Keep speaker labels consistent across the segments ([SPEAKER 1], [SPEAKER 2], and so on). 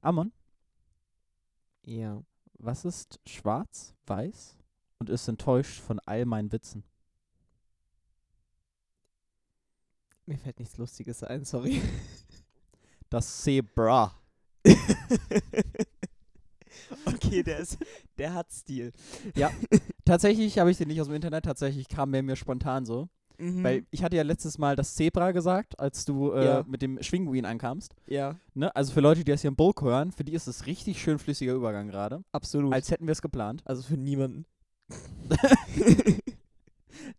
[SPEAKER 1] Amon,
[SPEAKER 2] Ja.
[SPEAKER 1] was ist schwarz, weiß und ist enttäuscht von all meinen Witzen?
[SPEAKER 2] Mir fällt nichts Lustiges ein, sorry.
[SPEAKER 1] Das Zebra.
[SPEAKER 2] okay, der ist. Der hat Stil.
[SPEAKER 1] Tatsächlich habe ich den nicht aus dem Internet, tatsächlich kam der mir spontan so.
[SPEAKER 2] Mhm.
[SPEAKER 1] Weil ich hatte ja letztes Mal das Zebra gesagt, als du äh,
[SPEAKER 2] Ja.
[SPEAKER 1] mit dem Schwinguin ankamst.
[SPEAKER 2] ja,
[SPEAKER 1] Ne? Also für Leute, die das hier im Burg hören, für die ist es richtig schön flüssiger Übergang gerade.
[SPEAKER 2] absolut.
[SPEAKER 1] Als hätten wir es geplant.
[SPEAKER 2] also für niemanden.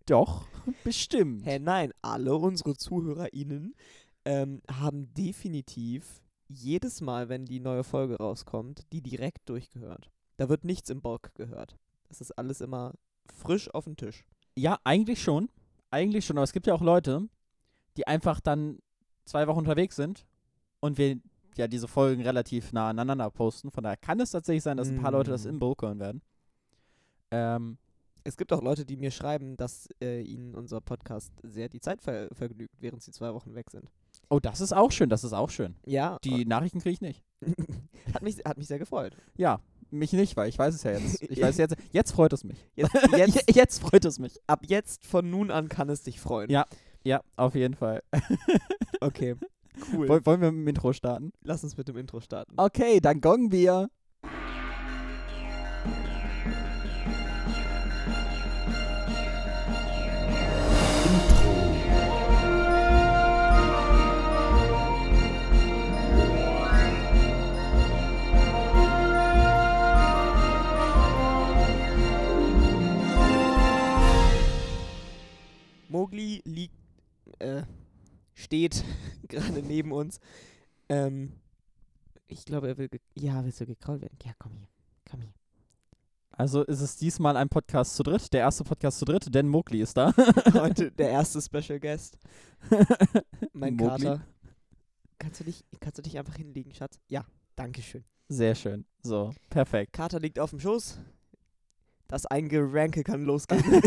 [SPEAKER 1] Doch, bestimmt.
[SPEAKER 2] Hä, nein, alle unsere ZuhörerInnen ähm, haben definitiv jedes Mal, wenn die neue Folge rauskommt, die direkt durchgehört. Da wird nichts im Bulk gehört. Das ist alles immer frisch auf den Tisch.
[SPEAKER 1] Ja, eigentlich schon. Eigentlich schon. Aber es gibt ja auch Leute, die einfach dann zwei Wochen unterwegs sind und wir ja diese Folgen relativ nah aneinander posten. Von daher kann es tatsächlich sein, dass ein paar Leute das
[SPEAKER 2] Mm.
[SPEAKER 1] im Burg hören werden. Ähm,
[SPEAKER 2] Es gibt auch Leute, die mir schreiben, dass äh, ihnen unser Podcast sehr die Zeit ver vergnügt, während sie zwei Wochen weg sind.
[SPEAKER 1] oh, das ist auch schön. Das ist auch schön.
[SPEAKER 2] Ja,
[SPEAKER 1] Die Nachrichten kriege ich nicht.
[SPEAKER 2] hat, mich, hat mich sehr gefreut.
[SPEAKER 1] Ja, mich nicht, weil ich weiß es ja jetzt. Ich weiß jetzt. Jetzt freut es mich.
[SPEAKER 2] Jetzt,
[SPEAKER 1] Jetzt,
[SPEAKER 2] jetzt,
[SPEAKER 1] jetzt freut es mich.
[SPEAKER 2] ab jetzt, von nun an, kann es dich freuen.
[SPEAKER 1] Ja. Ja, auf jeden Fall.
[SPEAKER 2] Okay, cool.
[SPEAKER 1] Woll- Wollen wir mit dem Intro starten?
[SPEAKER 2] Lass uns mit dem Intro starten.
[SPEAKER 1] Okay, dann gongen wir.
[SPEAKER 2] Mowgli liegt, äh, steht gerade neben uns. Ähm, ich glaube, er will, ge ja, willst du gekrault werden? Ja, komm hier, komm hier.
[SPEAKER 1] Also ist es diesmal ein Podcast zu dritt, der erste Podcast zu dritt, denn Mowgli ist da.
[SPEAKER 2] Heute der erste Special Guest, mein
[SPEAKER 1] Mowgli.
[SPEAKER 2] Kater. Kannst du, dich, kannst du dich einfach hinlegen, Schatz? Ja, danke schön.
[SPEAKER 1] Sehr schön. So, perfekt.
[SPEAKER 2] Kater liegt auf dem Schoß. Das Eingeranke kann losgehen.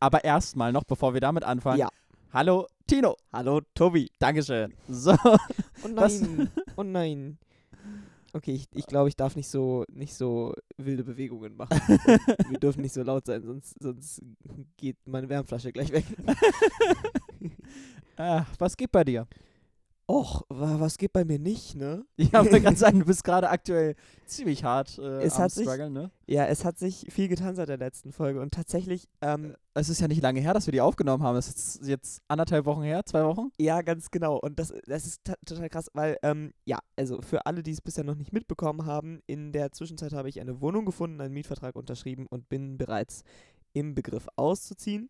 [SPEAKER 1] Aber erstmal noch, bevor wir damit anfangen.
[SPEAKER 2] Ja.
[SPEAKER 1] Hallo, Tino.
[SPEAKER 2] Hallo, Tobi.
[SPEAKER 1] Dankeschön. So,
[SPEAKER 2] Oh
[SPEAKER 1] Was?
[SPEAKER 2] nein, oh nein. Okay, ich, ich glaube, ich darf nicht so, nicht so wilde Bewegungen machen. Wir dürfen nicht so laut sein, sonst, sonst geht meine Wärmflasche gleich weg.
[SPEAKER 1] ah, was geht bei dir?
[SPEAKER 2] Och, wa- was geht bei mir nicht, ne?
[SPEAKER 1] Ich wollte gerade sagen, du bist gerade aktuell ziemlich hart äh,
[SPEAKER 2] Es
[SPEAKER 1] am
[SPEAKER 2] hat sich-
[SPEAKER 1] Struggle, ne?
[SPEAKER 2] Ja, es hat sich viel getan seit der letzten Folge und tatsächlich, ähm,
[SPEAKER 1] Es ist ja nicht lange her, dass wir die aufgenommen haben. Es ist jetzt anderthalb Wochen her, zwei Wochen.
[SPEAKER 2] ja, ganz genau. Und das, das ist ta- total krass, weil, ähm, ja, also für alle, die es bisher noch nicht mitbekommen haben, in der Zwischenzeit habe ich eine Wohnung gefunden, einen Mietvertrag unterschrieben und bin bereits im Begriff auszuziehen.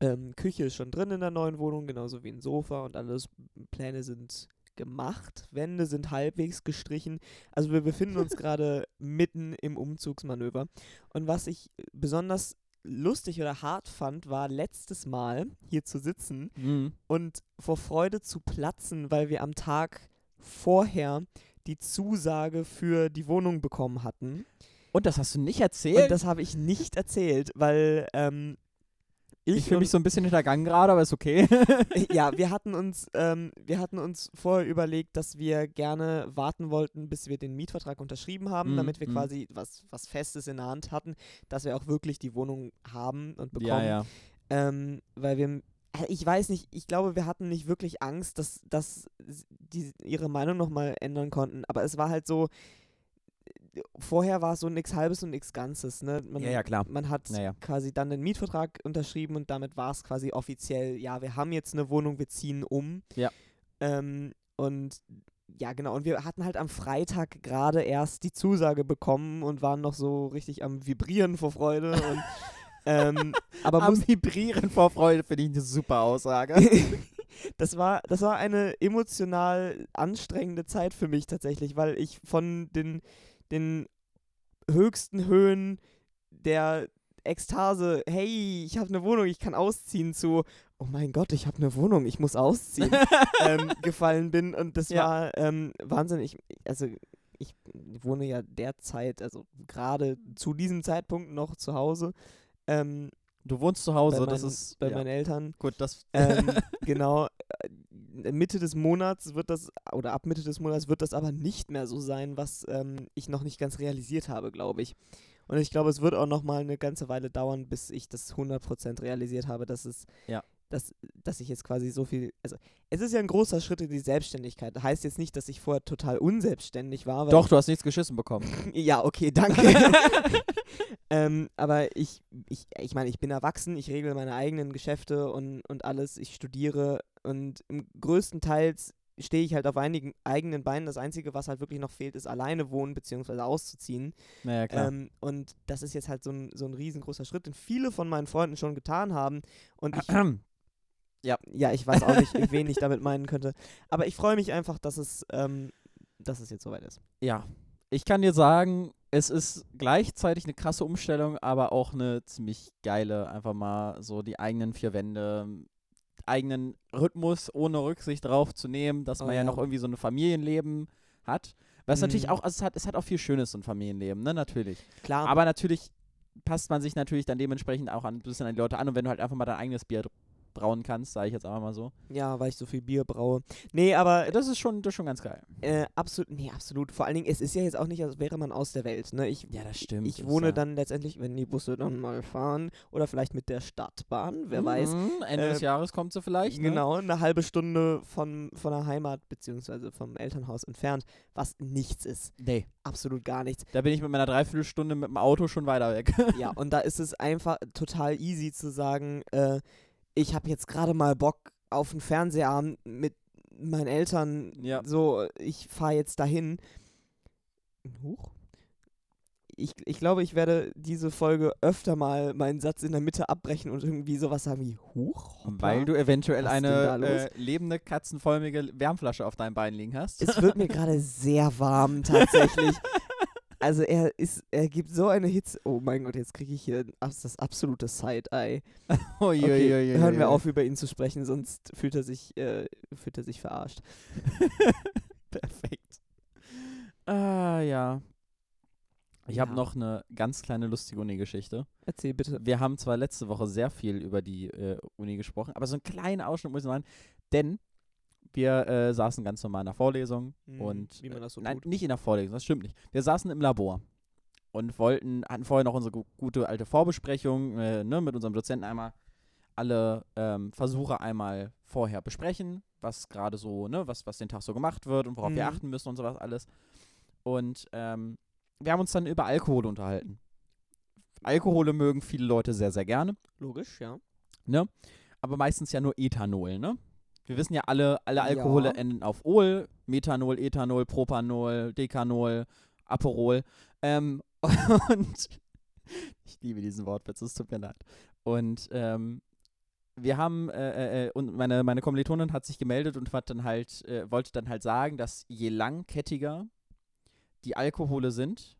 [SPEAKER 2] Ähm, Küche ist schon drin in der neuen Wohnung, genauso wie ein Sofa und alles. Pläne sind gemacht, Wände sind halbwegs gestrichen. Also wir befinden uns gerade mitten im Umzugsmanöver. Und was ich besonders lustig oder hart fand, war letztes Mal hier zu sitzen und vor Freude zu platzen, weil wir am Tag vorher die Zusage für die Wohnung bekommen hatten.
[SPEAKER 1] Und das hast du nicht
[SPEAKER 2] Und
[SPEAKER 1] erzählt.
[SPEAKER 2] das habe ich nicht erzählt, weil ähm, ich,
[SPEAKER 1] ich fühle
[SPEAKER 2] und-
[SPEAKER 1] mich so ein bisschen hintergangen gerade, aber ist okay.
[SPEAKER 2] ja, wir hatten uns, ähm, wir hatten uns vorher überlegt, dass wir gerne warten wollten, bis wir den Mietvertrag unterschrieben haben,
[SPEAKER 1] Mhm,
[SPEAKER 2] damit wir
[SPEAKER 1] mhm.
[SPEAKER 2] quasi was, was Festes in der Hand hatten, dass wir auch wirklich die Wohnung haben und bekommen.
[SPEAKER 1] ja, ja.
[SPEAKER 2] Ähm, weil wir, also ich weiß nicht, ich glaube, wir hatten nicht wirklich Angst, dass, dass s- die ihre Meinung nochmal ändern konnten. Aber es war halt so, äh, vorher war es so nix Halbes und nix Ganzes. Ne? Man,
[SPEAKER 1] ja, ja, klar.
[SPEAKER 2] man hat
[SPEAKER 1] Naja.
[SPEAKER 2] quasi dann den Mietvertrag unterschrieben und damit war es quasi offiziell, ja, wir haben jetzt eine Wohnung, wir ziehen um.
[SPEAKER 1] Ja.
[SPEAKER 2] Ähm, und ja, genau. Und wir hatten halt am Freitag gerade erst die Zusage bekommen und waren noch so richtig am Vibrieren vor Freude. Und, ähm, aber
[SPEAKER 1] Am
[SPEAKER 2] muss,
[SPEAKER 1] Vibrieren vor Freude finde ich eine super Aussage.
[SPEAKER 2] das war, das war eine emotional anstrengende Zeit für mich tatsächlich, weil ich von den, den höchsten Höhen der Ekstase, hey, ich habe eine Wohnung, ich kann ausziehen, zu, oh mein Gott, ich habe eine Wohnung, ich muss ausziehen, ähm, gefallen bin. Und das
[SPEAKER 1] Ja.
[SPEAKER 2] war ähm, wahnsinnig, also ich wohne ja derzeit, also gerade zu diesem Zeitpunkt noch zu Hause. Ähm,
[SPEAKER 1] Du wohnst zu Hause,
[SPEAKER 2] bei
[SPEAKER 1] das
[SPEAKER 2] meinen,
[SPEAKER 1] ist
[SPEAKER 2] bei
[SPEAKER 1] ja.
[SPEAKER 2] meinen Eltern.
[SPEAKER 1] gut, das
[SPEAKER 2] ähm, genau. äh, Mitte des Monats wird das, oder ab Mitte des Monats wird das aber nicht mehr so sein, was ähm, ich noch nicht ganz realisiert habe, glaube ich. Und ich glaube, es wird auch noch mal eine ganze Weile dauern, bis ich das 100% realisiert habe, dass es,
[SPEAKER 1] Ja.
[SPEAKER 2] dass, dass ich jetzt quasi so viel, also es ist ja ein großer Schritt in die Selbstständigkeit. Heißt jetzt nicht, dass ich vorher total unselbstständig war. Weil
[SPEAKER 1] Doch, du hast nichts geschissen bekommen.
[SPEAKER 2] ja, okay, danke. ähm, aber ich, ich, ich meine, ich bin erwachsen, ich regle meine eigenen Geschäfte und, und alles, ich studiere und im größten Teils stehe ich halt auf einigen eigenen Beinen. Das Einzige, was halt wirklich noch fehlt, ist alleine wohnen bzw. auszuziehen.
[SPEAKER 1] Naja, klar.
[SPEAKER 2] Ähm, und das ist jetzt halt so ein, so ein riesengroßer Schritt, den viele von meinen Freunden schon getan haben. Und ich ja, ja, ich weiß auch nicht, wen ich damit meinen könnte. Aber ich freue mich einfach, dass es, ähm, dass es jetzt soweit ist.
[SPEAKER 1] Ja, ich kann dir sagen, es ist gleichzeitig eine krasse Umstellung, aber auch eine ziemlich geile, einfach mal so die eigenen vier Wände, eigenen Rhythmus ohne Rücksicht drauf zu nehmen, dass
[SPEAKER 2] Oh
[SPEAKER 1] man ja,
[SPEAKER 2] ja.
[SPEAKER 1] noch irgendwie so ein Familienleben hat. Was natürlich
[SPEAKER 2] Mhm.
[SPEAKER 1] auch, also es hat, es hat auch viel Schönes, so ein Familienleben, ne, natürlich.
[SPEAKER 2] Klar,
[SPEAKER 1] Aber natürlich passt man sich natürlich dann dementsprechend auch an, ein bisschen an die Leute an und wenn du halt einfach mal dein eigenes Bier dr- brauen kannst, sage ich jetzt einfach mal so.
[SPEAKER 2] ja, weil ich so viel Bier braue. Nee, aber
[SPEAKER 1] Das ist schon, das ist schon ganz geil.
[SPEAKER 2] äh, absolut, nee, absolut. Vor allen Dingen, es ist ja jetzt auch nicht, als wäre man aus der Welt. Ne? Ich,
[SPEAKER 1] Ja, das stimmt.
[SPEAKER 2] ich wohne dann letztendlich, wenn die Busse dann mal fahren, oder vielleicht mit der Stadtbahn, wer weiß.
[SPEAKER 1] Hm, Ende
[SPEAKER 2] Äh,
[SPEAKER 1] des Jahres kommt sie Mhm, vielleicht. Ne?
[SPEAKER 2] Genau, eine halbe Stunde von, von der Heimat bzw. vom Elternhaus entfernt, was nichts ist.
[SPEAKER 1] Nee.
[SPEAKER 2] Absolut gar nichts.
[SPEAKER 1] Da bin ich mit meiner Dreiviertelstunde mit dem Auto schon weiter weg.
[SPEAKER 2] ja, und da ist es einfach total easy zu sagen, äh, ich habe jetzt gerade mal Bock auf einen Fernsehabend mit meinen Eltern.
[SPEAKER 1] Ja.
[SPEAKER 2] So, ich fahre jetzt dahin. Huch. Ich, ich glaube, ich werde diese Folge öfter mal meinen Satz in der Mitte abbrechen und irgendwie sowas sagen wie Huch. hoppla.
[SPEAKER 1] Weil du eventuell
[SPEAKER 2] Was ist denn da
[SPEAKER 1] eine
[SPEAKER 2] los?
[SPEAKER 1] äh, lebende, katzenförmige Wärmflasche auf deinem Bein liegen hast.
[SPEAKER 2] Es wird mir gerade sehr warm tatsächlich. Also er ist, er gibt so eine Hitze. Oh mein Gott, jetzt kriege ich hier abs- das absolute Side-Eye.
[SPEAKER 1] Ui,
[SPEAKER 2] Okay,
[SPEAKER 1] ui, ui, ui,
[SPEAKER 2] hören wir
[SPEAKER 1] ui.
[SPEAKER 2] auf, über ihn zu sprechen, sonst fühlt er sich, äh, fühlt er sich verarscht.
[SPEAKER 1] Perfekt. Ah, ja. Ich habe
[SPEAKER 2] Ja.
[SPEAKER 1] noch eine ganz kleine lustige Uni-Geschichte.
[SPEAKER 2] Erzähl bitte.
[SPEAKER 1] Wir haben zwar letzte Woche sehr viel über die äh, Uni gesprochen, aber so einen kleinen Ausschnitt muss ich noch machen, denn wir äh, saßen ganz normal in der Vorlesung, Und,
[SPEAKER 2] Hm,
[SPEAKER 1] äh,
[SPEAKER 2] wie man das so
[SPEAKER 1] Nein,
[SPEAKER 2] tut.
[SPEAKER 1] nicht in der Vorlesung, das stimmt nicht. Wir saßen im Labor und wollten, hatten vorher noch unsere gu- gute alte Vorbesprechung äh, ne, mit unserem Dozenten einmal alle ähm, Versuche einmal vorher besprechen, was gerade so, ne, was, was den Tag so gemacht wird und worauf wir
[SPEAKER 2] Mhm.
[SPEAKER 1] achten müssen und sowas alles. Und ähm, wir haben uns dann über Alkohol unterhalten. Alkohole mögen viele Leute sehr, sehr gerne
[SPEAKER 2] Logisch, ja.
[SPEAKER 1] ne? Aber meistens ja nur Ethanol, ne? Wir wissen ja alle, alle
[SPEAKER 2] Ja.
[SPEAKER 1] Alkohole enden auf Ol, Methanol, Ethanol, Propanol, Dekanol, Aperol. Ähm, und ich liebe diesen Wortwitz, es tut mir leid. Und ähm, wir haben, äh, äh, äh, und meine, meine Kommilitonin hat sich gemeldet und hat dann halt, äh, wollte dann halt sagen, dass je langkettiger die Alkohole sind,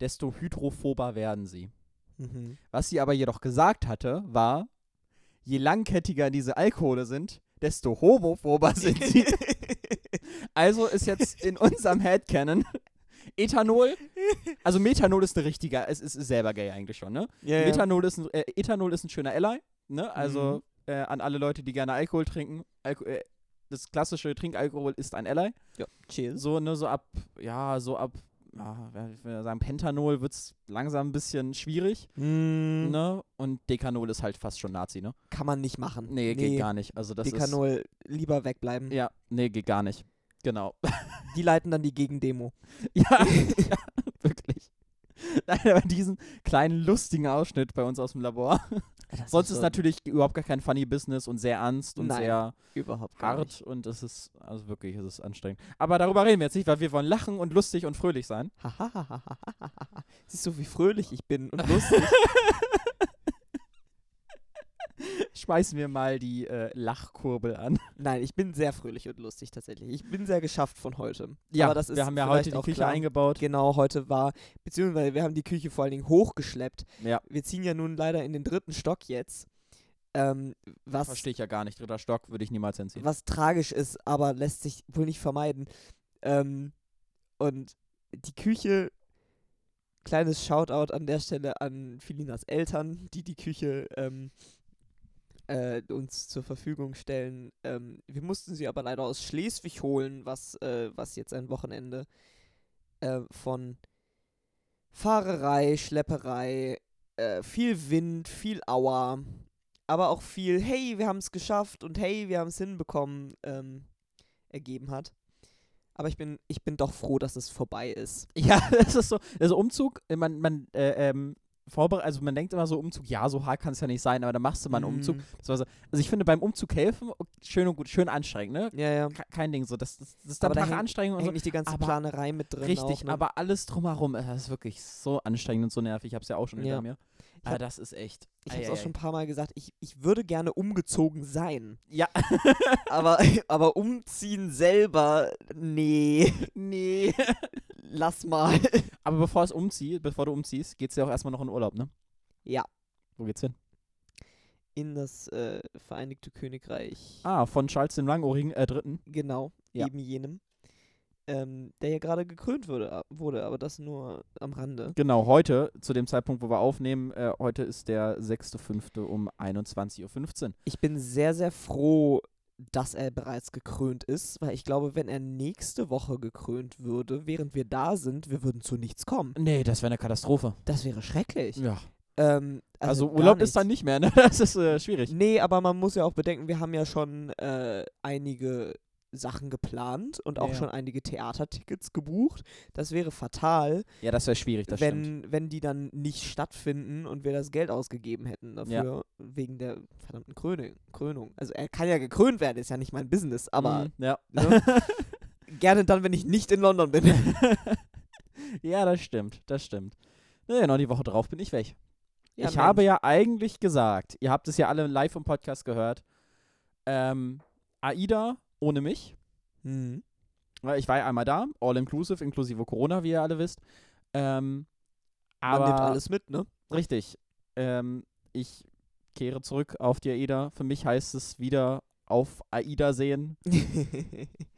[SPEAKER 1] desto hydrophober werden sie.
[SPEAKER 2] Mhm.
[SPEAKER 1] Was sie aber jedoch gesagt hatte, war, je langkettiger diese Alkohole sind, desto homophober sind sie. also ist jetzt in unserem Headcanon Ethanol, also Methanol ist eine richtige, es ist selber gay eigentlich schon, ne?
[SPEAKER 2] Ja, ja.
[SPEAKER 1] Methanol ist ein, äh, Ethanol ist ein schöner Ally, ne? Also
[SPEAKER 2] Mhm.
[SPEAKER 1] äh, an alle Leute, die gerne Alkohol trinken, Alko äh, das klassische Trinkalkohol ist ein Ally.
[SPEAKER 2] Cheers.
[SPEAKER 1] So, ne, so ab, ja, so ab, ja, ich würde sagen, Pentanol wird es langsam ein bisschen schwierig.
[SPEAKER 2] Mm,
[SPEAKER 1] Ne? Und Dekanol ist halt fast schon Nazi, ne?
[SPEAKER 2] Kann man nicht machen.
[SPEAKER 1] Nee, geht gar nicht. Also das
[SPEAKER 2] Dekanol lieber wegbleiben.
[SPEAKER 1] ist ja, nee, geht gar nicht. Genau.
[SPEAKER 2] Die leiten dann die Gegendemo.
[SPEAKER 1] ja, ja, wirklich. Nein, aber diesen kleinen lustigen Ausschnitt bei uns aus dem Labor. Sonst ist natürlich überhaupt gar kein funny Business und sehr ernst und
[SPEAKER 2] Nein,
[SPEAKER 1] sehr
[SPEAKER 2] überhaupt gar nicht.
[SPEAKER 1] hart und es ist also wirklich, es ist anstrengend. Aber darüber reden wir jetzt nicht, weil wir wollen lachen und lustig und fröhlich sein.
[SPEAKER 2] Hahaha. Siehst du, wie fröhlich ich bin und lustig.
[SPEAKER 1] Schmeißen wir mal die äh, Lachkurbel an.
[SPEAKER 2] Nein, ich bin sehr fröhlich und lustig tatsächlich. Ich bin sehr geschafft von heute.
[SPEAKER 1] Ja,
[SPEAKER 2] Aber das ist
[SPEAKER 1] wir haben ja
[SPEAKER 2] vielleicht
[SPEAKER 1] heute die
[SPEAKER 2] auch
[SPEAKER 1] Küche
[SPEAKER 2] klar.
[SPEAKER 1] eingebaut.
[SPEAKER 2] Genau, heute war, beziehungsweise wir haben die Küche vor allen Dingen hochgeschleppt.
[SPEAKER 1] Ja,
[SPEAKER 2] Wir ziehen ja nun leider in den dritten Stock jetzt. Ähm, was,
[SPEAKER 1] verstehe ich ja gar nicht. Dritter Stock würde ich niemals hinziehen.
[SPEAKER 2] was tragisch ist, aber lässt sich wohl nicht vermeiden. Ähm, und die Küche, kleines Shoutout an der Stelle an Felinas Eltern, die die Küche ähm, äh, uns zur Verfügung stellen. Ähm, wir mussten sie aber leider aus Schleswig holen, was, äh, was jetzt ein Wochenende äh, von Fahrerei, Schlepperei, äh, viel Wind, viel Auer, aber auch viel, hey, wir haben es geschafft und hey, wir haben es hinbekommen, ähm, ergeben hat. Aber ich bin, ich bin doch froh, dass es vorbei ist.
[SPEAKER 1] Ja, das ist so. Also Umzug, äh, man, man, äh, ähm, vorbere- also man denkt immer so, Umzug, ja, so hart kann es ja nicht sein, aber dann machst du mal einen Umzug.
[SPEAKER 2] Mm.
[SPEAKER 1] Das war so, also ich finde beim Umzug helfen, ok, schön und gut, schön anstrengend, ne?
[SPEAKER 2] Ja, ja.
[SPEAKER 1] Ke- Kein Ding so. Das, das, das ist dann
[SPEAKER 2] Aber da
[SPEAKER 1] Tag
[SPEAKER 2] hängt-
[SPEAKER 1] Anstrengung und
[SPEAKER 2] Hängt
[SPEAKER 1] so.
[SPEAKER 2] nicht die ganze
[SPEAKER 1] aber-
[SPEAKER 2] Planerei mit drin.
[SPEAKER 1] Richtig,
[SPEAKER 2] auch, ne?
[SPEAKER 1] aber alles drumherum, äh, das ist wirklich so anstrengend und so nervig. Ich hab's ja auch schon
[SPEAKER 2] Ja.
[SPEAKER 1] hinter mir.
[SPEAKER 2] Ich
[SPEAKER 1] Aber
[SPEAKER 2] hab-
[SPEAKER 1] das ist echt.
[SPEAKER 2] Ich habe es auch
[SPEAKER 1] Eieiei.
[SPEAKER 2] schon ein paar Mal gesagt, ich, ich würde gerne umgezogen sein.
[SPEAKER 1] Ja.
[SPEAKER 2] aber, aber umziehen selber, nee,
[SPEAKER 1] nee.
[SPEAKER 2] lass mal.
[SPEAKER 1] Aber bevor es umzieht, bevor du umziehst, geht's ja auch erstmal noch in Urlaub, ne?
[SPEAKER 2] Ja.
[SPEAKER 1] Wo geht's hin?
[SPEAKER 2] In das äh, Vereinigte Königreich.
[SPEAKER 1] Ah, von Charles dem Langohrigen, äh, Dritten.
[SPEAKER 2] Genau,
[SPEAKER 1] Ja.
[SPEAKER 2] eben jenem. Ähm, der ja gerade gekrönt würde, wurde, aber das nur am Rande.
[SPEAKER 1] Genau, heute, zu dem Zeitpunkt, wo wir aufnehmen, äh, heute ist der 6.5. um 21.15 Uhr.
[SPEAKER 2] Ich bin sehr, sehr froh, dass er bereits gekrönt ist, weil ich glaube, wenn er nächste Woche gekrönt würde, während wir da sind, wir würden zu nichts kommen.
[SPEAKER 1] Nee, das wäre eine Katastrophe.
[SPEAKER 2] Das wäre schrecklich.
[SPEAKER 1] Ja.
[SPEAKER 2] Ähm,
[SPEAKER 1] Also,
[SPEAKER 2] gar
[SPEAKER 1] Urlaub ist
[SPEAKER 2] nichts.
[SPEAKER 1] dann nicht mehr, ne? Das ist äh, schwierig.
[SPEAKER 2] Nee, aber man muss ja auch bedenken, wir haben ja schon äh, einige Sachen geplant und auch
[SPEAKER 1] Ja.
[SPEAKER 2] schon einige Theatertickets gebucht. Das wäre fatal,
[SPEAKER 1] Ja, das wäre schwierig, das stimmt.
[SPEAKER 2] wenn, wenn die dann nicht stattfinden und wir das Geld ausgegeben hätten dafür, wegen der verdammten Krönung, Krönung. Also er kann ja gekrönt werden, ist ja nicht mein Business, aber
[SPEAKER 1] Mhm, ja.
[SPEAKER 2] ne? gerne dann, wenn ich nicht in London bin.
[SPEAKER 1] ja, das stimmt, das stimmt. Na, genau, die Woche drauf bin ich weg.
[SPEAKER 2] Ja,
[SPEAKER 1] ich habe
[SPEAKER 2] Mensch.
[SPEAKER 1] ja eigentlich gesagt, ihr habt es ja alle live im Podcast gehört, ähm, AIDA ohne mich.
[SPEAKER 2] Mhm.
[SPEAKER 1] Weil Ich war ja einmal da, all inclusive, inklusive Corona, wie ihr alle wisst. Ähm,
[SPEAKER 2] Man
[SPEAKER 1] aber
[SPEAKER 2] nimmt alles mit, ne?
[SPEAKER 1] richtig. Ähm, ich kehre zurück auf die AIDA. Für mich heißt es wieder auf AIDA sehen.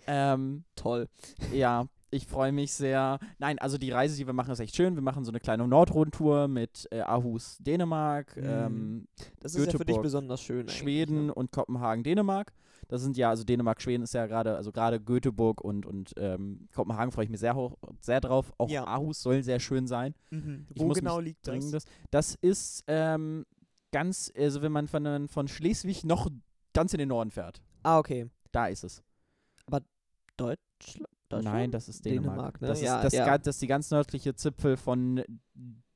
[SPEAKER 1] Ähm,
[SPEAKER 2] Toll.
[SPEAKER 1] ja, ich freue mich sehr. Nein, also die Reise, die wir machen, ist echt schön. Wir machen so eine kleine Nordrundtour mit äh, Aarhus, Dänemark,
[SPEAKER 2] Mhm.
[SPEAKER 1] ähm,
[SPEAKER 2] Das ist ja für dich
[SPEAKER 1] Göteborg,
[SPEAKER 2] besonders schön. eigentlich,
[SPEAKER 1] Schweden
[SPEAKER 2] Ne?
[SPEAKER 1] und Kopenhagen, Dänemark. Das sind ja, also Dänemark, Schweden ist ja gerade, also gerade Göteborg und, und ähm, Kopenhagen freue ich mich sehr, hoch, sehr drauf. Auch
[SPEAKER 2] Ja.
[SPEAKER 1] Aarhus soll sehr schön sein.
[SPEAKER 2] Mhm.
[SPEAKER 1] Ich
[SPEAKER 2] Wo
[SPEAKER 1] muss
[SPEAKER 2] genau liegt das?
[SPEAKER 1] Bringen Das, das ist ähm, ganz, also wenn man von, von Schleswig noch ganz in den Norden fährt,
[SPEAKER 2] Ah, okay.
[SPEAKER 1] da ist es.
[SPEAKER 2] Deutschla- Deutschland?
[SPEAKER 1] Nein, das ist Dänemark.
[SPEAKER 2] Dänemark, ne?
[SPEAKER 1] Das
[SPEAKER 2] Ja,
[SPEAKER 1] ist das,
[SPEAKER 2] ja.
[SPEAKER 1] ga- das ist die ganz nördliche Zipfel von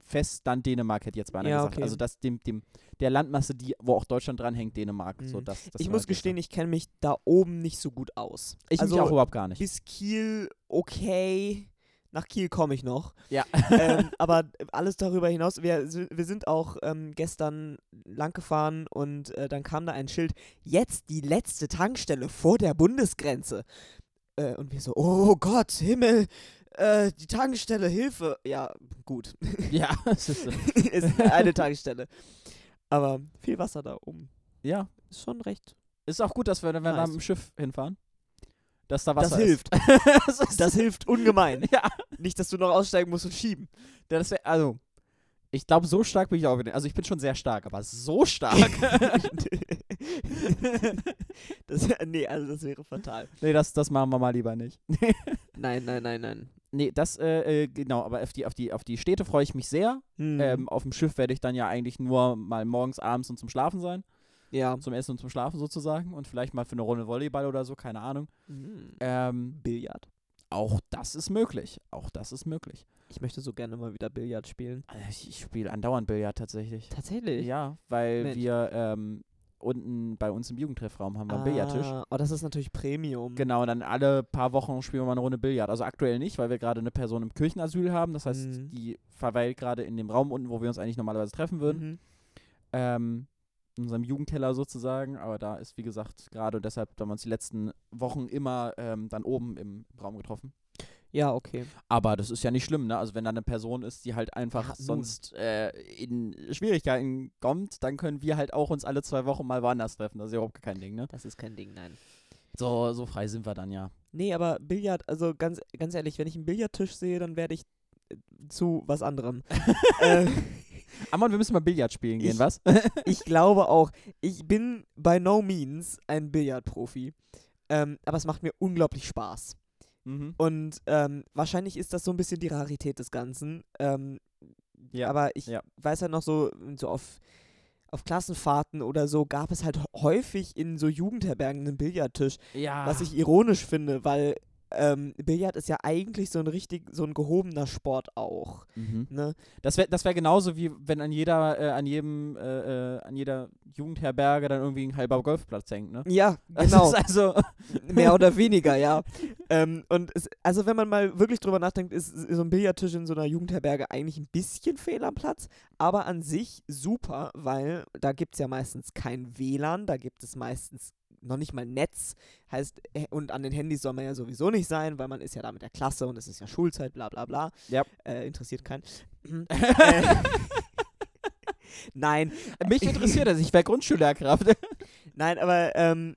[SPEAKER 1] Festland Dänemark, hätte ich jetzt beinahe
[SPEAKER 2] Ja,
[SPEAKER 1] gesagt.
[SPEAKER 2] okay.
[SPEAKER 1] Also das dem, dem, der Landmasse, die, wo auch Deutschland dranhängt, Dänemark. So,
[SPEAKER 2] Mhm.
[SPEAKER 1] das, das
[SPEAKER 2] ich
[SPEAKER 1] war
[SPEAKER 2] muss
[SPEAKER 1] die-
[SPEAKER 2] gestehen, ich kenne mich da oben nicht so gut aus.
[SPEAKER 1] ich
[SPEAKER 2] also
[SPEAKER 1] mich auch überhaupt gar nicht.
[SPEAKER 2] bis Kiel okay. Nach Kiel komme ich noch.
[SPEAKER 1] Ja.
[SPEAKER 2] ähm, aber alles darüber hinaus, wir, s- wir sind auch ähm, gestern lang gefahren und äh, dann kam da ein Schild, jetzt die letzte Tankstelle vor der Bundesgrenze. Äh, und wir so, oh Gott, Himmel, äh, die Tankstelle, Hilfe. Ja, gut.
[SPEAKER 1] Ja, es ist, äh,
[SPEAKER 2] es ist eine Tankstelle. Aber viel Wasser da oben.
[SPEAKER 1] ja.
[SPEAKER 2] Ist schon recht.
[SPEAKER 1] Ist auch gut, dass wir, wenn wir da
[SPEAKER 2] Nice.
[SPEAKER 1] mit dem Schiff hinfahren, dass da
[SPEAKER 2] Das
[SPEAKER 1] Wasser
[SPEAKER 2] hilft.
[SPEAKER 1] ist. das ist.
[SPEAKER 2] Das hilft ungemein.
[SPEAKER 1] Ja,
[SPEAKER 2] Nicht, dass du noch aussteigen musst und schieben.
[SPEAKER 1] das wär, also, ich glaube, so stark bin ich auch wieder. Also, ich bin schon sehr stark, aber so stark.
[SPEAKER 2] das, nee, also das wäre fatal.
[SPEAKER 1] nee, das, das machen wir mal lieber nicht.
[SPEAKER 2] Nein, nein, nein, nein.
[SPEAKER 1] Nee, das, äh, äh, genau, aber auf die, auf die, auf die Städte freue ich mich sehr.
[SPEAKER 2] Hm,
[SPEAKER 1] Ähm, auf dem Schiff werde ich dann ja eigentlich nur mal morgens, abends und zum Schlafen sein.
[SPEAKER 2] ja.
[SPEAKER 1] Zum Essen und zum Schlafen sozusagen. Und vielleicht mal für eine Runde Volleyball oder so, keine Ahnung.
[SPEAKER 2] Hm.
[SPEAKER 1] Ähm,
[SPEAKER 2] Billard.
[SPEAKER 1] auch das ist möglich. Auch das ist möglich.
[SPEAKER 2] Ich möchte so gerne mal wieder Billard spielen.
[SPEAKER 1] Äh, Ich, ich spiele andauernd Billard tatsächlich.
[SPEAKER 2] Tatsächlich?
[SPEAKER 1] Ja, weil
[SPEAKER 2] Mensch.
[SPEAKER 1] wir ähm, unten bei uns im Jugendtreffraum haben wir einen Billardtisch.
[SPEAKER 2] Ah, Oh, das ist natürlich Premium.
[SPEAKER 1] Genau, und dann alle paar Wochen spielen wir mal eine Runde Billard. Also aktuell nicht, weil wir gerade eine Person im Kirchenasyl haben. Das heißt,
[SPEAKER 2] Mhm.
[SPEAKER 1] die verweilt gerade in dem Raum unten, wo wir uns eigentlich normalerweise treffen würden.
[SPEAKER 2] Mhm.
[SPEAKER 1] Ähm, in unserem Jugendkeller sozusagen. Aber da ist, wie gesagt, gerade und deshalb haben wir uns die letzten Wochen immer ähm, dann oben im Raum getroffen.
[SPEAKER 2] Ja, okay.
[SPEAKER 1] Aber das ist ja nicht schlimm, ne? Also wenn da eine Person ist, die halt einfach
[SPEAKER 2] Ja, nun.
[SPEAKER 1] sonst äh, in Schwierigkeiten kommt, dann können wir halt auch uns alle zwei Wochen mal woanders treffen. Das ist ja überhaupt kein Ding, ne?
[SPEAKER 2] Das ist kein Ding, nein.
[SPEAKER 1] So, so frei sind wir dann ja.
[SPEAKER 2] Nee, aber Billard, also ganz, ganz ehrlich, wenn ich einen Billardtisch sehe, dann werde ich äh, zu was anderem. äh,
[SPEAKER 1] Amon, wir müssen mal Billard spielen gehen,
[SPEAKER 2] Ich-
[SPEAKER 1] was?
[SPEAKER 2] Ich glaube auch. Ich bin by no means ein Billardprofi. Ähm, aber es macht mir unglaublich Spaß.
[SPEAKER 1] mhm.
[SPEAKER 2] Und ähm, wahrscheinlich ist das so ein bisschen die Rarität des Ganzen. Ähm,
[SPEAKER 1] Ja,
[SPEAKER 2] aber ich
[SPEAKER 1] ja.
[SPEAKER 2] weiß halt noch so, so auf, auf Klassenfahrten oder so gab es halt häufig in so Jugendherbergen einen Billardtisch,
[SPEAKER 1] Ja.
[SPEAKER 2] was ich ironisch finde, weil ähm, Billard ist ja eigentlich so ein richtig, so ein gehobener Sport auch.
[SPEAKER 1] Mhm.
[SPEAKER 2] Ne?
[SPEAKER 1] Das wäre das wär genauso wie wenn an jeder, äh, an jedem, äh, äh, an jeder Jugendherberge dann irgendwie ein halber Golfplatz hängt, ne?
[SPEAKER 2] Ja,
[SPEAKER 1] Das
[SPEAKER 2] genau.
[SPEAKER 1] ist also,
[SPEAKER 2] Mehr oder weniger, ja. ähm, und es, also wenn man mal wirklich drüber nachdenkt, ist so ein Billardtisch in so einer Jugendherberge eigentlich ein bisschen fehl am Platz, aber an sich super, weil da gibt es ja meistens kein WLAN, da gibt es meistens noch nicht mal Netz, heißt, äh, und an den Handys soll man ja sowieso nicht sein, weil man ist ja da mit der Klasse und es ist ja Schulzeit, bla bla bla.
[SPEAKER 1] Ja.
[SPEAKER 2] Äh, interessiert keinen. Äh, Nein,
[SPEAKER 1] mich interessiert das, ich wäre Grundschullehrkraft.
[SPEAKER 2] Nein, aber ähm,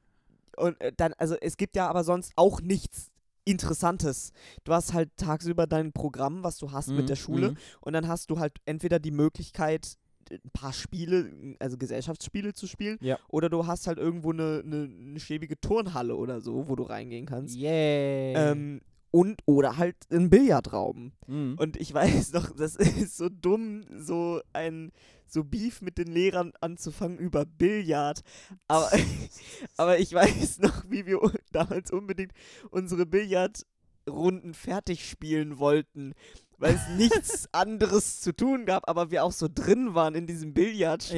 [SPEAKER 2] und äh, dann, also es gibt ja aber sonst auch nichts Interessantes. Du hast halt tagsüber dein Programm, was du hast mit der Schule,
[SPEAKER 1] Mhm.
[SPEAKER 2] und dann hast du halt entweder die Möglichkeit, ein paar Spiele, also Gesellschaftsspiele zu spielen,
[SPEAKER 1] Ja.
[SPEAKER 2] oder du hast halt irgendwo eine, eine, eine schäbige Turnhalle oder so, wo du reingehen kannst.
[SPEAKER 1] Yay.
[SPEAKER 2] Ähm, und oder halt einen Billardraum.
[SPEAKER 1] Mhm.
[SPEAKER 2] Und ich weiß noch, das ist so dumm, so ein so Beef mit den Lehrern anzufangen über Billard. Aber, aber ich weiß noch, wie wir un- damals unbedingt unsere Billardrunden fertig spielen wollten, weil es nichts anderes zu tun gab, aber wir auch so drin waren in diesem Billardspiel.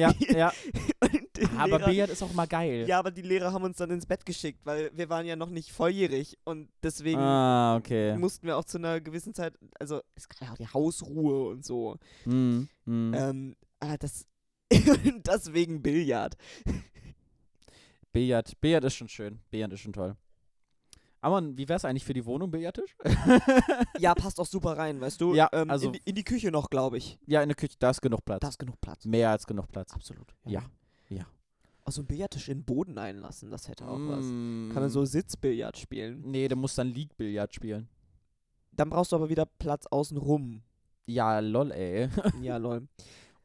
[SPEAKER 1] ja, ja.
[SPEAKER 2] Und den
[SPEAKER 1] Aber
[SPEAKER 2] Lehrern,
[SPEAKER 1] Billard ist auch mal geil.
[SPEAKER 2] ja, aber die Lehrer haben uns dann ins Bett geschickt, weil wir waren ja noch nicht volljährig und deswegen
[SPEAKER 1] Ah, okay.
[SPEAKER 2] mussten wir auch zu einer gewissen Zeit, also es gab ja auch die Hausruhe und so.
[SPEAKER 1] Mhm. Mhm.
[SPEAKER 2] Ähm, aber das, das wegen Billard.
[SPEAKER 1] Billard. Billard ist schon schön. Billard ist schon toll. Amon, wie wär's eigentlich für die Wohnung, Billardtisch?
[SPEAKER 2] Ja, passt auch super rein, weißt du?
[SPEAKER 1] Ja,
[SPEAKER 2] ähm,
[SPEAKER 1] also-
[SPEAKER 2] in, die- in die Küche noch, glaube ich.
[SPEAKER 1] ja, in der Küche, da ist genug Platz.
[SPEAKER 2] Da ist genug Platz.
[SPEAKER 1] Mehr als genug Platz.
[SPEAKER 2] Absolut.
[SPEAKER 1] Ja, ja.
[SPEAKER 2] Also einen Billardtisch in den Boden einlassen, das hätte auch was.
[SPEAKER 1] Mm.
[SPEAKER 2] Kann man so Sitzbillard spielen.
[SPEAKER 1] Nee, du musst dann League-Billard spielen.
[SPEAKER 2] Dann brauchst du aber wieder Platz außen rum.
[SPEAKER 1] Ja, lol, ey.
[SPEAKER 2] ja, lol.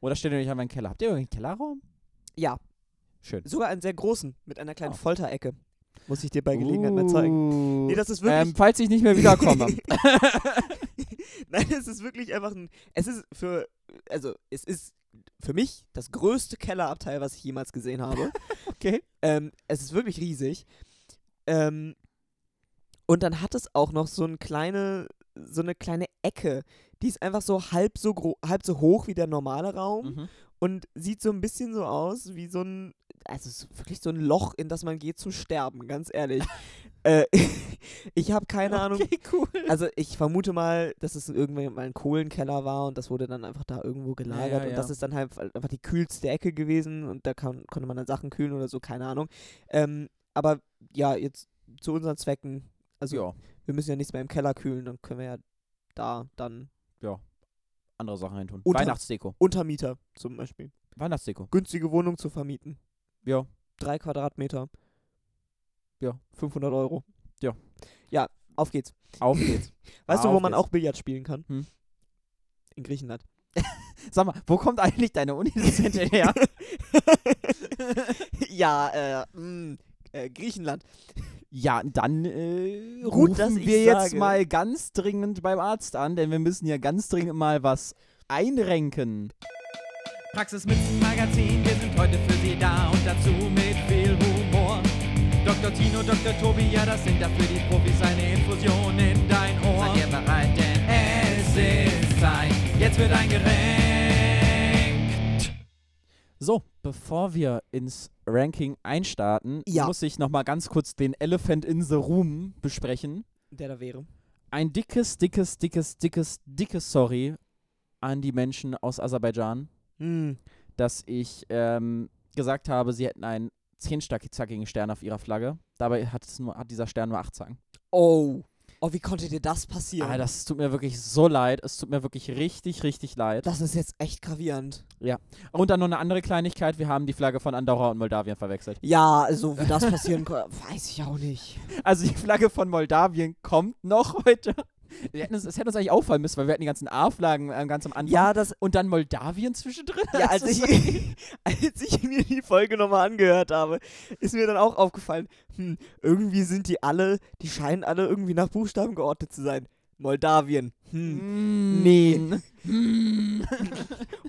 [SPEAKER 1] Oder steht ihr nicht einmal im Keller? Habt ihr irgendeinen Kellerraum?
[SPEAKER 2] Ja,
[SPEAKER 1] Schön.
[SPEAKER 2] sogar einen sehr großen mit einer kleinen
[SPEAKER 1] Oh.
[SPEAKER 2] Folterecke. Muss ich dir
[SPEAKER 1] Uh.
[SPEAKER 2] bei Gelegenheit mal zeigen. Nee, das ist wirklich
[SPEAKER 1] ähm, falls ich nicht mehr wiederkomme.
[SPEAKER 2] Nein, es ist wirklich einfach ein. Es ist für. Also, es ist für mich das größte Kellerabteil, was ich jemals gesehen habe.
[SPEAKER 1] okay.
[SPEAKER 2] ähm, es ist wirklich riesig. Ähm, und dann hat es auch noch so eine kleine, so eine kleine Ecke. Die ist einfach so halb so gro halb so hoch wie der normale Raum
[SPEAKER 1] Mhm.
[SPEAKER 2] und sieht so ein bisschen so aus wie so ein, also es ist wirklich so ein Loch, in das man geht zum Sterben, ganz ehrlich. äh, ich habe keine Ahnung,
[SPEAKER 1] Okay, cool.
[SPEAKER 2] also ich vermute mal, dass es irgendwann mal ein Kohlenkeller war und das wurde dann einfach da irgendwo gelagert
[SPEAKER 1] ja.
[SPEAKER 2] und das ist dann halt einfach die kühlste Ecke gewesen und da kann, konnte man dann Sachen kühlen oder so, keine Ahnung. Ähm, aber ja, jetzt zu unseren Zwecken, also
[SPEAKER 1] ja,
[SPEAKER 2] wir müssen ja nichts mehr im Keller kühlen, dann können wir ja da dann
[SPEAKER 1] andere Sachen reintun.
[SPEAKER 2] Unter-
[SPEAKER 1] Weihnachtsdeko.
[SPEAKER 2] Untermieter zum Beispiel,
[SPEAKER 1] Weihnachtsdeko.
[SPEAKER 2] günstige Wohnung zu vermieten,
[SPEAKER 1] Ja.
[SPEAKER 2] drei Quadratmeter,
[SPEAKER 1] Ja.
[SPEAKER 2] 500 Euro.
[SPEAKER 1] Ja.
[SPEAKER 2] Ja, auf geht's.
[SPEAKER 1] Auf geht's.
[SPEAKER 2] Weißt du,
[SPEAKER 1] Auf
[SPEAKER 2] wo man
[SPEAKER 1] geht's.
[SPEAKER 2] auch Billard spielen kann?
[SPEAKER 1] Hm.
[SPEAKER 2] In Griechenland.
[SPEAKER 1] Sag mal, wo kommt eigentlich deine Uni-Dozent her?
[SPEAKER 2] ja, äh, mh, äh, Griechenland.
[SPEAKER 1] ja, dann äh,
[SPEAKER 2] Gut,
[SPEAKER 1] rufen
[SPEAKER 2] dass
[SPEAKER 1] wir
[SPEAKER 2] ich's
[SPEAKER 1] jetzt
[SPEAKER 2] sage.
[SPEAKER 1] mal ganz dringend beim Arzt an, denn wir müssen ja ganz dringend mal was einrenken.
[SPEAKER 3] Praxismützenmagazin, wir sind heute für Sie da und dazu mit viel Humor. Dr. Tino, Dr. Tobi, ja, das sind dafür die Profis, eine Infusion in dein Ohr. Seid ihr bereit, denn es ist Zeit, jetzt wird eingerenkt.
[SPEAKER 1] So, bevor wir ins Ranking einstarten,
[SPEAKER 2] Ja.
[SPEAKER 1] muss ich nochmal ganz kurz den Elephant in the Room besprechen.
[SPEAKER 2] Der da wäre.
[SPEAKER 1] Ein dickes, dickes, dickes, dickes, dickes Sorry an die Menschen aus Aserbaidschan,
[SPEAKER 2] Hm.
[SPEAKER 1] dass ich ähm, gesagt habe, sie hätten einen zehnzackigen Stern auf ihrer Flagge. Dabei hat, es nur, hat dieser Stern nur acht Zacken.
[SPEAKER 2] Oh. Oh, wie konnte dir das passieren?
[SPEAKER 1] Ah, das tut mir wirklich so leid. Es tut mir wirklich richtig, richtig leid.
[SPEAKER 2] das ist jetzt echt gravierend.
[SPEAKER 1] Und dann noch eine andere Kleinigkeit. Wir haben die Flagge von Andorra und Moldawien verwechselt.
[SPEAKER 2] Ja, also wie das passieren konnte, weiß ich auch nicht.
[SPEAKER 1] Also die Flagge von Moldawien kommt noch heute. Wir hätten es, es hätte uns eigentlich auffallen müssen, weil wir hatten die ganzen A-Flaggen äh, ganz am Anfang.
[SPEAKER 2] Ja, das,
[SPEAKER 1] Und dann Moldawien zwischendrin.
[SPEAKER 2] Ja, als
[SPEAKER 1] Also es war-
[SPEAKER 2] ich, als ich mir die Folge nochmal angehört habe, ist mir dann auch aufgefallen, hm, irgendwie sind die alle, die scheinen alle irgendwie nach Buchstaben geordnet zu sein. Moldawien. Hm.
[SPEAKER 1] Mm.
[SPEAKER 2] Nee.
[SPEAKER 1] Mm.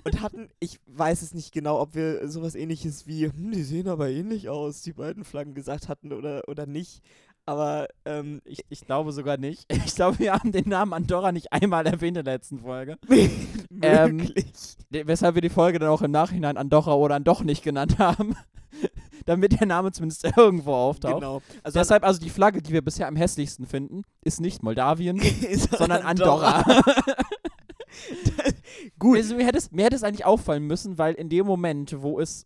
[SPEAKER 2] Und hatten, ich weiß es nicht genau, ob wir sowas ähnliches wie, hm, die sehen aber ähnlich aus, die beiden Flaggen gesagt hatten oder, oder nicht. Aber ähm, ich,
[SPEAKER 1] Ich glaube sogar nicht. Ich glaube, wir haben den Namen Andorra nicht einmal erwähnt in der letzten Folge. Ähm,
[SPEAKER 2] möglich.
[SPEAKER 1] De- Weshalb wir die Folge dann auch im Nachhinein Andorra oder Andoch nicht genannt haben. Damit der Name zumindest irgendwo auftaucht.
[SPEAKER 2] Genau. Also
[SPEAKER 1] Deshalb also die Flagge, die wir bisher am hässlichsten finden, ist nicht Moldawien,
[SPEAKER 2] ist
[SPEAKER 1] sondern Andorra.
[SPEAKER 2] Gut.
[SPEAKER 1] Also mir hätte, es, mir hätte es eigentlich auffallen müssen, weil in dem Moment, wo es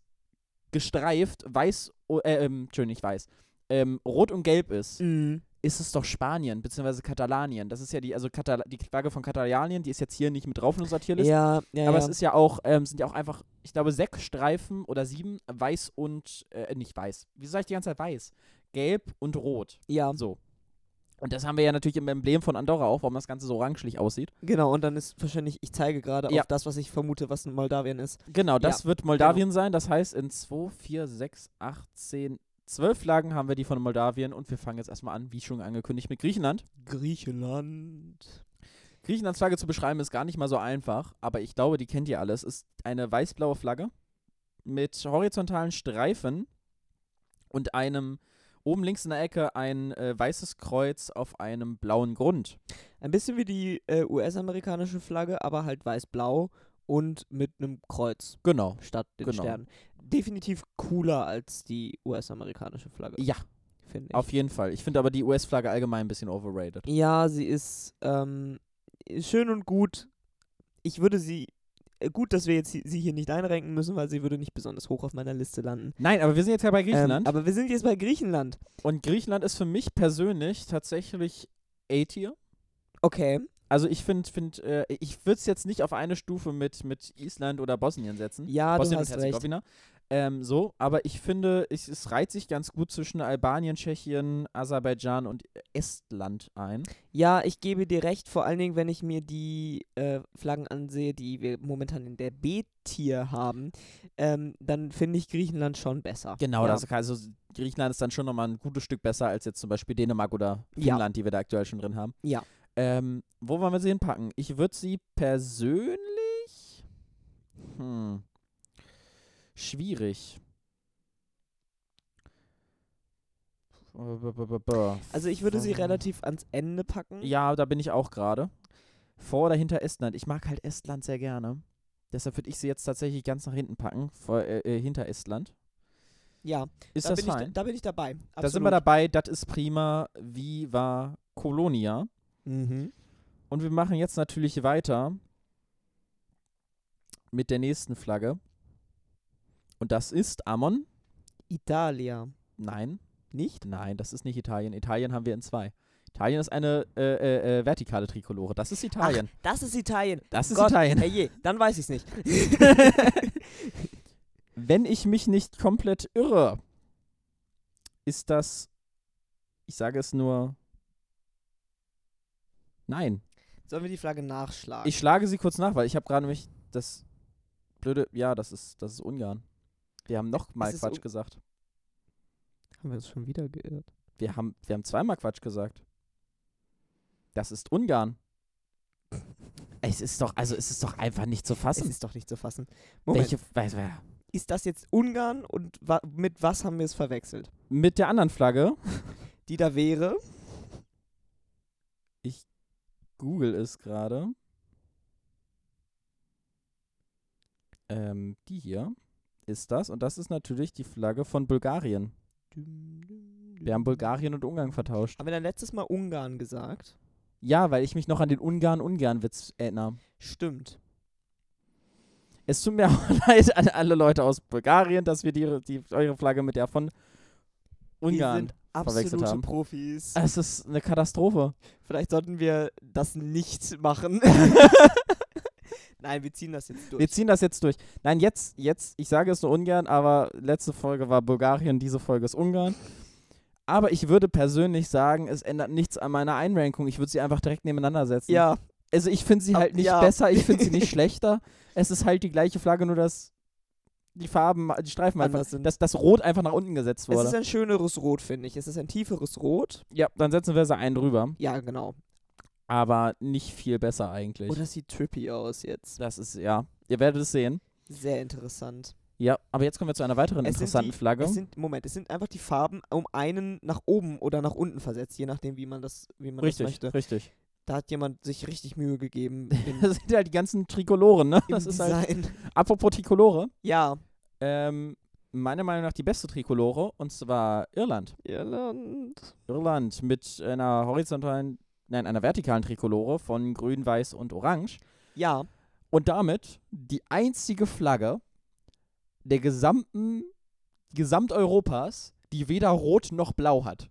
[SPEAKER 1] gestreift weiß, o- äh, ähm, Entschuldigung, nicht weiß, ähm, rot und gelb ist,
[SPEAKER 2] Mhm.
[SPEAKER 1] ist es doch Spanien, beziehungsweise Katalanien. Das ist ja die, also Katal die Flagge von Katalanien, die ist jetzt hier nicht mit drauf in unserer Tierliste.
[SPEAKER 2] Ja, ja,
[SPEAKER 1] aber
[SPEAKER 2] ja.
[SPEAKER 1] es ist ja auch, ähm, sind ja auch einfach, ich glaube, sechs Streifen oder sieben, weiß und, äh, nicht weiß. Wieso sage ich die ganze Zeit weiß? Gelb und rot.
[SPEAKER 2] ja.
[SPEAKER 1] So. Und das haben wir ja natürlich im Emblem von Andorra auch, warum das Ganze so orangelich aussieht.
[SPEAKER 2] Genau, und dann ist wahrscheinlich, ich zeige gerade
[SPEAKER 1] Ja.
[SPEAKER 2] auf das, was ich vermute, was in Moldawien ist.
[SPEAKER 1] Genau, das wird Moldawien sein. Das heißt, in 2, 4, 6, 8, 10, 12 Lagen haben wir die von Moldawien und wir fangen jetzt erstmal an, wie schon angekündigt, mit Griechenland.
[SPEAKER 2] Griechenland.
[SPEAKER 1] Griechenlands Flagge zu beschreiben ist gar nicht mal so einfach, aber ich glaube, die kennt ihr alles. Ist eine weiß-blaue Flagge mit horizontalen Streifen und einem oben links in der Ecke ein äh, weißes Kreuz auf einem blauen Grund.
[SPEAKER 2] Ein bisschen wie die äh, US-amerikanische Flagge, aber halt weiß-blau und mit einem Kreuz
[SPEAKER 1] Genau.
[SPEAKER 2] statt den
[SPEAKER 1] Genau.
[SPEAKER 2] Sternen. Definitiv cooler als die US-amerikanische Flagge,
[SPEAKER 1] Ja,
[SPEAKER 2] finde ich.
[SPEAKER 1] auf jeden Fall. Ich finde aber die US-Flagge allgemein ein bisschen overrated.
[SPEAKER 2] ja, sie ist ähm, schön und gut. Ich würde sie. äh, Gut, dass wir jetzt sie- sie hier nicht einrenken müssen, weil sie würde nicht besonders hoch auf meiner Liste landen.
[SPEAKER 1] Nein, aber wir sind jetzt ja bei Griechenland.
[SPEAKER 2] Ähm, aber wir sind jetzt bei Griechenland.
[SPEAKER 1] Und Griechenland ist für mich persönlich tatsächlich A-Tier.
[SPEAKER 2] Okay.
[SPEAKER 1] Also ich finde, find, äh, ich würde es jetzt nicht auf eine Stufe mit, mit Island oder Bosnien setzen.
[SPEAKER 2] Ja, du
[SPEAKER 1] Bosnien
[SPEAKER 2] hast
[SPEAKER 1] und
[SPEAKER 2] recht.
[SPEAKER 1] Herzegowina. Ähm, so, aber ich finde, es, es reiht sich ganz gut zwischen Albanien, Tschechien, Aserbaidschan und Estland ein.
[SPEAKER 2] Ja, ich gebe dir recht, vor allen Dingen, wenn ich mir die äh, Flaggen ansehe, die wir momentan in der B-Tier haben, ähm, dann finde ich Griechenland schon besser.
[SPEAKER 1] Genau,
[SPEAKER 2] ja.
[SPEAKER 1] das, also Griechenland ist dann schon nochmal ein gutes Stück besser als jetzt zum Beispiel Dänemark oder
[SPEAKER 2] Ja.
[SPEAKER 1] Finnland, die wir da aktuell schon drin haben.
[SPEAKER 2] Ja.
[SPEAKER 1] Ähm, wo wollen wir sie hinpacken? Ich würde sie persönlich. Hm. Schwierig.
[SPEAKER 2] Also ich würde sie
[SPEAKER 1] Vor-
[SPEAKER 2] relativ ans Ende packen.
[SPEAKER 1] Hm. Ja, da bin ich auch gerade. Vor oder hinter Estland. Ich mag halt Estland sehr gerne. Deshalb würde ich sie jetzt tatsächlich ganz nach hinten packen, vor, äh, äh, hinter Estland.
[SPEAKER 2] Ja,
[SPEAKER 1] Ist
[SPEAKER 2] da,
[SPEAKER 1] das
[SPEAKER 2] bin ich,
[SPEAKER 1] fein?
[SPEAKER 2] da, da bin ich dabei. Absolut.
[SPEAKER 1] Da sind wir dabei, das ist prima, Viva Colonia.
[SPEAKER 2] Mhm.
[SPEAKER 1] Und wir machen jetzt natürlich weiter mit der nächsten Flagge. Und das ist Ammon.
[SPEAKER 2] Italia.
[SPEAKER 1] Nein,
[SPEAKER 2] Nicht?
[SPEAKER 1] nein, das ist nicht Italien. Italien haben wir in zwei. Italien ist eine äh, äh, äh, vertikale Trikolore. Das ist Italien.
[SPEAKER 2] Das ist Italien.
[SPEAKER 1] das ist
[SPEAKER 2] Gott,
[SPEAKER 1] Italien.
[SPEAKER 2] Herrje, dann weiß ich es nicht.
[SPEAKER 1] Wenn ich mich nicht komplett irre, ist das. Ich sage es nur. Nein.
[SPEAKER 2] Sollen wir die Flagge nachschlagen?
[SPEAKER 1] Ich schlage sie kurz nach, weil ich habe gerade nämlich das blöde, ja, das ist, das ist Ungarn. Wir haben noch mal
[SPEAKER 2] Es ist
[SPEAKER 1] Quatsch
[SPEAKER 2] Un-
[SPEAKER 1] gesagt.
[SPEAKER 2] haben wir uns schon wieder geirrt.
[SPEAKER 1] Wir haben, wir haben zweimal Quatsch gesagt. Das ist Ungarn. Es ist doch, also es ist doch einfach nicht zu
[SPEAKER 2] Es
[SPEAKER 1] fassen.
[SPEAKER 2] ist doch nicht zu fassen. Moment,
[SPEAKER 1] Welche, weiß, wer-
[SPEAKER 2] ist das jetzt Ungarn und wa mit was haben wir es verwechselt?
[SPEAKER 1] mit der anderen Flagge.
[SPEAKER 2] Die da wäre.
[SPEAKER 1] Google ist gerade. Ähm, die hier ist das und das ist natürlich die Flagge von Bulgarien. Wir
[SPEAKER 2] Wir
[SPEAKER 1] haben Bulgarien und Ungarn vertauscht.
[SPEAKER 2] Haben wir dann letztes Mal Ungarn gesagt?
[SPEAKER 1] Ja, weil ich mich noch an den Ungarn-Ungarn-Witz erinnere.
[SPEAKER 2] Stimmt.
[SPEAKER 1] Es tut mir auch leid an alle Leute aus Bulgarien, dass wir die, die, eure Flagge mit der von
[SPEAKER 2] Wir
[SPEAKER 1] Ungarn.
[SPEAKER 2] sind absolute
[SPEAKER 1] haben.
[SPEAKER 2] Profis.
[SPEAKER 1] Es ist eine Katastrophe.
[SPEAKER 2] Vielleicht sollten wir das nicht machen. Nein, wir ziehen das jetzt durch.
[SPEAKER 1] Wir ziehen das jetzt durch. Nein, jetzt, jetzt, ich sage es nur Ungarn, aber letzte Folge war Bulgarien, diese Folge ist Ungarn. Aber ich würde persönlich sagen, es ändert nichts an meiner Einrankung. Ich würde sie einfach direkt nebeneinander setzen.
[SPEAKER 2] Ja,
[SPEAKER 1] Also ich finde sie
[SPEAKER 2] Ab-
[SPEAKER 1] halt nicht
[SPEAKER 2] ja.
[SPEAKER 1] besser, ich finde sie nicht schlechter. Es ist halt die gleiche Flagge, nur dass die Farben, die Streifen halt einfach,
[SPEAKER 2] anders sind.
[SPEAKER 1] dass das Rot einfach nach unten gesetzt
[SPEAKER 2] es
[SPEAKER 1] wurde.
[SPEAKER 2] ist ein schöneres Rot, finde ich. Es ist ein tieferes Rot.
[SPEAKER 1] ja, dann setzen wir sie einen drüber.
[SPEAKER 2] Ja, genau.
[SPEAKER 1] Aber nicht viel besser eigentlich.
[SPEAKER 2] Und das sieht trippy aus jetzt.
[SPEAKER 1] das ist, ja, ihr werdet es sehen.
[SPEAKER 2] Sehr interessant.
[SPEAKER 1] Ja, aber jetzt kommen wir zu einer weiteren
[SPEAKER 2] Es sind
[SPEAKER 1] interessanten
[SPEAKER 2] die-
[SPEAKER 1] Flagge.
[SPEAKER 2] Es sind, Moment, es sind einfach die Farben um einen nach oben oder nach unten versetzt, je nachdem, wie man das, wie man
[SPEAKER 1] richtig,
[SPEAKER 2] das möchte.
[SPEAKER 1] richtig.
[SPEAKER 2] Da hat jemand sich richtig Mühe gegeben im,
[SPEAKER 1] Das sind halt die ganzen Trikoloren, ne?
[SPEAKER 2] im
[SPEAKER 1] Das ist halt,
[SPEAKER 2] Design.
[SPEAKER 1] apropos Trikolore,
[SPEAKER 2] ja.
[SPEAKER 1] ähm, meiner Meinung nach die beste Trikolore, und zwar Irland.
[SPEAKER 2] Irland.
[SPEAKER 1] Irland mit einer horizontalen, nein, einer vertikalen Trikolore von Grün, Weiß und Orange.
[SPEAKER 2] Ja,
[SPEAKER 1] Und damit die einzige Flagge der gesamten, Gesamteuropas, die weder rot noch blau hat.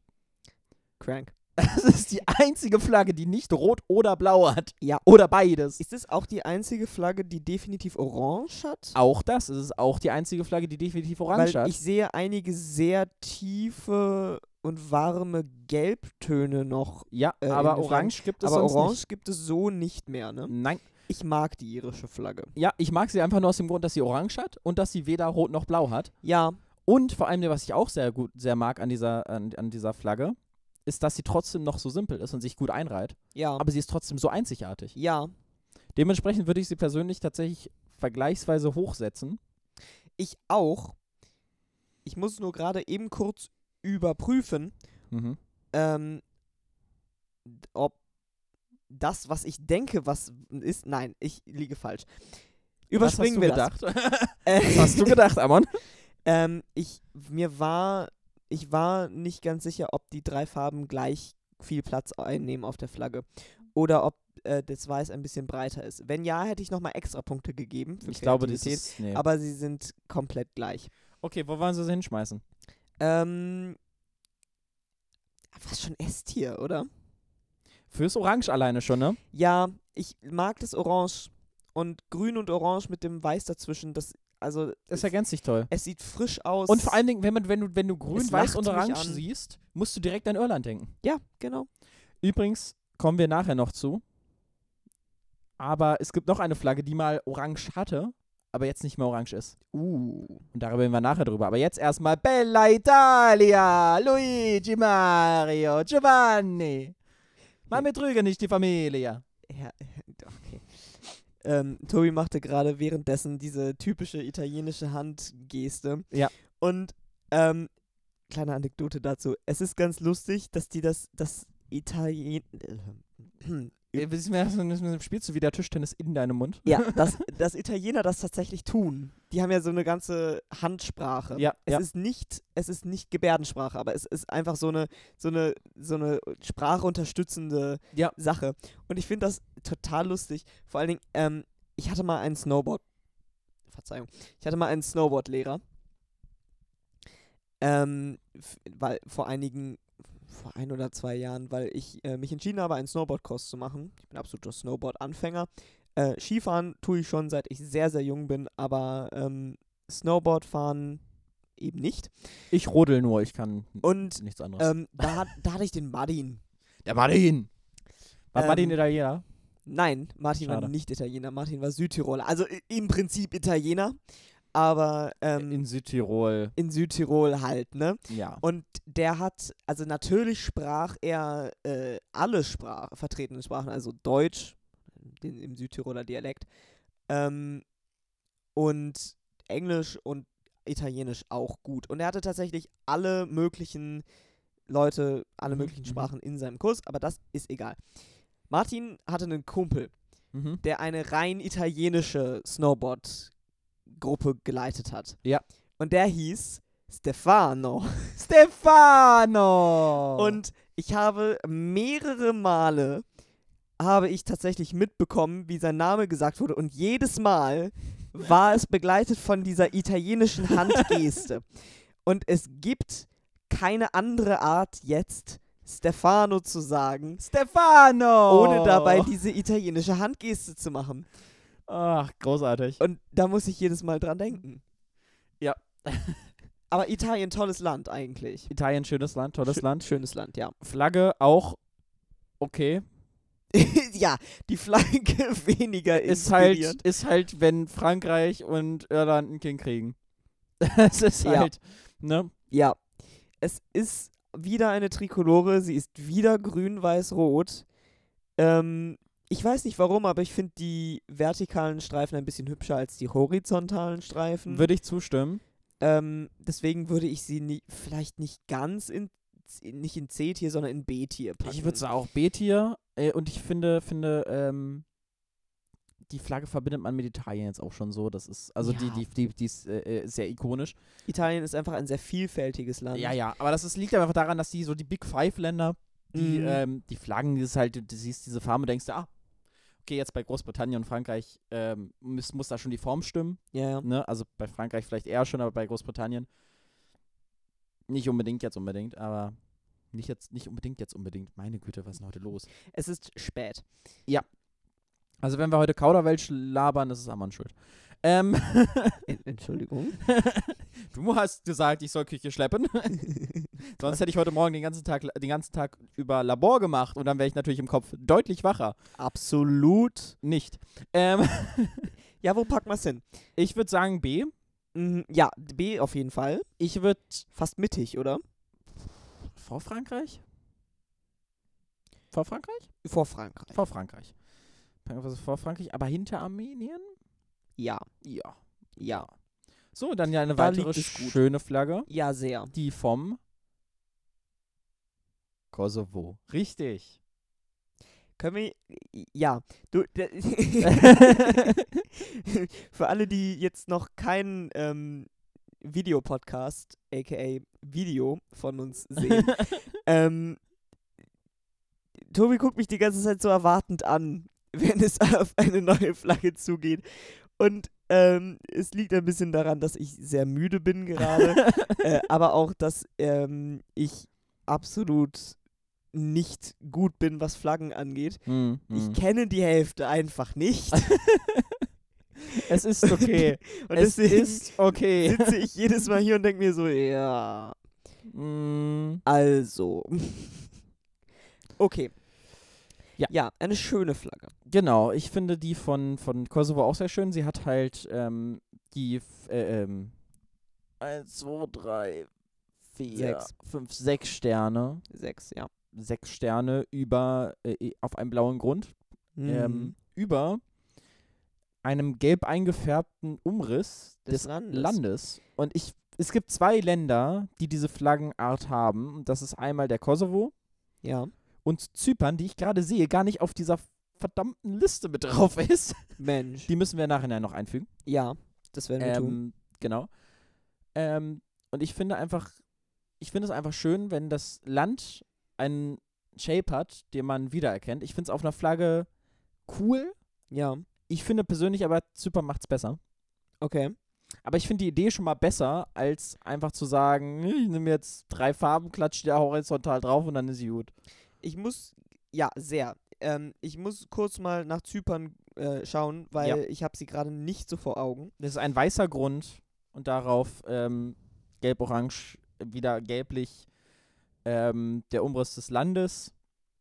[SPEAKER 2] crank.
[SPEAKER 1] Das ist die einzige Flagge, die nicht rot oder blau hat.
[SPEAKER 2] Ja. Oh,
[SPEAKER 1] Oder beides.
[SPEAKER 2] Ist es auch die einzige Flagge, die definitiv orange hat?
[SPEAKER 1] Auch das es ist auch die einzige Flagge, die definitiv orange
[SPEAKER 2] Weil
[SPEAKER 1] hat.
[SPEAKER 2] ich sehe einige sehr tiefe und warme Gelbtöne noch.
[SPEAKER 1] ja,
[SPEAKER 2] äh,
[SPEAKER 1] aber
[SPEAKER 2] in den
[SPEAKER 1] orange gibt es
[SPEAKER 2] Aber
[SPEAKER 1] sonst Hm.
[SPEAKER 2] orange gibt es so nicht mehr, ne?
[SPEAKER 1] nicht. Nein.
[SPEAKER 2] Ich mag die irische Flagge.
[SPEAKER 1] Ja, ich mag sie einfach nur aus dem Grund, dass sie orange hat und dass sie weder rot noch blau hat.
[SPEAKER 2] Ja,
[SPEAKER 1] Und vor allem, was ich auch sehr gut, sehr mag an dieser, an, an dieser Flagge, ist, dass sie trotzdem noch so simpel ist und sich gut einreiht.
[SPEAKER 2] ja,
[SPEAKER 1] Aber sie ist trotzdem so einzigartig.
[SPEAKER 2] ja.
[SPEAKER 1] Dementsprechend würde ich sie persönlich tatsächlich vergleichsweise hochsetzen.
[SPEAKER 2] Ich auch. Ich muss nur gerade eben kurz überprüfen,
[SPEAKER 1] Mhm.
[SPEAKER 2] ähm, d- ob das, was ich denke, was ist. Nein, ich liege falsch. Überspringen wir
[SPEAKER 1] was hast du gedacht?
[SPEAKER 2] das.
[SPEAKER 1] Was hast du gedacht, Amon?
[SPEAKER 2] Ähm, ich, mir war, ich war nicht ganz sicher, ob die drei Farben gleich viel Platz einnehmen auf der Flagge oder ob äh, das Weiß ein bisschen breiter ist. Wenn ja, hätte ich nochmal extra Punkte gegeben. Für
[SPEAKER 1] Ich glaube, das
[SPEAKER 2] Kreativität,
[SPEAKER 1] ist. Nee.
[SPEAKER 2] Aber sie sind komplett gleich.
[SPEAKER 1] Okay, wo wollen sie sie hinschmeißen?
[SPEAKER 2] Ähm, fast schon S-Tier, oder?
[SPEAKER 1] Fürs Orange alleine schon, ne?
[SPEAKER 2] Ja, ich mag das Orange und Grün und Orange mit dem Weiß dazwischen. Das, also,
[SPEAKER 1] Das ergänzt sich toll.
[SPEAKER 2] es sieht frisch aus.
[SPEAKER 1] Und vor allen Dingen, wenn, man, wenn, du, wenn du grün,
[SPEAKER 2] Es
[SPEAKER 1] weiß
[SPEAKER 2] lacht
[SPEAKER 1] und
[SPEAKER 2] mich
[SPEAKER 1] orange
[SPEAKER 2] an.
[SPEAKER 1] siehst, musst du direkt an Irland denken.
[SPEAKER 2] ja, genau.
[SPEAKER 1] Übrigens kommen wir nachher noch zu. Aber es gibt noch eine Flagge, die mal orange hatte, aber jetzt nicht mehr orange ist.
[SPEAKER 2] Uh.
[SPEAKER 1] Und darüber reden wir nachher drüber. Aber jetzt erstmal Bella Italia, Luigi Mario, Giovanni. Man betrüge nicht die Familie.
[SPEAKER 2] Ja, okay. Ähm, Tobi machte gerade währenddessen diese typische italienische Handgeste.
[SPEAKER 1] Ja.
[SPEAKER 2] Und ähm, kleine Anekdote dazu. Es ist ganz lustig, dass die das, das Italien.
[SPEAKER 1] Äh, Wissen wir, das- das- das- Spielst du wieder Tischtennis in deinem Mund?
[SPEAKER 2] Ja, dass, dass Italiener das tatsächlich tun. Die haben ja so eine ganze Handsprache.
[SPEAKER 1] Ja,
[SPEAKER 2] Es
[SPEAKER 1] ja.
[SPEAKER 2] ist nicht, es ist nicht Gebärdensprache, aber es ist einfach so eine, so eine, so eine sprachunterstützende
[SPEAKER 1] Ja.
[SPEAKER 2] Sache. Und ich finde das total lustig. Vor allen Dingen, ähm, ich hatte mal einen Snowboard. Verzeihung. Ich hatte mal einen Snowboard-Lehrer. Ähm, f- weil vor einigen, vor ein oder zwei Jahren, weil ich äh, mich entschieden habe, einen Snowboard-Kurs zu machen. Ich bin absoluter Snowboard-Anfänger. Äh, Skifahren tue ich schon, seit ich sehr, sehr jung bin, aber ähm, Snowboardfahren eben nicht.
[SPEAKER 1] Ich rodel nur, ich kann
[SPEAKER 2] Und
[SPEAKER 1] nichts anderes.
[SPEAKER 2] ähm, da, hat- da hatte ich den Martin.
[SPEAKER 1] Der Martin. War
[SPEAKER 2] ähm,
[SPEAKER 1] Martin Italiener?
[SPEAKER 2] Nein, Martin war
[SPEAKER 1] Schade.
[SPEAKER 2] nicht Italiener, Martin war Südtiroler. Also i- im Prinzip Italiener, aber ähm,
[SPEAKER 1] in Südtirol.
[SPEAKER 2] in Südtirol halt, ne?
[SPEAKER 1] Ja.
[SPEAKER 2] Und der hat, also natürlich sprach er äh, alle Sprach, vertretenen Sprachen, also Deutsch, den, im Südtiroler Dialekt, ähm, und Englisch und Italienisch auch gut. Und er hatte tatsächlich alle möglichen Leute, alle
[SPEAKER 1] Mhm,
[SPEAKER 2] möglichen
[SPEAKER 1] mhm.
[SPEAKER 2] Sprachen in seinem Kurs, aber das ist egal. Martin hatte einen Kumpel,
[SPEAKER 1] Mhm.
[SPEAKER 2] der eine rein italienische Snowboard-Gruppe geleitet hat.
[SPEAKER 1] Ja.
[SPEAKER 2] Und der hieß Stefano.
[SPEAKER 1] Stefano!
[SPEAKER 2] Und ich habe mehrere Male habe ich tatsächlich mitbekommen, wie sein Name gesagt wurde. Und jedes Mal war es begleitet von dieser italienischen Handgeste. Und es gibt keine andere Art jetzt, Stefano zu sagen,
[SPEAKER 1] Stefano!
[SPEAKER 2] ohne
[SPEAKER 1] Oh.
[SPEAKER 2] dabei diese italienische Handgeste zu machen.
[SPEAKER 1] Ach, großartig.
[SPEAKER 2] Und da muss ich jedes Mal dran denken. Aber Italien, tolles Land eigentlich.
[SPEAKER 1] Italien, schönes Land, tolles
[SPEAKER 2] Schö-
[SPEAKER 1] Land.
[SPEAKER 2] Schönes Land, ja.
[SPEAKER 1] Flagge auch okay.
[SPEAKER 2] ja, die Flagge weniger
[SPEAKER 1] Ist
[SPEAKER 2] inspirierend.
[SPEAKER 1] halt, ist halt, wenn Frankreich und Irland ein Kind kriegen. Es ist
[SPEAKER 2] Ja.
[SPEAKER 1] halt, ne?
[SPEAKER 2] Ja. Es ist wieder eine Trikolore. Sie ist wieder grün-weiß-rot. Ähm, ich weiß nicht warum, aber ich finde die vertikalen Streifen ein bisschen hübscher als die horizontalen Streifen.
[SPEAKER 1] Würde ich zustimmen.
[SPEAKER 2] ähm, deswegen würde ich sie nie, vielleicht nicht ganz in, nicht in C-Tier, sondern in B-Tier packen.
[SPEAKER 1] Ich würde sagen, auch B-Tier. Äh, und ich finde, finde, ähm, die Flagge verbindet man mit Italien jetzt auch schon so. Das ist, also die,
[SPEAKER 2] Ja.
[SPEAKER 1] die, die, die ist äh, äh, sehr ikonisch.
[SPEAKER 2] Italien ist einfach ein sehr vielfältiges Land.
[SPEAKER 1] Ja, ja, aber das ist, liegt aber einfach daran, dass die so die Big Five-Länder, die,
[SPEAKER 2] Mhm.
[SPEAKER 1] ähm, die Flaggen, die ist halt, du du siehst diese Farbe und denkst, dir, ah, okay, jetzt bei Großbritannien und Frankreich ähm, muss, muss da schon die Form stimmen.
[SPEAKER 2] ja, ja.
[SPEAKER 1] Ne? Also bei Frankreich vielleicht eher schon, aber bei Großbritannien nicht unbedingt jetzt unbedingt, aber nicht jetzt, nicht unbedingt jetzt unbedingt. Meine Güte, was ist denn heute los?
[SPEAKER 2] Es ist spät.
[SPEAKER 1] Also wenn wir heute Kauderwelsch labern, das ist Ammann schuld. Ähm,
[SPEAKER 2] En- Entschuldigung.
[SPEAKER 1] du hast gesagt, ich soll Küche schleppen. Sonst hätte ich heute Morgen den ganzen Tag, den ganzen Tag über Labor gemacht und dann wäre ich natürlich im Kopf deutlich wacher.
[SPEAKER 2] Absolut.
[SPEAKER 1] Nicht. Ähm,
[SPEAKER 2] Ja, wo packen wir es hin?
[SPEAKER 1] ich würde sagen B.
[SPEAKER 2] Mhm, ja, B auf jeden Fall.
[SPEAKER 1] Ich würde
[SPEAKER 2] Fast mittig, oder?
[SPEAKER 1] vor Frankreich? Vor Frankreich?
[SPEAKER 2] Vor Frankreich.
[SPEAKER 1] Vor Frankreich. Frankreich vor Frankreich, aber hinter Armenien?
[SPEAKER 2] Ja,
[SPEAKER 1] Ja.
[SPEAKER 2] ja.
[SPEAKER 1] So, dann ja eine
[SPEAKER 2] Da
[SPEAKER 1] weitere
[SPEAKER 2] liegt es gut.
[SPEAKER 1] schöne Flagge.
[SPEAKER 2] Ja, sehr.
[SPEAKER 1] Die vom Kosovo. Richtig.
[SPEAKER 2] Können wir. Ja. Du. Für alle, die jetzt noch keinen ähm, Videopodcast, aka Video von uns sehen, ähm, Tobi guckt mich die ganze Zeit so erwartend an, wenn es auf eine neue Flagge zugeht. Und ähm, es liegt ein bisschen daran, dass ich sehr müde bin gerade. äh, aber auch, dass ähm, ich absolut nicht gut bin, was Flaggen angeht.
[SPEAKER 1] Hm, hm.
[SPEAKER 2] Ich kenne die Hälfte einfach nicht.
[SPEAKER 1] es ist okay.
[SPEAKER 2] Und
[SPEAKER 1] es
[SPEAKER 2] deswegen
[SPEAKER 1] ist okay.
[SPEAKER 2] sitze ich jedes Mal hier und denke mir so, ja,
[SPEAKER 1] Mm.
[SPEAKER 2] also. okay.
[SPEAKER 1] Ja.
[SPEAKER 2] ja, eine schöne Flagge.
[SPEAKER 1] Genau, ich finde die von, von Kosovo auch sehr schön. Sie hat halt ähm, die. f- Äh, ähm, 1, 2, 3, 4,
[SPEAKER 2] Sechs.
[SPEAKER 1] 5, 6 Sterne.
[SPEAKER 2] Sechs, ja.
[SPEAKER 1] 6 Sterne über. Äh, auf einem blauen Grund. Ähm, über einem gelb eingefärbten Umriss des,
[SPEAKER 2] Landes.
[SPEAKER 1] Landes. Und ich. Es gibt zwei Länder, die diese Flaggenart haben. Und Das ist einmal der Kosovo
[SPEAKER 2] Ja.
[SPEAKER 1] und Zypern, die ich gerade sehe, gar nicht auf dieser verdammten Liste mit drauf ist.
[SPEAKER 2] Mensch.
[SPEAKER 1] Die müssen wir im nachhinein noch einfügen.
[SPEAKER 2] ja, das werden wir tun.
[SPEAKER 1] Ähm, genau. Ähm, und ich finde einfach, ich finde es einfach schön, wenn das Land einen Shape hat, den man wiedererkennt. Ich finde es auf einer Flagge cool.
[SPEAKER 2] Ja,
[SPEAKER 1] Ich finde persönlich aber, Zypern macht es besser.
[SPEAKER 2] okay.
[SPEAKER 1] Aber ich finde die Idee schon mal besser, als einfach zu sagen, "Hm, ich nehme jetzt drei Farben, klatsche die da horizontal drauf und dann ist sie gut.
[SPEAKER 2] Ich muss, ja, sehr. Ähm, ich muss kurz mal nach Zypern äh, schauen, weil
[SPEAKER 1] Ja.
[SPEAKER 2] ich habe sie gerade nicht so vor Augen.
[SPEAKER 1] Das ist ein weißer Grund und darauf ähm, gelb-orange, äh, wieder gelblich ähm, der Umriss des Landes,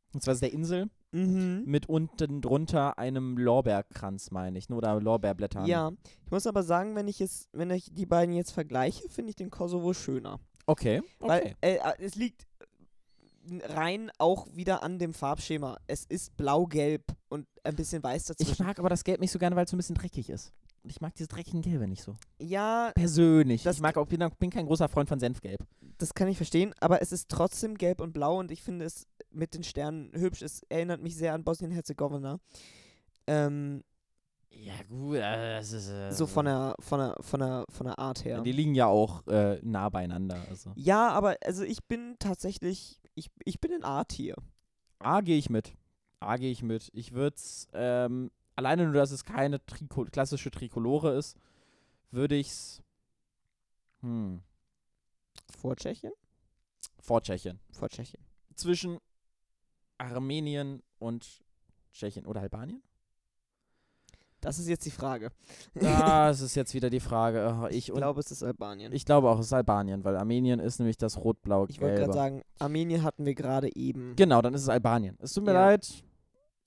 [SPEAKER 1] beziehungsweise der Insel,
[SPEAKER 2] Mhm.
[SPEAKER 1] mit unten drunter einem Lorbeerkranz, meine ich, ne, oder Lorbeerblättern.
[SPEAKER 2] Ja, ich muss aber sagen, wenn ich es, wenn ich die beiden jetzt vergleiche, finde ich den Kosovo schöner.
[SPEAKER 1] Okay, okay.
[SPEAKER 2] Weil äh, äh, es liegt rein auch wieder an dem Farbschema. Es ist blau-gelb und ein bisschen weiß
[SPEAKER 1] ich
[SPEAKER 2] dazwischen.
[SPEAKER 1] mag aber das Gelb nicht so gerne, weil es so ein bisschen dreckig ist. Und ich mag diese dreckigen Gelbe nicht so.
[SPEAKER 2] Ja,
[SPEAKER 1] Persönlich.
[SPEAKER 2] Das-
[SPEAKER 1] ich mag auch, bin, bin kein großer Freund von Senfgelb.
[SPEAKER 2] das kann ich verstehen, aber es ist trotzdem gelb und blau und ich finde es mit den Sternen hübsch. Es erinnert mich sehr an Bosnien-Herzegowina. Ähm,
[SPEAKER 1] Ja, gut, äh, das ist.
[SPEAKER 2] so von der, von, der, von, der, von der Art her.
[SPEAKER 1] Ähm. Die liegen ja auch äh, nah beieinander. Also.
[SPEAKER 2] Ja, aber also ich bin tatsächlich, ich, ich bin in Art hier.
[SPEAKER 1] A gehe ich mit. A gehe ich mit. Ich würde es, ähm, alleine nur, dass es keine Triko klassische Trikolore ist, würde ich es hm,
[SPEAKER 2] Vor Tschechien?
[SPEAKER 1] vor Tschechien.
[SPEAKER 2] Vor Tschechien.
[SPEAKER 1] Zwischen Armenien und Tschechien oder Albanien?
[SPEAKER 2] Das ist jetzt die Frage.
[SPEAKER 1] Das ist jetzt wieder die Frage. Oh, Ich,
[SPEAKER 2] Ich
[SPEAKER 1] und-
[SPEAKER 2] glaube, es ist Albanien.
[SPEAKER 1] ich glaube auch, es ist Albanien, weil Armenien ist nämlich das rot-blau-gelbe.
[SPEAKER 2] Ich wollte gerade sagen, Armenien hatten wir gerade eben.
[SPEAKER 1] Genau, dann ist es Albanien. Es tut mir
[SPEAKER 2] Ja.
[SPEAKER 1] leid.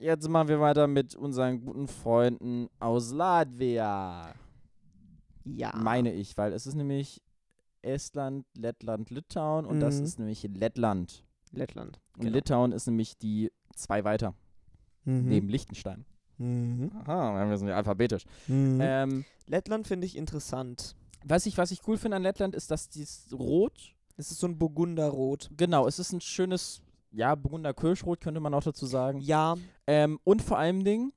[SPEAKER 1] Jetzt machen wir weiter mit unseren guten Freunden aus Latvia.
[SPEAKER 2] Ah. ja.
[SPEAKER 1] Meine ich, weil es ist nämlich Estland, Lettland, Litauen und das
[SPEAKER 2] Mhm.
[SPEAKER 1] ist nämlich Lettland.
[SPEAKER 2] Lettland.
[SPEAKER 1] Und
[SPEAKER 2] Genau.
[SPEAKER 1] Litauen ist nämlich die zwei weiter, neben Liechtenstein.
[SPEAKER 2] Mhm.
[SPEAKER 1] Aha, wir sind ja alphabetisch.
[SPEAKER 2] Mhm.
[SPEAKER 1] Ähm,
[SPEAKER 2] Lettland finde ich interessant.
[SPEAKER 1] was, ich, was ich cool finde an Lettland ist, dass dies rot,
[SPEAKER 2] Es ist so ein Burgunderrot.
[SPEAKER 1] genau, es ist ein schönes, ja, Burgunder Kirschrot könnte man auch dazu sagen.
[SPEAKER 2] Ja,
[SPEAKER 1] Ähm, und vor allem Ding,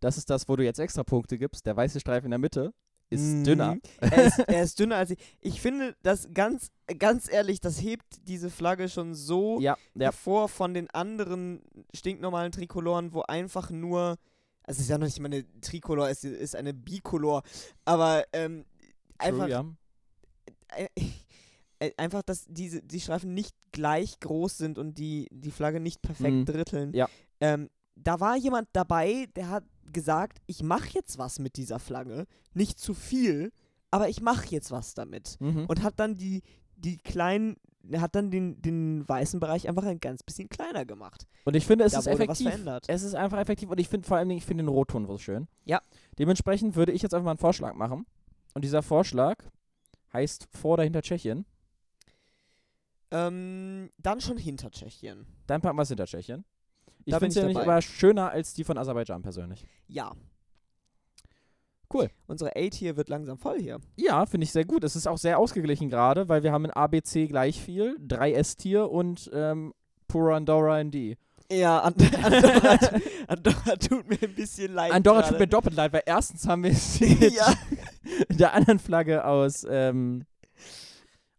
[SPEAKER 1] das ist das, wo du jetzt extra Punkte gibst, der weiße Streifen in der Mitte ist
[SPEAKER 2] Mhm.
[SPEAKER 1] dünner.
[SPEAKER 2] Er ist, er ist dünner als ich. Ich finde das ganz, ganz ehrlich, das hebt diese Flagge schon so
[SPEAKER 1] Ja, ja.
[SPEAKER 2] hervor von den anderen stinknormalen Trikoloren, wo einfach nur, also es ist ja noch nicht mal eine Trikolor, es ist eine Bikolor, aber ähm, einfach,
[SPEAKER 1] True, ja.
[SPEAKER 2] äh, äh, einfach, dass diese die Streifen nicht gleich groß sind und die, die Flagge nicht perfekt
[SPEAKER 1] Mhm.
[SPEAKER 2] dritteln.
[SPEAKER 1] Ja.
[SPEAKER 2] Ähm, da war jemand dabei, der hat gesagt, ich mache jetzt was mit dieser Flagge, nicht zu viel, aber ich mache jetzt was damit
[SPEAKER 1] Mhm.
[SPEAKER 2] und hat dann die die kleinen hat dann den, den weißen Bereich einfach ein ganz bisschen kleiner gemacht.
[SPEAKER 1] Und ich finde, es
[SPEAKER 2] da
[SPEAKER 1] ist
[SPEAKER 2] wurde was
[SPEAKER 1] effektiv.
[SPEAKER 2] verändert.
[SPEAKER 1] Es ist einfach effektiv und ich finde vor allen Dingen, ich finde den Rotton so schön.
[SPEAKER 2] Ja.
[SPEAKER 1] Dementsprechend würde ich jetzt einfach mal einen Vorschlag machen. Und dieser Vorschlag heißt vor oder hinter Tschechien.
[SPEAKER 2] Ähm, dann schon hinter Tschechien.
[SPEAKER 1] Dann packen wir es hinter Tschechien. Ich finde
[SPEAKER 2] Da bin
[SPEAKER 1] es
[SPEAKER 2] ich
[SPEAKER 1] nämlich
[SPEAKER 2] dabei.
[SPEAKER 1] aber schöner als die von Aserbaidschan persönlich.
[SPEAKER 2] Ja.
[SPEAKER 1] Cool.
[SPEAKER 2] Unsere A-Tier wird langsam voll hier.
[SPEAKER 1] Ja, finde ich sehr gut. Es ist auch sehr ausgeglichen gerade, weil wir haben in ABC gleich viel, 3 S-Tier und ähm, Purandora in D.
[SPEAKER 2] Ja, And Andorra, tu- Andorra tut mir ein bisschen leid.
[SPEAKER 1] Andorra
[SPEAKER 2] gerade.
[SPEAKER 1] tut mir doppelt leid, weil erstens haben wir sie mit
[SPEAKER 2] Ja,
[SPEAKER 1] der anderen Flagge aus, ähm,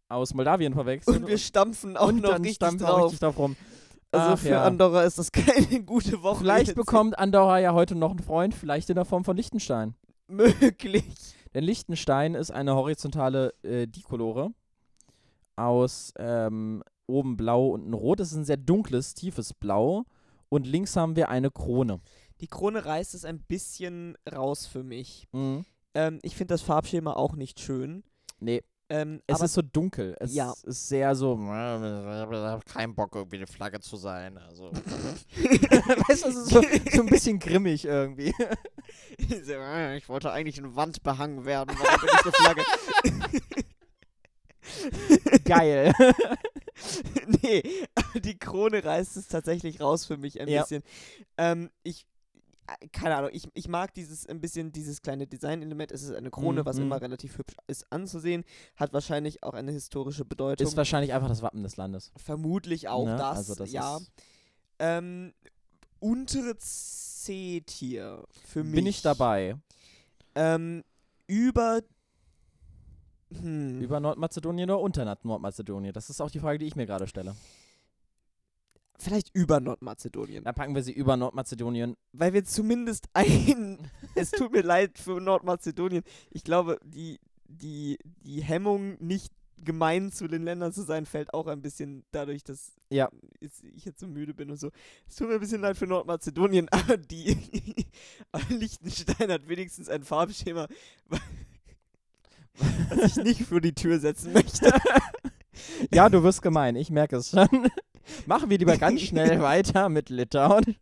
[SPEAKER 1] aus Moldawien verwechselt.
[SPEAKER 2] und wir stampfen auch
[SPEAKER 1] und
[SPEAKER 2] noch
[SPEAKER 1] dann
[SPEAKER 2] richtig
[SPEAKER 1] stampfen wir
[SPEAKER 2] drauf.
[SPEAKER 1] richtig drauf rum.
[SPEAKER 2] Also
[SPEAKER 1] Ach
[SPEAKER 2] für
[SPEAKER 1] ja.
[SPEAKER 2] Andorra ist das keine gute Woche.
[SPEAKER 1] Vielleicht
[SPEAKER 2] jetzt.
[SPEAKER 1] bekommt Andorra ja heute noch einen Freund, vielleicht in der Form von Liechtenstein.
[SPEAKER 2] möglich.
[SPEAKER 1] Denn Liechtenstein ist eine horizontale äh, Dikolore aus ähm, oben blau und ein rot. Es ist ein sehr dunkles, tiefes Blau. Und links haben wir eine Krone.
[SPEAKER 2] Die Krone reißt es ein bisschen raus für mich. Ähm, ich finde das Farbschema auch nicht schön.
[SPEAKER 1] Mhm. Nee,
[SPEAKER 2] Ähm,
[SPEAKER 1] es
[SPEAKER 2] aber
[SPEAKER 1] ist so dunkel. Es
[SPEAKER 2] Ja.
[SPEAKER 1] ist sehr so.
[SPEAKER 3] Kein Bock, irgendwie eine Flagge zu sein. Also.
[SPEAKER 1] weißt du, es ist so, so ein bisschen grimmig irgendwie.
[SPEAKER 2] So, äh, ich wollte eigentlich in Wand behangen werden, warum bin ich eine Flagge?
[SPEAKER 1] Geil.
[SPEAKER 2] nee, aber die Krone reißt es tatsächlich raus für mich ein
[SPEAKER 1] Ja.
[SPEAKER 2] bisschen. Ähm, ich, äh, keine Ahnung, ich, ich mag dieses ein bisschen, dieses kleine Designelement. Es ist eine Krone, was
[SPEAKER 1] Mhm.
[SPEAKER 2] immer relativ hübsch ist anzusehen, hat wahrscheinlich auch eine historische Bedeutung.
[SPEAKER 1] ist wahrscheinlich einfach das Wappen des Landes.
[SPEAKER 2] Vermutlich auch
[SPEAKER 1] Ne?
[SPEAKER 2] das,
[SPEAKER 1] Also das
[SPEAKER 2] ja.
[SPEAKER 1] ist-
[SPEAKER 2] Ähm, untere C-Tier für mich.
[SPEAKER 1] Bin ich dabei.
[SPEAKER 2] Ähm, über. Hm.
[SPEAKER 1] Über Nordmazedonien oder unter Nord- Nordmazedonien? Das ist auch die Frage, die ich mir gerade stelle.
[SPEAKER 2] Vielleicht über Nordmazedonien.
[SPEAKER 1] Dann packen wir sie über Nordmazedonien.
[SPEAKER 2] Weil wir zumindest ein. es tut mir leid für Nordmazedonien. Ich glaube, die, die, die Hemmung, nicht gemein zu den Ländern zu sein, fällt auch ein bisschen dadurch, dass
[SPEAKER 1] Ja.
[SPEAKER 2] jetzt- ich jetzt so müde bin und so. Es tut mir ein bisschen leid für Nordmazedonien, aber die. aber Liechtenstein hat wenigstens ein Farbschema, was ich nicht für die Tür setzen möchte.
[SPEAKER 1] ja, du wirst gemein, ich merke es schon. Machen wir lieber ganz schnell weiter mit Litauen.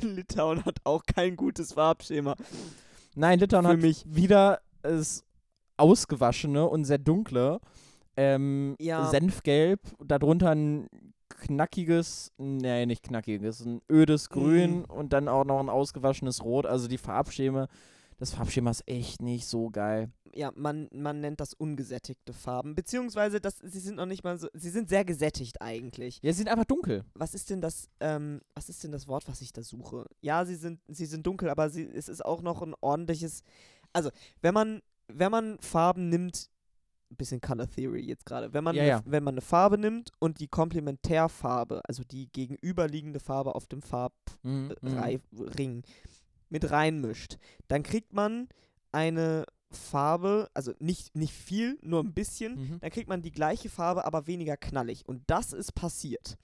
[SPEAKER 2] Litauen hat auch kein gutes Farbschema.
[SPEAKER 1] Nein, Litauen
[SPEAKER 2] Für
[SPEAKER 1] hat wieder das ausgewaschene und sehr dunkle ähm,
[SPEAKER 2] Ja.
[SPEAKER 1] Senfgelb, darunter ein knackiges, nee, nicht knackiges, ein ödes
[SPEAKER 2] Mm.
[SPEAKER 1] Grün und dann auch noch ein ausgewaschenes Rot. Also die Farbschema, das Farbschema ist echt nicht so geil.
[SPEAKER 2] ja, man, man nennt das ungesättigte Farben. Beziehungsweise, das, sie sind noch nicht mal so, sie sind sehr gesättigt eigentlich.
[SPEAKER 1] Ja, sie sind einfach dunkel.
[SPEAKER 2] Was ist denn das, ähm, was ist denn das Wort, was ich da suche? Ja, sie sind, sie sind dunkel, aber sie, es ist auch noch ein ordentliches, also, wenn man, wenn man Farben nimmt, bisschen Color Theory jetzt gerade, wenn man,
[SPEAKER 1] Ja,
[SPEAKER 2] ne-
[SPEAKER 1] ja.
[SPEAKER 2] wenn man eine Farbe nimmt und die Komplementärfarbe, also die gegenüberliegende Farbe auf dem Farb,
[SPEAKER 1] Mhm, mhm.
[SPEAKER 2] Rei- Ring mit reinmischt, dann kriegt man eine Farbe, also nicht, nicht viel, nur ein bisschen,
[SPEAKER 1] Mhm.
[SPEAKER 2] dann kriegt man die gleiche Farbe, aber weniger knallig. Und das ist passiert.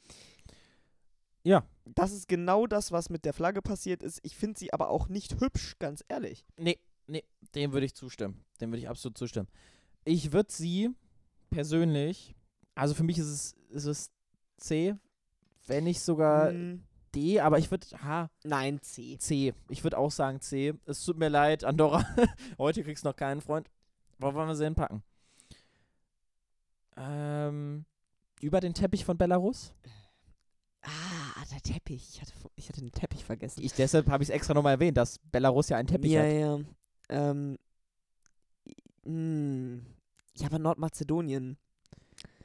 [SPEAKER 1] Ja.
[SPEAKER 2] Das ist genau das, was mit der Flagge passiert ist. Ich finde sie aber auch nicht hübsch, ganz ehrlich.
[SPEAKER 1] Nee, nee, dem würde ich zustimmen. Dem würde ich absolut zustimmen. Ich würde sie persönlich, also für mich ist es, ist es C, wenn nicht sogar
[SPEAKER 2] Hm,
[SPEAKER 1] D, aber ich würde, H,
[SPEAKER 2] Nein, C.
[SPEAKER 1] C. Ich würde auch sagen C. Es tut mir leid, Andorra. Heute kriegst du noch keinen Freund. Wo wollen wir sie hinpacken? Ähm, über den Teppich von Belarus?
[SPEAKER 2] Ah, der Teppich. Ich hatte, ich hatte den Teppich vergessen.
[SPEAKER 1] Ich, deshalb habe ich es extra nochmal erwähnt, dass Belarus ja einen Teppich
[SPEAKER 2] ja,
[SPEAKER 1] hat.
[SPEAKER 2] ja. Ähm, mh. ja, aber Nordmazedonien.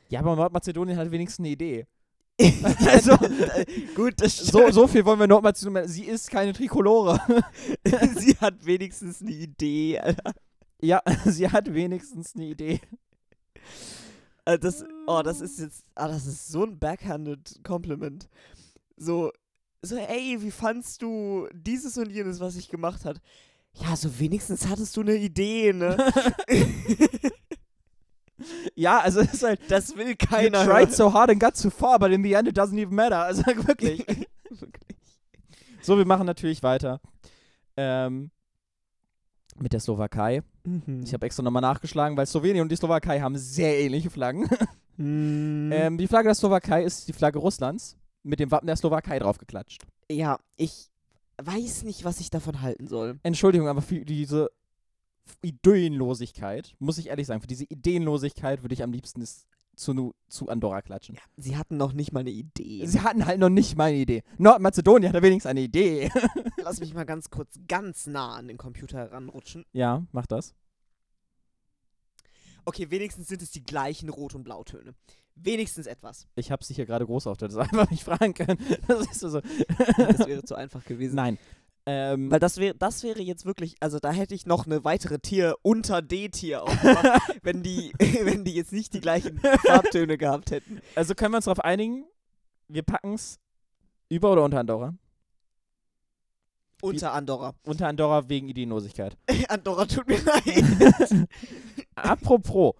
[SPEAKER 1] Ja, aber Nordmazedonien hat wenigstens eine Idee.
[SPEAKER 2] also, gut, das
[SPEAKER 1] So,
[SPEAKER 2] stimmt.
[SPEAKER 1] so viel wollen wir Nordmazedonien. Sie ist keine Trikolore.
[SPEAKER 2] Sie hat wenigstens eine Idee. Alter.
[SPEAKER 1] ja, sie hat wenigstens eine Idee.
[SPEAKER 2] Äh, Das, oh, das ist jetzt, ah, das ist so ein backhanded Kompliment. So, so, ey, wie fandst du dieses und jenes, was ich gemacht hat? Ja, so wenigstens hattest du eine Idee, ne?
[SPEAKER 1] Ja, also es ist halt.
[SPEAKER 2] Das will
[SPEAKER 1] You
[SPEAKER 2] keiner.
[SPEAKER 1] tried so hard and got so far, but in the end it doesn't even matter. Also wirklich. so, wir machen natürlich weiter. Ähm, mit der Slowakei.
[SPEAKER 2] Mhm.
[SPEAKER 1] Ich habe extra nochmal nachgeschlagen, weil Slowenien und die Slowakei haben sehr ähnliche Flaggen.
[SPEAKER 2] Mhm.
[SPEAKER 1] Ähm, die Flagge der Slowakei ist die Flagge Russlands mit dem Wappen der Slowakei draufgeklatscht.
[SPEAKER 2] ja, ich weiß nicht, was ich davon halten soll.
[SPEAKER 1] Entschuldigung, aber für diese Ideenlosigkeit, muss ich ehrlich sagen, für diese Ideenlosigkeit würde ich am liebsten es zu, zu Andorra klatschen.
[SPEAKER 2] Sie hatten noch nicht mal eine Idee.
[SPEAKER 1] Sie hatten halt noch nicht meine Idee. Nordmazedonien hatte wenigstens eine Idee.
[SPEAKER 2] Lass mich mal ganz kurz ganz nah an den Computer ranrutschen.
[SPEAKER 1] Ja, mach das.
[SPEAKER 2] Okay, wenigstens sind es die gleichen Rot- und Blautöne. Wenigstens etwas.
[SPEAKER 1] Ich habe sie hier gerade groß auf der Design, weil mich fragen können. Das ist so.
[SPEAKER 2] Das wäre zu einfach gewesen.
[SPEAKER 1] Nein. Ähm,
[SPEAKER 2] Weil das wäre das wäre jetzt wirklich, also da hätte ich noch eine weitere Tier unter D-Tier aufgemacht, wenn die wenn die jetzt nicht die gleichen Farbtöne gehabt hätten.
[SPEAKER 1] also können wir uns darauf einigen, wir packen es über oder unter Andorra?
[SPEAKER 2] Unter Andorra.
[SPEAKER 1] Unter Andorra wegen Ideenlosigkeit.
[SPEAKER 2] Andorra tut mir leid.
[SPEAKER 1] Apropos.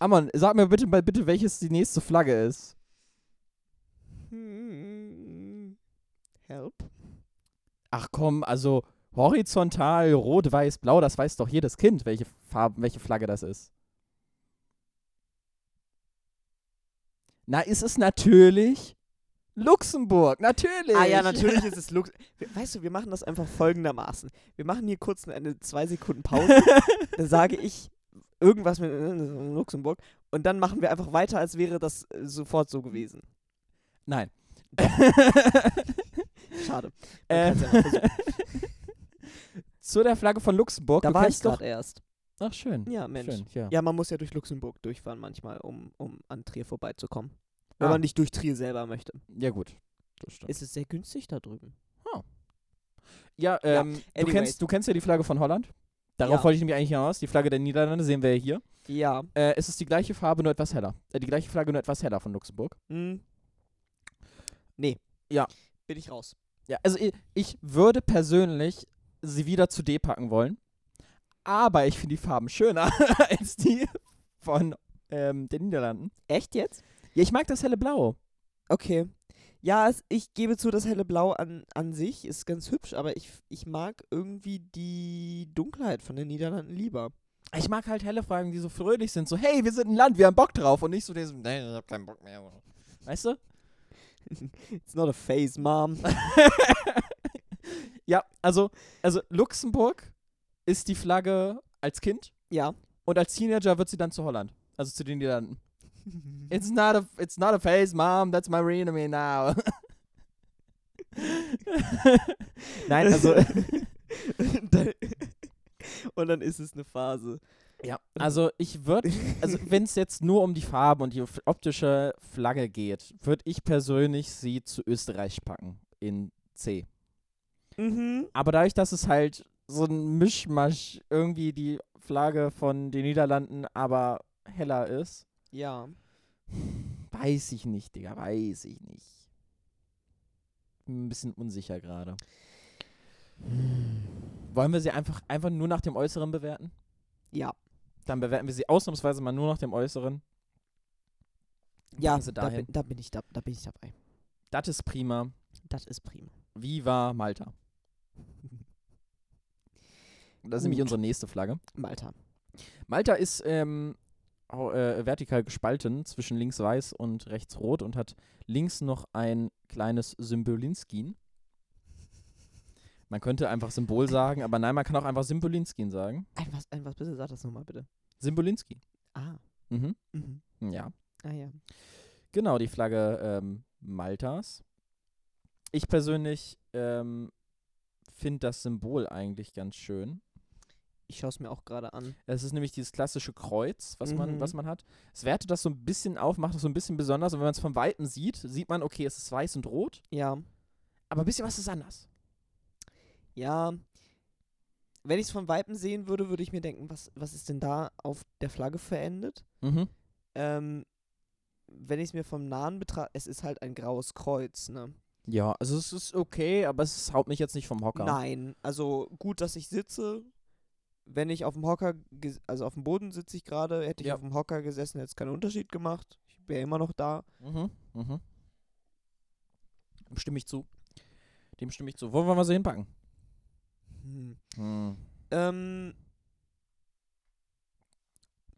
[SPEAKER 1] Amon, sag mir bitte mal bitte, welches die nächste Flagge ist.
[SPEAKER 2] Hm. Help.
[SPEAKER 1] Ach komm, also horizontal, rot, weiß, blau, das weiß doch jedes Kind, welche Farbe, welche Flagge das ist. Na, ist es natürlich Luxemburg, natürlich.
[SPEAKER 2] Ah ja, natürlich ist es Lux. We- Weißt du, wir machen das einfach folgendermaßen. Wir machen hier kurz eine zwei Sekunden Pause, dann sage ich irgendwas mit äh, Luxemburg und dann machen wir einfach weiter, als wäre das äh, sofort so gewesen.
[SPEAKER 1] Nein.
[SPEAKER 2] Schade. Man
[SPEAKER 1] Äh,
[SPEAKER 2] kann's ja mal versuchen.
[SPEAKER 1] Zu der Flagge von Luxemburg.
[SPEAKER 2] da
[SPEAKER 1] du
[SPEAKER 2] war ich
[SPEAKER 1] kennst
[SPEAKER 2] gerade erst.
[SPEAKER 1] Ach, schön.
[SPEAKER 2] Ja, Mensch.
[SPEAKER 1] Schön, ja.
[SPEAKER 2] Ja, man muss ja durch Luxemburg durchfahren manchmal, um, um an Trier vorbeizukommen. Wenn
[SPEAKER 1] Ah.
[SPEAKER 2] man nicht durch Trier selber möchte.
[SPEAKER 1] Ja, gut. Das stimmt.
[SPEAKER 2] Ist es sehr günstig da drüben?
[SPEAKER 1] ja, ähm, du,
[SPEAKER 2] anyways.
[SPEAKER 1] kennst, du kennst ja die Flagge von Holland. Darauf
[SPEAKER 2] Ja.
[SPEAKER 1] wollte ich nämlich eigentlich hinaus. Die Flagge der Niederlande sehen wir ja hier.
[SPEAKER 2] Ja.
[SPEAKER 1] Äh, es ist die gleiche Farbe, nur etwas heller. Äh, die gleiche Flagge, nur etwas heller von Luxemburg.
[SPEAKER 2] Hm. Nee.
[SPEAKER 1] Ja.
[SPEAKER 2] Bin ich raus.
[SPEAKER 1] Ja, also ich, ich würde persönlich sie wieder zu D packen wollen. Aber ich finde die Farben schöner als die von ähm, den Niederlanden.
[SPEAKER 2] Echt jetzt?
[SPEAKER 1] Ja, ich mag das helle Blau.
[SPEAKER 2] Okay. Ja, es, ich gebe zu, das helle Blau an, an sich ist ganz hübsch, aber ich, ich mag irgendwie die Dunkelheit von den Niederlanden lieber.
[SPEAKER 1] Ich mag halt helle Fragen, die so fröhlich sind. So, hey, wir sind ein Land, wir haben Bock drauf. Und nicht so diesem, nee, ich hab keinen Bock mehr. Weißt du?
[SPEAKER 2] It's not a phase, Mom.
[SPEAKER 1] Ja, also, also Luxemburg ist die Flagge als Kind
[SPEAKER 2] ja.
[SPEAKER 1] und als Teenager wird sie dann zu Holland. Also zu den Niederlanden. It's not a, it's not a face, Mom, that's my real enemy now. Nein, also,
[SPEAKER 2] Und dann ist es eine Phase.
[SPEAKER 1] ja, also ich würde, also wenn es jetzt nur um die Farben und die f- optische Flagge geht, würde ich persönlich sie zu Österreich packen in C.
[SPEAKER 2] Mhm.
[SPEAKER 1] Aber dadurch, dass es halt so ein Mischmasch irgendwie die Flagge von den Niederlanden, aber heller ist,
[SPEAKER 2] Ja.
[SPEAKER 1] weiß ich nicht, Digga, weiß ich nicht. Bin ein bisschen unsicher gerade. Wollen wir sie einfach, einfach nur nach dem Äußeren bewerten?
[SPEAKER 2] Ja.
[SPEAKER 1] Dann bewerten wir sie ausnahmsweise mal nur nach dem Äußeren.
[SPEAKER 2] Ja,
[SPEAKER 1] Packen sie
[SPEAKER 2] da
[SPEAKER 1] dahin.
[SPEAKER 2] bin, da, bin ich da, da bin ich dabei.
[SPEAKER 1] Das ist prima.
[SPEAKER 2] Das ist prima.
[SPEAKER 1] Viva Malta. Das ist nämlich
[SPEAKER 2] Gut.
[SPEAKER 1] unsere nächste Flagge.
[SPEAKER 2] Malta.
[SPEAKER 1] Malta ist ähm, au- äh, vertikal gespalten zwischen links weiß und rechts rot und hat links noch ein kleines Symbolinskin. Man könnte einfach Symbol sagen, aber nein, man kann auch einfach Symbolinskin sagen.
[SPEAKER 2] Ein was, ein was bitte, sag das nochmal bitte.
[SPEAKER 1] Symbolinski.
[SPEAKER 2] Ah.
[SPEAKER 1] Mhm.
[SPEAKER 2] Mhm.
[SPEAKER 1] Ja.
[SPEAKER 2] Ah ja.
[SPEAKER 1] Genau, die Flagge ähm, Maltas. Ich persönlich ähm, finde das Symbol eigentlich ganz schön.
[SPEAKER 2] Ich schaue es mir auch gerade an.
[SPEAKER 1] Es ist nämlich dieses klassische Kreuz, was, man,
[SPEAKER 2] Mhm.
[SPEAKER 1] was man hat. Es wertet das so ein bisschen auf, macht das so ein bisschen besonders. Und wenn man es von Weitem sieht, sieht man, okay, es ist weiß und rot.
[SPEAKER 2] Ja.
[SPEAKER 1] Aber ein bisschen was ist anders.
[SPEAKER 2] Ja. Wenn ich es von Weitem sehen würde, würde ich mir denken, was, was ist denn da auf der Flagge verendet?
[SPEAKER 1] Mhm.
[SPEAKER 2] Ähm, wenn ich es mir vom Nahen betrachte, es ist halt ein graues Kreuz, ne?
[SPEAKER 1] Ja, also es ist okay, aber es haut mich jetzt nicht vom Hocker.
[SPEAKER 2] Nein, also gut, dass ich sitze. Wenn ich auf dem Hocker, ges- also auf dem Boden sitze ich gerade, hätte ich
[SPEAKER 1] Ja.
[SPEAKER 2] auf dem Hocker gesessen, hätte es keinen Unterschied gemacht. Ich wäre immer noch da.
[SPEAKER 1] Mhm. Mhm. Dem stimme ich zu. Dem stimme ich zu. Wo wollen wir sie hinpacken?
[SPEAKER 2] Hm.
[SPEAKER 1] Hm.
[SPEAKER 2] Ähm,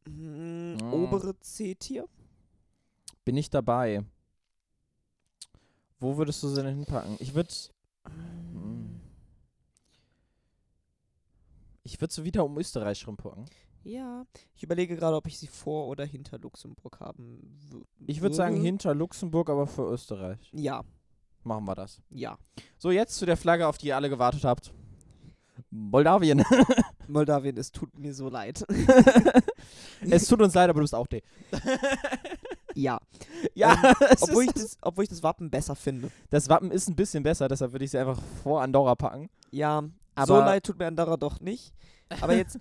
[SPEAKER 2] hm,
[SPEAKER 1] Ah.
[SPEAKER 2] Obere C-Tier?
[SPEAKER 1] Bin ich dabei. Wo würdest du sie denn hinpacken? Ich würde
[SPEAKER 2] Hm.
[SPEAKER 1] ich würd sie wieder um Österreich rumpacken.
[SPEAKER 2] Ja. Ich überlege gerade, ob ich sie vor oder hinter Luxemburg haben wü-
[SPEAKER 1] Ich würde sagen
[SPEAKER 2] würde.
[SPEAKER 1] hinter Luxemburg, aber für Österreich.
[SPEAKER 2] Ja,
[SPEAKER 1] Machen wir das.
[SPEAKER 2] ja.
[SPEAKER 1] So, jetzt zu der Flagge, auf die ihr alle gewartet habt. Moldawien.
[SPEAKER 2] Moldawien, es tut mir so leid.
[SPEAKER 1] es tut uns leid, aber du bist auch D.
[SPEAKER 2] ja.
[SPEAKER 1] Ja, es
[SPEAKER 2] Obwohl ich,
[SPEAKER 1] ist,
[SPEAKER 2] das, obwohl ich das Wappen besser finde.
[SPEAKER 1] Ähm, das Wappen ist ein bisschen besser, deshalb würde ich sie einfach vor Andorra packen.
[SPEAKER 2] Ja,
[SPEAKER 1] Aber-
[SPEAKER 2] so leid tut mir Andara doch nicht. Aber jetzt,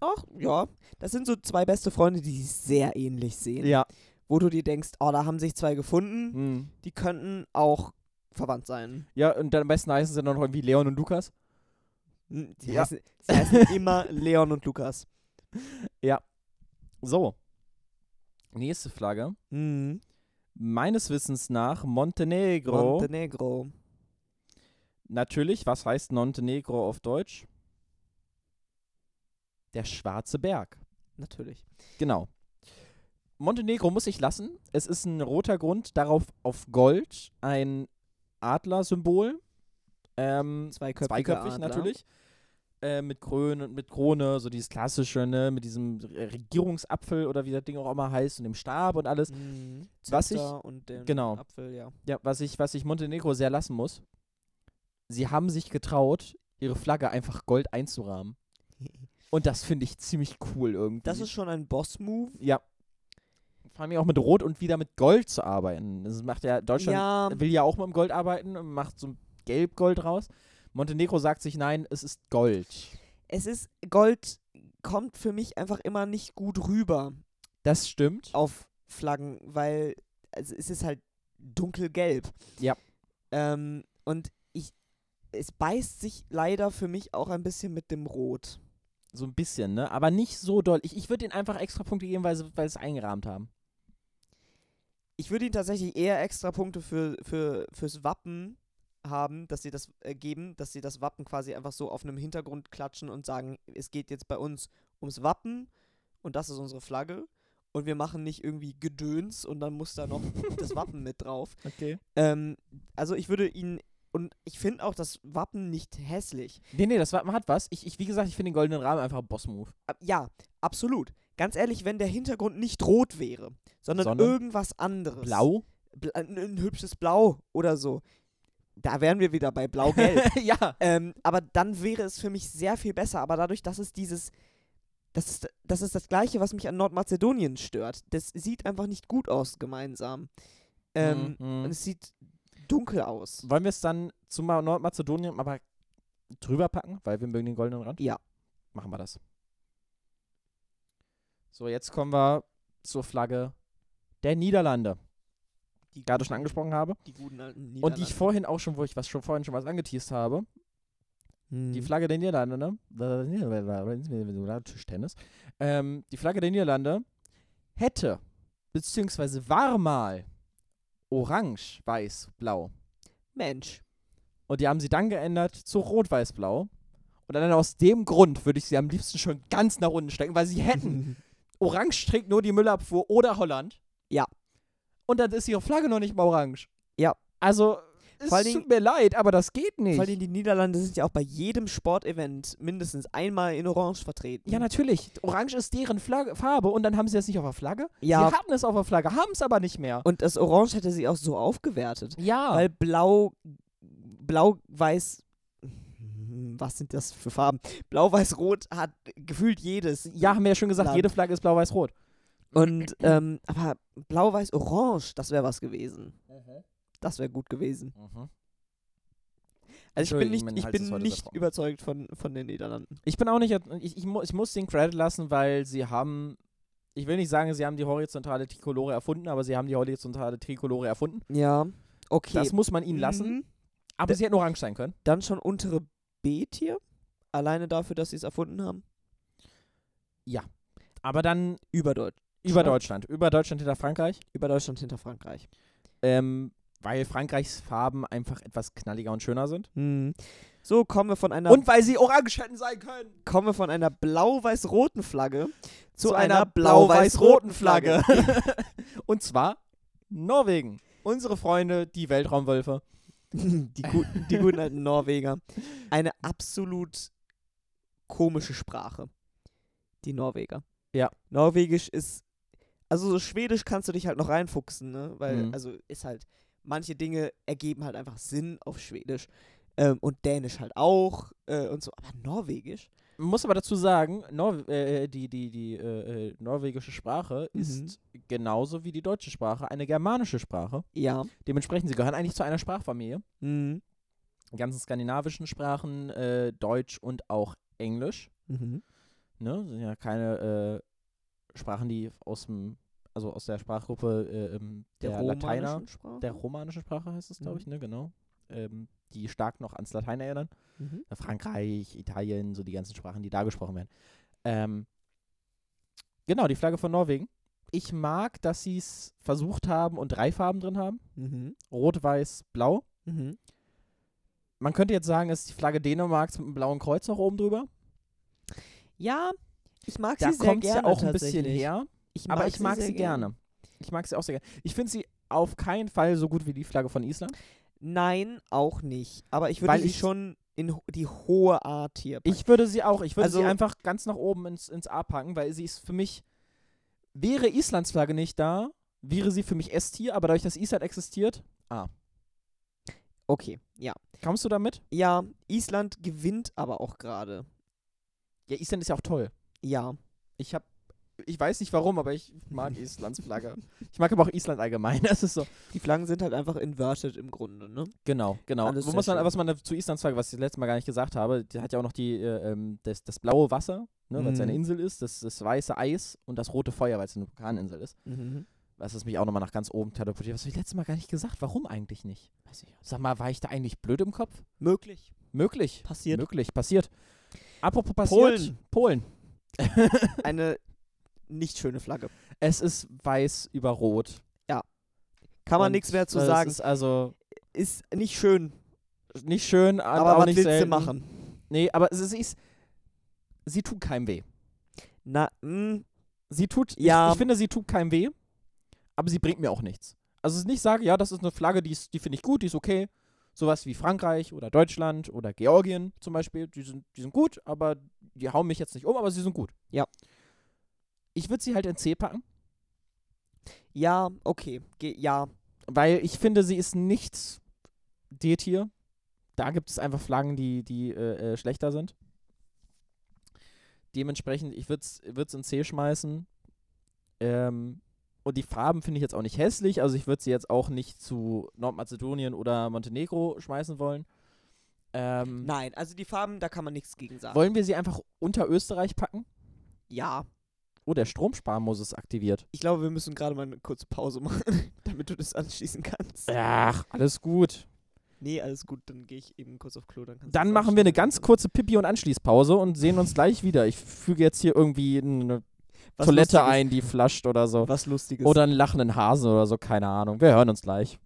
[SPEAKER 2] ach ja, das sind so zwei beste Freunde, die sich sehr ähnlich sehen. Wo du dir denkst, oh, da haben sich zwei gefunden,
[SPEAKER 1] Hm.
[SPEAKER 2] die könnten auch verwandt sein.
[SPEAKER 1] Ja, und dann am besten heißen sie dann noch irgendwie Leon und Lukas.
[SPEAKER 2] Hm, Die
[SPEAKER 1] Ja.
[SPEAKER 2] heißen, sie heißen immer Leon und Lukas.
[SPEAKER 1] So. Nächste Flagge.
[SPEAKER 2] Mhm.
[SPEAKER 1] Meines Wissens nach Montenegro.
[SPEAKER 2] Montenegro.
[SPEAKER 1] Natürlich, was heißt Montenegro auf Deutsch? Der schwarze Berg.
[SPEAKER 2] Natürlich.
[SPEAKER 1] Genau. Montenegro muss ich lassen. Es ist ein roter Grund, darauf auf Gold ein Adler-Symbol. Ähm,
[SPEAKER 2] Zweiköpfiger
[SPEAKER 1] zweiköpfig
[SPEAKER 2] Adler.
[SPEAKER 1] natürlich. Äh, mit Krone, mit Krone, so dieses klassische, ne, mit diesem äh, Regierungsapfel oder wie das Ding auch immer heißt und dem Stab und alles.
[SPEAKER 2] Mhm.
[SPEAKER 1] Was ich-
[SPEAKER 2] Zepter und den
[SPEAKER 1] genau.
[SPEAKER 2] Apfel, ja.
[SPEAKER 1] Ja, was ich, was ich Montenegro sehr lassen muss, sie haben sich getraut, ihre Flagge einfach Gold einzurahmen. Und das finde ich ziemlich cool irgendwie.
[SPEAKER 2] Das ist schon ein Boss-Move.
[SPEAKER 1] Ja. Vor allem auch mit Rot und wieder mit Gold zu arbeiten. Das macht ja Deutschland
[SPEAKER 2] Ja,
[SPEAKER 1] will ja auch mit dem Gold arbeiten und macht so ein Gelbgold raus. Montenegro sagt sich nein, es ist Gold.
[SPEAKER 2] es ist, Gold kommt für mich einfach immer nicht gut rüber.
[SPEAKER 1] Das stimmt.
[SPEAKER 2] auf Flaggen, weil also es ist halt dunkelgelb.
[SPEAKER 1] Ja.
[SPEAKER 2] Ähm, und ich, es beißt sich leider für mich auch ein bisschen mit dem Rot.
[SPEAKER 1] So ein bisschen, ne? Aber nicht so doll. Ich, ich würde ihnen einfach extra Punkte geben, weil sie weil sie es eingerahmt haben.
[SPEAKER 2] Ich würde ihnen tatsächlich eher extra Punkte für, für, fürs Wappen haben, dass sie das äh, geben, dass sie das Wappen quasi einfach so auf einem Hintergrund klatschen und sagen, es geht jetzt bei uns ums Wappen und das ist unsere Flagge und wir machen nicht irgendwie Gedöns und dann muss da noch das Wappen mit drauf.
[SPEAKER 1] Okay.
[SPEAKER 2] Ähm, also ich würde ihn und ich finde auch das Wappen nicht hässlich.
[SPEAKER 1] Nee, nee, das war, man hat was. Ich, ich, wie gesagt, ich finde den goldenen Rahmen einfach Boss-Move.
[SPEAKER 2] Ab- Ja, absolut. Ganz ehrlich, wenn der Hintergrund nicht rot wäre, sondern,
[SPEAKER 1] Sondern?
[SPEAKER 2] irgendwas anderes.
[SPEAKER 1] Blau?
[SPEAKER 2] Bl ein, ein hübsches Blau oder so. Da wären wir wieder bei Blau-Gelb.
[SPEAKER 1] ja.
[SPEAKER 2] ähm, aber dann wäre es für mich sehr viel besser. Aber dadurch, dass es dieses. Das ist, das ist das Gleiche, was mich an Nordmazedonien stört. Das sieht einfach nicht gut aus gemeinsam. Ähm,
[SPEAKER 1] Mhm.
[SPEAKER 2] Und es sieht dunkel aus.
[SPEAKER 1] Wollen wir es dann zu Ma- Nordmazedonien aber drüber packen, weil wir mögen den goldenen Rand?
[SPEAKER 2] Ja.
[SPEAKER 1] Machen wir das. So, jetzt kommen wir zur Flagge der Niederlande,
[SPEAKER 2] Die
[SPEAKER 1] gerade schon angesprochen habe.
[SPEAKER 2] Die guten alten
[SPEAKER 1] Und die
[SPEAKER 2] Niederlande.
[SPEAKER 1] ich vorhin auch schon, wo ich was schon vorhin schon was angeteased habe,
[SPEAKER 2] Mhm.
[SPEAKER 1] die Flagge der Niederlande, ne? Tischtennis. Ähm, die Flagge der Niederlande hätte, beziehungsweise war mal Orange, Weiß, Blau.
[SPEAKER 2] Mensch.
[SPEAKER 1] Und die haben sie dann geändert zu Rot-Weiß-Blau. Und dann aus dem Grund würde ich sie am liebsten schon ganz nach unten stecken, weil sie hätten. Orange trägt nur die Müllabfuhr oder Holland.
[SPEAKER 2] Ja.
[SPEAKER 1] Und dann ist ihre Flagge noch nicht mal orange.
[SPEAKER 2] Ja.
[SPEAKER 1] Also, es
[SPEAKER 2] Vor allen
[SPEAKER 1] tut
[SPEAKER 2] Dingen-
[SPEAKER 1] mir leid, aber das geht nicht.
[SPEAKER 2] Vor allem die Niederlande sind ja auch bei jedem Sportevent mindestens einmal in Orange vertreten.
[SPEAKER 1] ja, natürlich. Orange ist deren Flagge, Farbe und dann haben sie es nicht auf der Flagge.
[SPEAKER 2] Ja,
[SPEAKER 1] Sie hatten es auf der Flagge, haben es aber nicht mehr.
[SPEAKER 2] und das Orange hätte sich auch so aufgewertet.
[SPEAKER 1] Ja.
[SPEAKER 2] Weil blau, blau, weiß, hm, was sind das für Farben? Blau, weiß, rot hat gefühlt jedes.
[SPEAKER 1] ja, haben wir ja schon gesagt,
[SPEAKER 2] Land.
[SPEAKER 1] jede Flagge ist blau-weiß-rot.
[SPEAKER 2] Und, ähm, aber blau, weiß, orange, das wäre was gewesen. Das wäre gut gewesen. Also ich bin
[SPEAKER 1] Entschuldigung,
[SPEAKER 2] nicht,
[SPEAKER 1] mein
[SPEAKER 2] ich
[SPEAKER 1] Hals ist
[SPEAKER 2] bin
[SPEAKER 1] heute
[SPEAKER 2] nicht
[SPEAKER 1] zerbrochen.
[SPEAKER 2] überzeugt von, von den Niederlanden.
[SPEAKER 1] Ich bin auch nicht, ich, ich, mu ich muss den Credit lassen, weil sie haben, ich will nicht sagen, sie haben die horizontale Trikolore erfunden, aber sie haben die horizontale Trikolore erfunden.
[SPEAKER 2] Ja, okay.
[SPEAKER 1] Das muss man ihnen lassen.
[SPEAKER 2] Mhm.
[SPEAKER 1] Aber sie hätten orange sein können.
[SPEAKER 2] Dann schon untere B-Tier. Alleine dafür, dass sie es erfunden haben.
[SPEAKER 1] Aber dann
[SPEAKER 2] Über, Deut
[SPEAKER 1] über
[SPEAKER 2] Schlag.
[SPEAKER 1] Deutschland. Über Deutschland hinter Frankreich.
[SPEAKER 2] über Deutschland hinter Frankreich.
[SPEAKER 1] Ähm, weil Frankreichs Farben einfach etwas knalliger und schöner sind.
[SPEAKER 2] Hm. So kommen wir von einer
[SPEAKER 1] Und weil sie orange hätten sein können.
[SPEAKER 2] kommen wir von einer blau-weiß-roten Flagge zu,
[SPEAKER 1] Zu
[SPEAKER 2] einer,
[SPEAKER 1] einer
[SPEAKER 2] blau-weiß-roten
[SPEAKER 1] blau-weiß-roten
[SPEAKER 2] Flagge.
[SPEAKER 1] Und zwar Norwegen. Unsere Freunde, die Weltraumwölfe.
[SPEAKER 2] die, guten, die guten alten Norweger. Eine absolut komische Sprache. Die Norweger.
[SPEAKER 1] Ja.
[SPEAKER 2] Norwegisch ist. Also so Schwedisch kannst du dich halt noch reinfuchsen, ne? Weil,
[SPEAKER 1] Mhm.
[SPEAKER 2] also ist halt, manche Dinge ergeben halt einfach Sinn auf Schwedisch. Ähm, und Dänisch halt auch äh, und so. Aber Norwegisch?
[SPEAKER 1] Man muss aber dazu sagen, Nor äh, die, die, die äh, äh, norwegische Sprache ist genauso wie die deutsche Sprache eine germanische Sprache.
[SPEAKER 2] Ja.
[SPEAKER 1] Dementsprechend, sie gehören eigentlich zu einer Sprachfamilie.
[SPEAKER 2] Mhm.
[SPEAKER 1] Die ganzen skandinavischen Sprachen, äh, Deutsch und auch Englisch.
[SPEAKER 2] Mhm.
[SPEAKER 1] ne, sind ja keine äh, Sprachen, die aus dem, also aus der Sprachgruppe äh, ähm, der, Lateiner,
[SPEAKER 2] romanischen Sprache?
[SPEAKER 1] der romanischen Sprache heißt es, glaube ich, ne, genau. Ähm, die stark noch ans Latein erinnern.
[SPEAKER 2] mhm.
[SPEAKER 1] Na, Frankreich, Italien, so die ganzen Sprachen, die da gesprochen werden. Ähm, genau, die Flagge von Norwegen. Ich mag, dass sie es versucht haben und drei Farben drin haben.
[SPEAKER 2] Mhm.
[SPEAKER 1] Rot, Weiß, Blau.
[SPEAKER 2] Mhm.
[SPEAKER 1] Man könnte jetzt sagen, es ist die Flagge Dänemarks mit einem blauen Kreuz noch oben drüber.
[SPEAKER 2] Ja, ich mag
[SPEAKER 1] Da
[SPEAKER 2] sie sehr
[SPEAKER 1] kommt es
[SPEAKER 2] gerne
[SPEAKER 1] ja auch ein bisschen
[SPEAKER 2] tatsächlich.
[SPEAKER 1] her.
[SPEAKER 2] Ich
[SPEAKER 1] Aber ich mag
[SPEAKER 2] sehr
[SPEAKER 1] sie gerne. Ich mag sie auch sehr gerne. Ich finde sie auf keinen Fall so gut wie die Flagge von Island.
[SPEAKER 2] Nein, auch nicht. Aber ich würde
[SPEAKER 1] Weil
[SPEAKER 2] sie
[SPEAKER 1] ich-
[SPEAKER 2] schon in ho- die hohe Art hier. packen.
[SPEAKER 1] Ich würde sie auch, ich würde
[SPEAKER 2] Also-
[SPEAKER 1] sie einfach ganz nach oben ins, ins A packen, weil sie ist für mich, wäre Islands Flagge nicht da, wäre sie für mich S-Tier, aber dadurch, dass Island existiert,
[SPEAKER 2] okay, ja.
[SPEAKER 1] kommst du damit?
[SPEAKER 2] Ja, Island gewinnt aber auch gerade.
[SPEAKER 1] Ja, Island ist ja auch toll.
[SPEAKER 2] Ja.
[SPEAKER 1] Ich habe, ich weiß nicht warum, aber ich mag Islands Flagge. Ich mag aber auch Island allgemein, das ist so.
[SPEAKER 2] Die Flaggen sind halt einfach inverted im Grunde, ne?
[SPEAKER 1] Genau, genau.
[SPEAKER 2] Alles
[SPEAKER 1] Wo
[SPEAKER 2] sehr
[SPEAKER 1] muss man,
[SPEAKER 2] schön.
[SPEAKER 1] was man da zu Islands Flagge, was ich das letzte Mal gar nicht gesagt habe, die hat ja auch noch die, äh, ähm, das, das blaue Wasser, ne, weil es ja eine
[SPEAKER 2] Mhm.
[SPEAKER 1] Insel ist, das, das weiße Eis und das rote Feuer, weil es eine Vulkaninsel ist. Was es mich auch nochmal nach ganz oben teleportiert. Was habe ich letztes Mal gar nicht gesagt? Warum eigentlich nicht?
[SPEAKER 2] Weiß ich.
[SPEAKER 1] Sag mal, war ich da eigentlich blöd im Kopf?
[SPEAKER 2] Möglich.
[SPEAKER 1] Möglich.
[SPEAKER 2] Passiert.
[SPEAKER 1] Möglich, passiert. Apropos passiert. Polen. Polen.
[SPEAKER 2] Eine nicht schöne Flagge.
[SPEAKER 1] es ist weiß über rot.
[SPEAKER 2] Kann man
[SPEAKER 1] Und,
[SPEAKER 2] nichts mehr zu
[SPEAKER 1] äh, das
[SPEAKER 2] sagen.
[SPEAKER 1] Ist also
[SPEAKER 2] Ist nicht schön,
[SPEAKER 1] nicht schön, aber,
[SPEAKER 2] aber
[SPEAKER 1] auch
[SPEAKER 2] was
[SPEAKER 1] nicht
[SPEAKER 2] willst du
[SPEAKER 1] selten.
[SPEAKER 2] machen?
[SPEAKER 1] Nee, aber es ist, sie ist, sie tut keinem weh.
[SPEAKER 2] Na, hm, mh,
[SPEAKER 1] Sie tut,
[SPEAKER 2] Ja.
[SPEAKER 1] ich, ich finde, sie tut keinem weh, aber sie bringt mir auch nichts. Also es ist nicht sage, ja, das ist eine Flagge, die, ist, die finde ich gut, die ist okay. Sowas wie Frankreich oder Deutschland oder Georgien zum Beispiel, die sind, die sind gut, aber die hauen mich jetzt nicht um, aber sie sind gut.
[SPEAKER 2] Ja.
[SPEAKER 1] Ich würde sie halt in C packen,
[SPEAKER 2] ja, okay. Ge ja.
[SPEAKER 1] weil ich finde, sie ist nichts D-Tier. Da gibt es einfach Flaggen, die, die äh, äh, schlechter sind. Dementsprechend, ich würde es in C schmeißen. Ähm, und die Farben finde ich jetzt auch nicht hässlich. Also ich würde sie jetzt auch nicht zu Nordmazedonien oder Montenegro schmeißen wollen. Ähm,
[SPEAKER 2] Nein, also die Farben, da kann man nichts gegen sagen.
[SPEAKER 1] wollen wir sie einfach unter Österreich packen?
[SPEAKER 2] ja.
[SPEAKER 1] Oh, der Stromsparmodus ist aktiviert.
[SPEAKER 2] Ich glaube, wir müssen gerade mal eine kurze Pause machen, damit du das anschließen kannst.
[SPEAKER 1] Ach, alles gut.
[SPEAKER 2] Nee, alles gut, dann gehe ich eben kurz auf Klo. Dann, kannst du
[SPEAKER 1] Dann
[SPEAKER 2] das
[SPEAKER 1] machen wir eine
[SPEAKER 2] anschließen.
[SPEAKER 1] ganz kurze Pipi- und Anschließpause und sehen uns gleich wieder. Ich füge jetzt hier irgendwie eine
[SPEAKER 2] was
[SPEAKER 1] Toilette
[SPEAKER 2] Lustiges-
[SPEAKER 1] ein, die flasht oder so.
[SPEAKER 2] Was Lustiges.
[SPEAKER 1] Oder einen lachenden Hasen oder so, keine Ahnung. Wir hören uns gleich.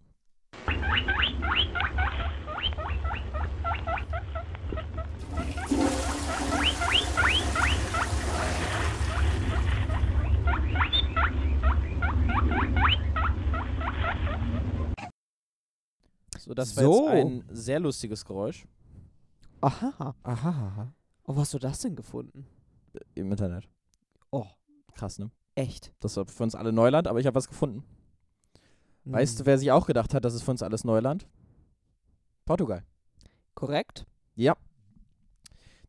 [SPEAKER 1] So, das war
[SPEAKER 2] So.
[SPEAKER 1] jetzt ein sehr lustiges Geräusch.
[SPEAKER 2] Aha.
[SPEAKER 1] Aha.
[SPEAKER 2] Oh, wo hast du das denn gefunden?
[SPEAKER 1] Im Internet.
[SPEAKER 2] Oh.
[SPEAKER 1] Krass, ne?
[SPEAKER 2] Echt.
[SPEAKER 1] Das war für uns alle Neuland, aber ich habe was gefunden.
[SPEAKER 2] Mhm.
[SPEAKER 1] Hm. Weißt du, wer sich auch gedacht hat, das ist für uns alles Neuland? Portugal.
[SPEAKER 2] Korrekt.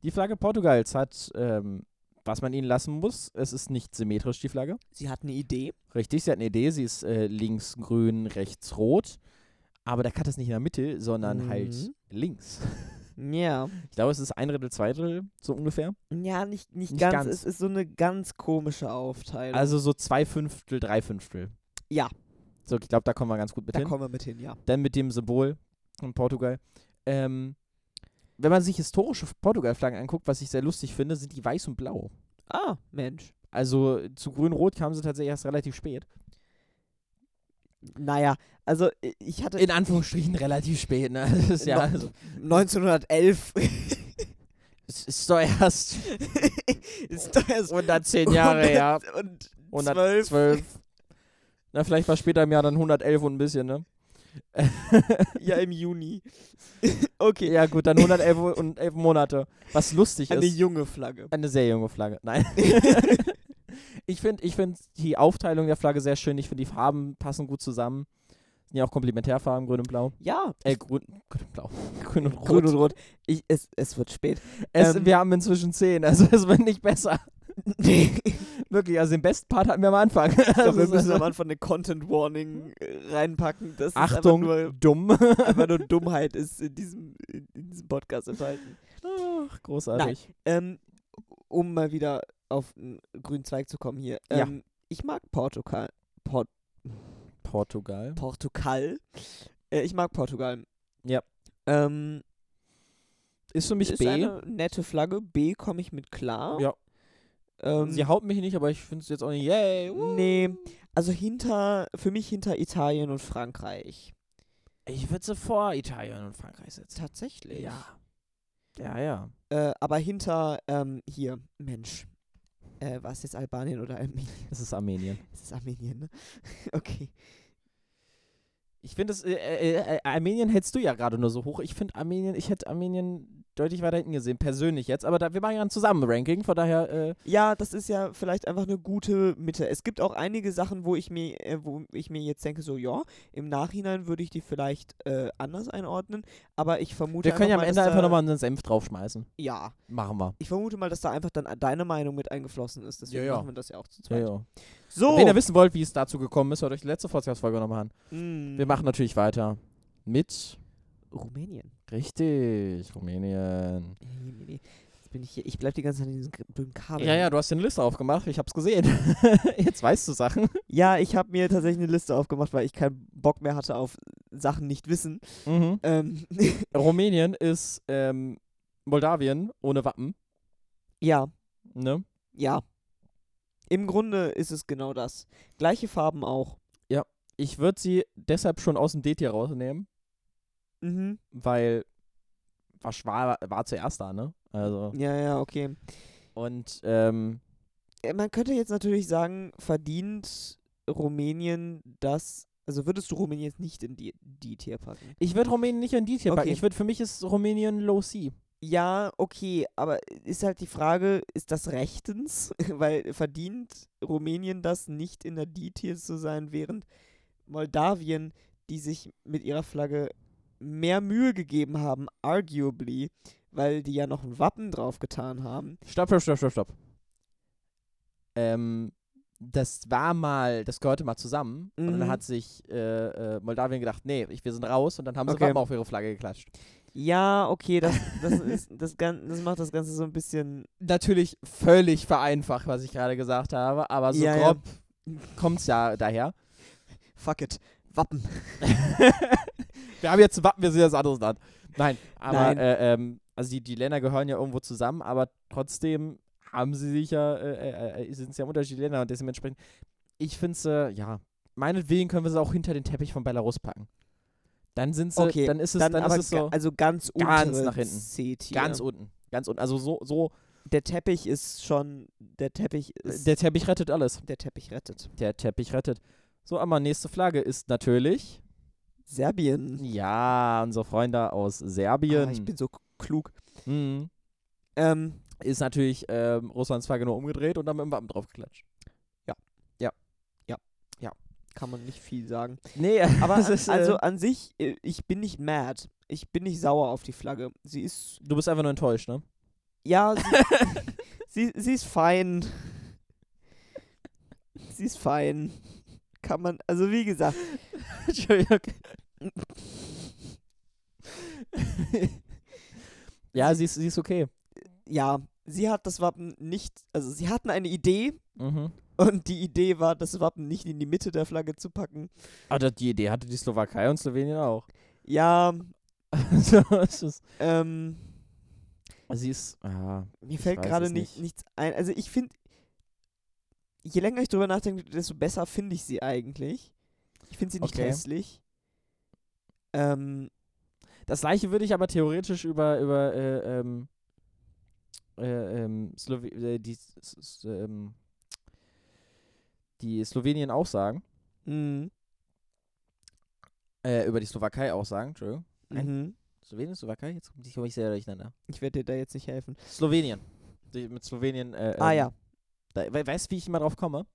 [SPEAKER 1] Die Flagge Portugals hat, ähm, was man ihnen lassen muss, es ist nicht symmetrisch, die Flagge.
[SPEAKER 2] Sie hat eine Idee.
[SPEAKER 1] Richtig, sie hat eine Idee, sie ist äh, links grün, rechts rot. Aber der Cut ist nicht in der Mitte, sondern halt
[SPEAKER 2] Mhm.
[SPEAKER 1] links.
[SPEAKER 2] Ja.
[SPEAKER 1] Ich glaube, es ist ein Drittel, zwei Drittel, so ungefähr.
[SPEAKER 2] Ja, nicht, nicht,
[SPEAKER 1] Nicht
[SPEAKER 2] ganz.
[SPEAKER 1] ganz.
[SPEAKER 2] Es ist so eine ganz komische Aufteilung.
[SPEAKER 1] Also so zwei Fünftel, drei Fünftel.
[SPEAKER 2] Ja.
[SPEAKER 1] So, ich glaube, da kommen wir ganz gut mit
[SPEAKER 2] da
[SPEAKER 1] hin.
[SPEAKER 2] kommen wir mit hin, ja.
[SPEAKER 1] dann mit dem Symbol von Portugal. Ähm, wenn man sich historische Portugal-Flaggen anguckt, was ich sehr lustig finde, sind die weiß und blau.
[SPEAKER 2] Ah, Mensch.
[SPEAKER 1] Also äh, zu grün-rot kamen sie tatsächlich erst relativ spät.
[SPEAKER 2] Naja, also i- ich hatte
[SPEAKER 1] In Anführungsstrichen relativ spät, ne? Das ist ja,
[SPEAKER 2] No-
[SPEAKER 1] also,
[SPEAKER 2] 1911
[SPEAKER 1] es ist doch erst
[SPEAKER 2] ist doch erst
[SPEAKER 1] 110 Jahre her.
[SPEAKER 2] Und 12.
[SPEAKER 1] 112. Na, vielleicht war später im Jahr dann 111 und ein bisschen, ne?
[SPEAKER 2] Ja, im Juni. okay,
[SPEAKER 1] Ja gut, dann 111 und 11 Monate. Was lustig
[SPEAKER 2] eine
[SPEAKER 1] ist.
[SPEAKER 2] junge Flagge.
[SPEAKER 1] Eine sehr junge Flagge. Nein. ich finde ich find die Aufteilung der Flagge sehr schön. Ich finde, die Farben passen gut zusammen. Sind ja auch Komplementärfarben, grün und blau.
[SPEAKER 2] Ja,
[SPEAKER 1] Äh, grün, grün und blau. Grün und rot.
[SPEAKER 2] grün und rot. Ich, es, es wird spät.
[SPEAKER 1] Es,
[SPEAKER 2] ähm.
[SPEAKER 1] wir haben inzwischen zehn, also es wird nicht besser. Wirklich, also den besten Part hatten wir am Anfang.
[SPEAKER 2] So,
[SPEAKER 1] Also es
[SPEAKER 2] wir
[SPEAKER 1] ist
[SPEAKER 2] müssen am
[SPEAKER 1] einfach-
[SPEAKER 2] Anfang eine Content Warning äh, reinpacken. Das
[SPEAKER 1] Achtung,
[SPEAKER 2] ist einfach
[SPEAKER 1] dumm.
[SPEAKER 2] nur, einfach nur Dummheit ist in diesem, in diesem Podcast enthalten.
[SPEAKER 1] Ach, großartig.
[SPEAKER 2] Ähm, um mal wieder auf einen grünen Zweig zu kommen hier.
[SPEAKER 1] Ja.
[SPEAKER 2] Ähm, Ich mag Portugal. Port
[SPEAKER 1] Portugal.
[SPEAKER 2] Portugal. Äh, ich mag Portugal.
[SPEAKER 1] Ja.
[SPEAKER 2] Ähm,
[SPEAKER 1] Ist für mich
[SPEAKER 2] ist
[SPEAKER 1] B.
[SPEAKER 2] eine nette Flagge. B komme ich mit klar.
[SPEAKER 1] Ja.
[SPEAKER 2] Ähm,
[SPEAKER 1] Sie haut mich nicht, aber ich finde es jetzt auch nicht. Yay. uh.
[SPEAKER 2] nee, also hinter, für mich hinter Italien und Frankreich.
[SPEAKER 1] Ich würde sie vor Italien und Frankreich setzen.
[SPEAKER 2] Tatsächlich.
[SPEAKER 1] Ja. Ja, ja.
[SPEAKER 2] Äh, aber hinter, ähm, hier, Mensch. Äh, war es jetzt Albanien oder Armenien?
[SPEAKER 1] Es ist Armenien.
[SPEAKER 2] Es ist Armenien, ne? okay.
[SPEAKER 1] Ich finde es, äh, äh, äh, Armenien hättest du ja gerade nur so hoch. Ich finde Armenien, ich hätte Armenien deutlich weiter hinten gesehen, persönlich jetzt. Aber da, wir machen ja ein Zusammenranking, von daher, äh,
[SPEAKER 2] Ja, das ist ja vielleicht einfach eine gute Mitte. Es gibt auch einige Sachen, wo ich mir, äh, wo ich mir jetzt denke, so ja, im Nachhinein würde ich die vielleicht äh, anders einordnen, aber ich vermute
[SPEAKER 1] wir können ja am
[SPEAKER 2] mal,
[SPEAKER 1] Ende
[SPEAKER 2] dass
[SPEAKER 1] einfach
[SPEAKER 2] da,
[SPEAKER 1] nochmal unseren Senf draufschmeißen.
[SPEAKER 2] Ja,
[SPEAKER 1] Machen wir.
[SPEAKER 2] ich vermute mal, dass da einfach dann deine Meinung mit eingeflossen ist. Deswegen
[SPEAKER 1] Ja, ja.
[SPEAKER 2] machen wir das ja auch zu
[SPEAKER 1] Ja, Oh.
[SPEAKER 2] zweit.
[SPEAKER 1] ja.
[SPEAKER 2] So,
[SPEAKER 1] Wenn ihr wissen wollt, wie es dazu gekommen ist, hört euch die letzte Podcast-Folge nochmal an.
[SPEAKER 2] Mm,
[SPEAKER 1] Wir machen natürlich weiter mit,
[SPEAKER 2] Rumänien.
[SPEAKER 1] richtig, Rumänien.
[SPEAKER 2] Nee, nee, nee. Jetzt bin ich hier. Ich bleib die ganze Zeit in diesem gr- blöden Kabel.
[SPEAKER 1] Ja, ja, du hast dir eine Liste aufgemacht, ich hab's gesehen. jetzt weißt du Sachen.
[SPEAKER 2] Ja, ich habe mir tatsächlich eine Liste aufgemacht, weil ich keinen Bock mehr hatte auf Sachen nicht wissen.
[SPEAKER 1] Mhm.
[SPEAKER 2] Ähm,
[SPEAKER 1] Rumänien ist ähm, Moldawien ohne Wappen,
[SPEAKER 2] ja.
[SPEAKER 1] ne?
[SPEAKER 2] Ja. Im Grunde ist es genau das. Gleiche Farben auch.
[SPEAKER 1] Ich würde sie deshalb schon aus dem D-Tier rausnehmen,
[SPEAKER 2] Mhm.
[SPEAKER 1] weil war, schwa- war zuerst da, ne? Also
[SPEAKER 2] Ja, ja, okay.
[SPEAKER 1] und ähm,
[SPEAKER 2] Äh, Man könnte jetzt natürlich sagen, verdient Rumänien das. Also würdest du Rumänien jetzt nicht in die, die Tier packen?
[SPEAKER 1] ich würde Rumänien nicht in D-Tier packen.
[SPEAKER 2] Okay.
[SPEAKER 1] Ich würde für mich ist Rumänien Low C.
[SPEAKER 2] Ja, okay, aber ist halt die Frage, ist das rechtens? Weil verdient Rumänien das nicht in der D-Tier zu sein, während Moldawien, die sich mit ihrer Flagge mehr Mühe gegeben haben, arguably, weil die ja noch ein Wappen drauf getan haben.
[SPEAKER 1] Stopp, stopp, stopp, stopp, stopp. Ähm, das war mal, das gehörte mal zusammen und
[SPEAKER 2] Mhm.
[SPEAKER 1] dann hat sich äh, äh, Moldawien gedacht, nee, ich, wir sind raus und dann haben sie
[SPEAKER 2] Okay.
[SPEAKER 1] Wappen auf ihre Flagge geklatscht.
[SPEAKER 2] Ja, okay, das, das, ist, das, Gan das macht das Ganze so ein bisschen.
[SPEAKER 1] Natürlich völlig vereinfacht, was ich gerade gesagt habe, aber so
[SPEAKER 2] Ja, ja.
[SPEAKER 1] grob kommt's ja daher.
[SPEAKER 2] Fuck it. Wappen.
[SPEAKER 1] wir haben jetzt Wappen, wir sind das anderes Land. Nein, aber
[SPEAKER 2] Nein.
[SPEAKER 1] Äh, ähm, also die, die Länder gehören ja irgendwo zusammen, aber trotzdem haben sie sich ja, äh, äh, äh, sind ja unterschiedliche Länder und dementsprechend, ich finde es, äh, ja, meinetwegen können wir sie auch hinter den Teppich von Belarus packen. Dann sind sie,
[SPEAKER 2] Okay,
[SPEAKER 1] dann ist es,
[SPEAKER 2] dann,
[SPEAKER 1] dann,
[SPEAKER 2] aber
[SPEAKER 1] ist es so
[SPEAKER 2] ga- also äh, ganz unten.
[SPEAKER 1] ganz nach hinten. ganz
[SPEAKER 2] unten.
[SPEAKER 1] unten. Ganz unten. Also so, so,
[SPEAKER 2] Der Teppich ist schon. Der Teppich ist.
[SPEAKER 1] der Teppich rettet alles.
[SPEAKER 2] der Teppich rettet.
[SPEAKER 1] Der Teppich rettet. So, aber nächste Frage ist natürlich,
[SPEAKER 2] Serbien.
[SPEAKER 1] ja, unsere Freunde aus Serbien.
[SPEAKER 2] Ah, ich bin so k- klug.
[SPEAKER 1] Mhm.
[SPEAKER 2] Ähm,
[SPEAKER 1] ist natürlich ähm, Russlands Flagge nur umgedreht und dann mit dem Wappen draufgeklatscht.
[SPEAKER 2] kann man nicht viel sagen.
[SPEAKER 1] Nee,
[SPEAKER 2] Aber an,
[SPEAKER 1] ist, äh,
[SPEAKER 2] also an sich, äh, ich bin nicht mad. Ich bin nicht sauer auf die Flagge. Sie ist.
[SPEAKER 1] du bist einfach nur enttäuscht, ne?
[SPEAKER 2] Ja, sie, sie, sie ist fein. Sie ist fein. Kann man. Also wie gesagt.
[SPEAKER 1] Entschuldigung. ja, sie ist, sie ist okay.
[SPEAKER 2] Ja, sie hat das Wappen nicht. Also sie hatten eine Idee.
[SPEAKER 1] Mhm.
[SPEAKER 2] Und die Idee war, das Wappen nicht in die Mitte der Flagge zu packen.
[SPEAKER 1] Aber die Idee hatte die Slowakei und Slowenien auch.
[SPEAKER 2] Ja,
[SPEAKER 1] so, es ist,
[SPEAKER 2] ähm,
[SPEAKER 1] sie ist, ah. ja,
[SPEAKER 2] mir
[SPEAKER 1] Ich
[SPEAKER 2] fällt
[SPEAKER 1] weiß
[SPEAKER 2] gerade
[SPEAKER 1] es
[SPEAKER 2] nicht,
[SPEAKER 1] nicht.
[SPEAKER 2] nichts ein. Also ich finde, je länger ich drüber nachdenke, desto besser finde ich sie eigentlich. Ich finde sie nicht
[SPEAKER 1] Okay.
[SPEAKER 2] hässlich. Ähm,
[SPEAKER 1] Das gleiche würde ich aber theoretisch über, über äh, ähm, äh, ähm, Slowe äh, die, S- S- ähm, die Slowenien auch sagen.
[SPEAKER 2] mh,
[SPEAKER 1] Äh, über die Slowakei auch sagen, Entschuldigung. Ein-
[SPEAKER 2] mhm.
[SPEAKER 1] Slowenien, Slowakei? Jetzt komme ich, komm ich sehr durcheinander.
[SPEAKER 2] Ich werde dir da jetzt nicht helfen.
[SPEAKER 1] Slowenien. Die, mit Slowenien. Äh,
[SPEAKER 2] ah
[SPEAKER 1] ähm,
[SPEAKER 2] ja,
[SPEAKER 1] Da, we weißt du, wie ich immer drauf komme?